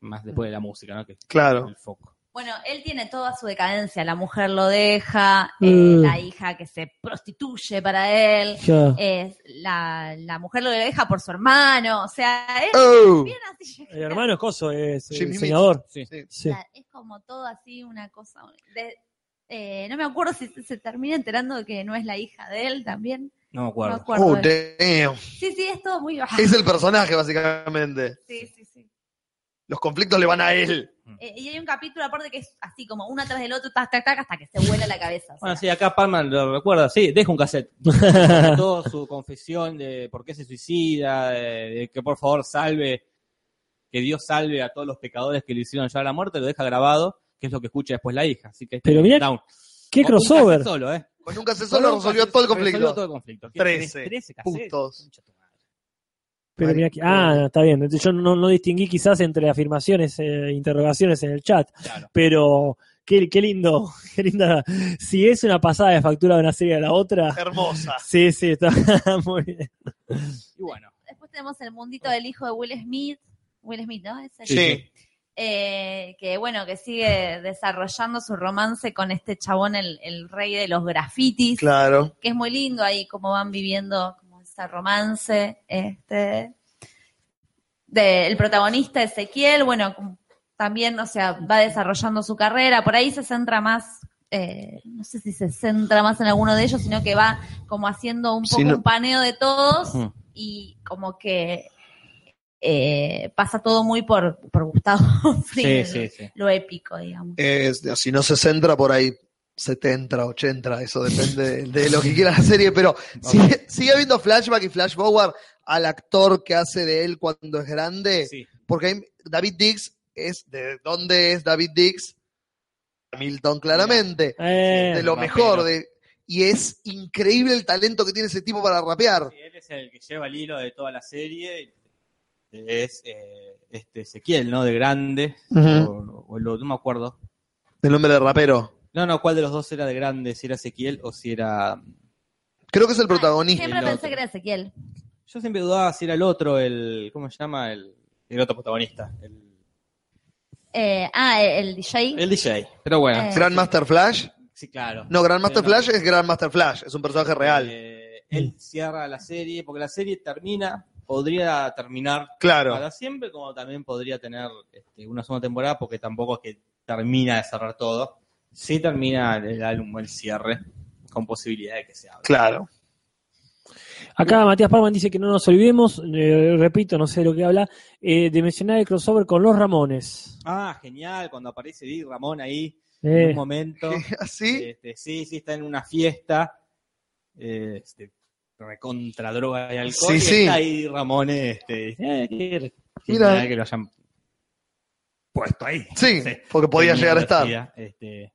C: Más después de la música, ¿no? Que es
A: Claro.
C: el foco.
E: Bueno, él tiene toda su decadencia. La mujer lo deja, eh,
B: Mm.
E: la hija que se prostituye para él.
B: Ya.
C: Eh,
E: Es la, la mujer lo deja por su hermano, o sea, es
A: Oh.
E: bien así.
B: Ah. El hermano Escoso es el
A: Jimmy Smith.
B: senador.
C: Sí.
A: Sí.
E: O
B: Sí.
E: sea, es como todo así, una cosa. de- eh, no me acuerdo si se termina enterando de que no es la hija de él también.
C: No me
E: No me
C: acuerdo.
E: acuerdo.
B: Uh,
A: Oh,
E: de-
A: damn.
E: Sí, sí, es todo muy bajo.
A: Es el personaje, básicamente.
E: Sí, sí, sí.
A: Los conflictos le van a él.
E: Eh, y hay un capítulo aparte que es así como uno tras del otro, tac, tac, tac, hasta que se vuela la cabeza. o sea.
C: Bueno, Ah, sí, acá Palma lo recuerda, sí, deja un cassette. Sobre todo su confesión de por qué se suicida, de, de que por favor salve, que Dios salve a todos los pecadores que le hicieron ya la muerte, lo deja grabado, que es lo que escucha después la hija. Así que este
B: Pero mirá,
C: down.
B: ¿Qué
C: Con un
B: crossover?
C: cassette Solo, ¿eh?
A: Con Pues nunca se
C: Con
A: solo
C: un
A: resolvió
C: cassette-
A: todo el
C: resolvió todo
A: conflicto.
C: el conflicto. ¿Qué
A: Trece
C: tenés? Trece cassettes.
A: puntos.
C: Concha tu madre.
B: Pero mirá que- ah, está bien. Entonces Yo no, no distinguí quizás entre afirmaciones e interrogaciones en el chat,
C: Claro.
B: pero qué, qué
A: Oh.
B: lindo, qué linda. Si es una pasada de factura de una serie a la otra,
A: Hermosa.
B: sí, sí, está muy bien.
C: Y bueno.
E: Después tenemos el mundito del hijo de Will Smith. Will Smith, ¿no? Es el-
A: Sí.
E: Eh, que bueno, que sigue desarrollando su romance con este chabón, el, el rey de los grafitis.
A: Claro.
E: que es muy lindo ahí cómo van viviendo como ese romance. Este, del protagonista Ezequiel, bueno, como también, o sea, va desarrollando su carrera, por ahí se centra más, eh, no sé si se centra más en alguno de ellos, sino que va como haciendo un poco
A: Si no-
E: un paneo de todos
C: Mm.
E: y como que eh, pasa todo muy por, por Gustavo
C: Sí,
E: Fring,
C: sí, sí.
E: lo épico, digamos.
A: Es- si no se centra por ahí 70, 80, eso depende de, de lo que quiera la serie, pero sigue, sigue habiendo flashback y flashforward al actor que hace de él cuando es grande,
C: Sí.
A: porque hay- David Dix es, ¿de dónde es David Dix? Milton claramente,
B: Eh,
A: de lo
C: rapero.
A: mejor, de, y es increíble el talento que tiene ese tipo para rapear.
C: Sí, Él es el que lleva el hilo de toda la serie. Es eh, este Ezequiel, ¿no? De grande. o, o el otro, no me acuerdo.
A: El nombre de rapero.
C: No, no, ¿cuál de los dos era de grande? Si era Ezequiel o si era.
A: Creo que es el
E: Ay,
A: protagonista.
E: Siempre
C: El
E: pensé
C: otro.
E: que era Ezequiel.
C: Yo siempre dudaba si era el otro, el. ¿Cómo se llama? El, el otro protagonista. El,
E: Eh, ah, el DJ.
C: el DJ. Pero bueno.
E: Eh.
A: Grandmaster Flash.
C: Sí, claro.
A: No, Grandmaster
C: Pero no.
A: Flash es Grandmaster Flash, es un personaje real.
C: Eh, él cierra la serie, porque la serie termina, podría terminar
A: Claro.
C: para siempre, como también podría tener este, una segunda temporada, porque tampoco es que termina de cerrar todo. Sí termina el álbum, buen cierre, con posibilidad de que se hable.
A: Claro.
B: Acá Matías Parman dice que no nos olvidemos, eh, repito, no sé de lo que habla, eh, de mencionar el crossover con los Ramones.
C: Ah, genial, cuando aparece Di Ramón ahí, en
B: Eh,
C: un momento.
A: Así.
C: Este, sí, sí, está en una fiesta. eh, Este, recontra droga y alcohol.
A: Sí,
C: y
A: sí.
C: Está ahí Ramón. Este, eh, qué
A: Mira.
C: genial que lo hayan puesto ahí.
A: Sí, porque podía
C: Una
A: llegar a estar.
C: diversidad, Este,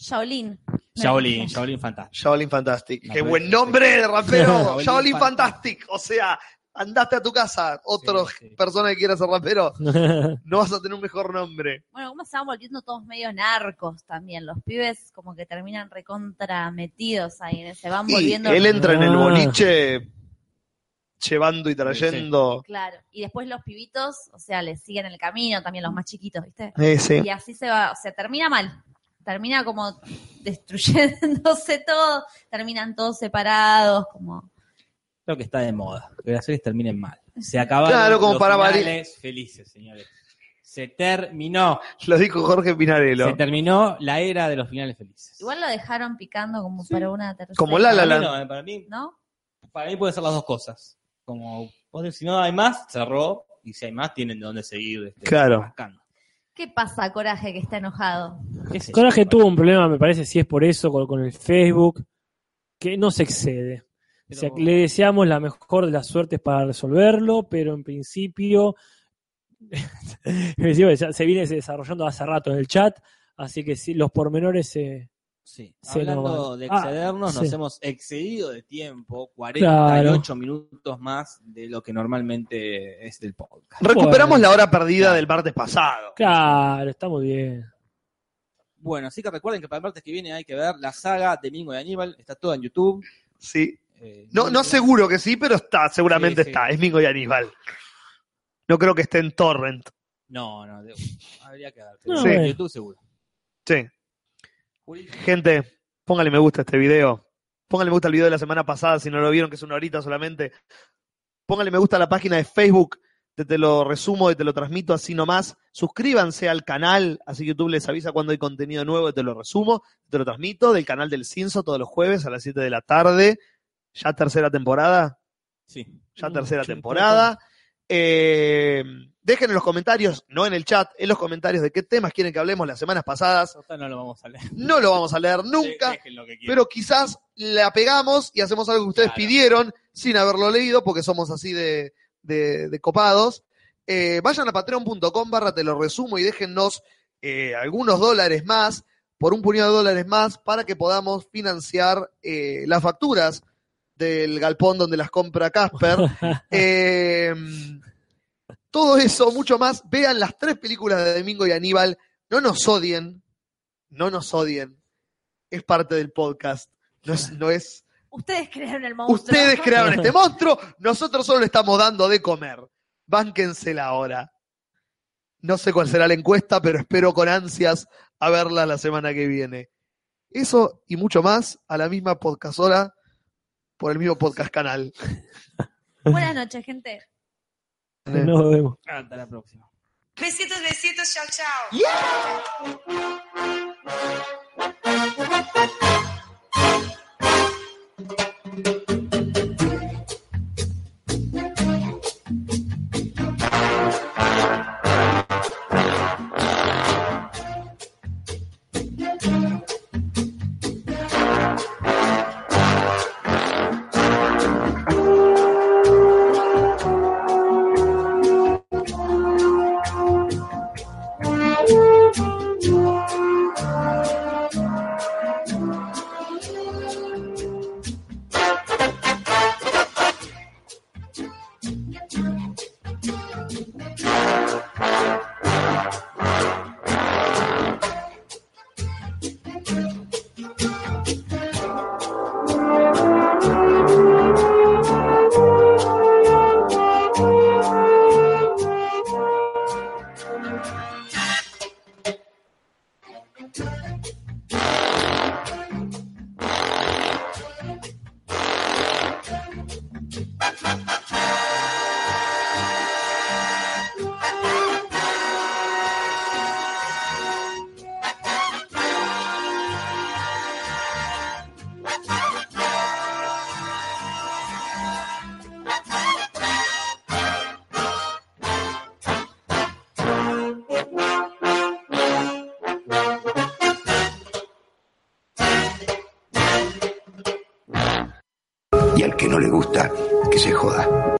E: Shaolin.
C: Shaolin, Shaolin Fantastic.
A: Shaolin Fantastic.
C: La
A: Qué
C: verdad
A: buen
C: que-
A: nombre de rapero.
C: Shaolin
A: Shaolin
C: Fantastic.
A: Fantastic. O sea, andaste a tu casa. Otra
C: Sí, sí.
A: persona que quiera ser rapero, no vas a tener un mejor nombre.
E: Bueno, cómo se van volviendo todos medio narcos también. Los pibes como que terminan recontra metidos ahí. en ese- Se van
A: Y
E: volviendo...
A: él entra en el
B: Ah.
A: boliche llevando y trayendo.
E: Claro. Y después los pibitos, o sea, les siguen el camino, también los más chiquitos, ¿viste?
A: Sí, sí.
E: Y así se va, o sea, termina mal. Termina como destruyéndose todo. Terminan todos separados, como...
C: Lo que está de moda. Que las series terminen mal. Se acabaron
A: Claro, como
C: los
A: para vari-
C: finales felices, señores. Se terminó.
A: Lo dijo Jorge
C: Se
A: Pinarello.
C: terminó la era de los finales felices.
E: Igual lo dejaron picando como para una tercera.
A: Como La La
C: Para mí
A: Land.
C: no, eh, para mí
E: ¿No?
C: Para mí pueden ser las dos cosas. Como, vos decís, si no hay más, cerró. Y si hay más, tienen de dónde seguir. este,
A: Claro.
C: rascando.
E: ¿Qué pasa, Coraje, que está enojado?
C: ¿Qué sé yo?
B: Coraje tuvo un problema, me parece, si es por eso, con, con el Facebook, que no se excede. O sea,
C: Pero-
B: le deseamos la mejor de las suertes para resolverlo, pero en principio encima ya se viene desarrollando hace rato en el chat, así que sí, los pormenores eh, se...
C: Sí.
B: se
C: Hablando
B: nos va.
C: de
B: Ah,
C: excedernos, nos
B: sí.
C: hemos excedido de tiempo, 48 minutos más de lo que normalmente es del podcast.
A: Recuperamos
B: Bueno.
A: la hora perdida del martes pasado.
B: Claro, está muy bien.
C: Bueno, así que recuerden que para el martes que viene hay que ver la saga de Mingo y Aníbal. Está toda en YouTube.
A: Sí.
C: Eh,
A: No, no seguro que sí, pero está, seguramente
C: Sí, sí.
A: está. Es Mingo y Aníbal. No creo que esté en Torrent.
C: No, no, de- habría que ver.
B: No,
C: Pero en
B: bueno.
C: YouTube seguro.
A: Sí.
C: Juli,
A: Gente, póngale me gusta a este video. Póngale me gusta al video de la semana pasada, si no lo vieron, que es una horita solamente. Póngale me gusta a la página de Facebook, te, te lo resumo y te lo transmito así nomás. Suscríbanse al canal, así YouTube les avisa cuando hay contenido nuevo, te lo resumo, te lo transmito, del canal del Cinso todos los jueves a las 7 de la tarde. Ya tercera temporada,
C: Sí.
A: ya
B: Mm,
A: tercera
B: sí,
A: temporada. Eh, dejen en los comentarios, no en el chat, en los comentarios de qué temas quieren que hablemos las semanas pasadas.
C: Total, no lo vamos a leer.
A: No lo vamos a leer nunca,
C: Dejen lo que quieran.
A: pero quizás la pegamos y hacemos algo que ustedes
C: Claro.
A: pidieron sin haberlo leído, porque somos así de, de- de copados. Eh, vayan a patreon.com barra te lo resumo y déjennos eh, algunos dólares más, por un puñado de dólares más, para que podamos financiar eh, las facturas del galpón donde las compra Casper. Eh, todo eso, mucho más. Vean las tres películas de Domingo y Aníbal. No nos odien. No nos odien. Es parte del podcast. No es. No es
E: Ustedes crearon el monstruo.
A: ustedes crearon este monstruo. Nosotros solo le estamos dando de comer. Bánquensela ahora. No sé cuál será la encuesta, pero espero con ansias a verla la semana que viene. Eso y mucho más a la misma podcast hora por el mismo podcast canal.
E: Buenas noches, gente.
B: Nos vemos.
C: Hasta la próxima.
I: Besitos, besitos, chao, chao.
F: Y al que no le gusta, que se joda.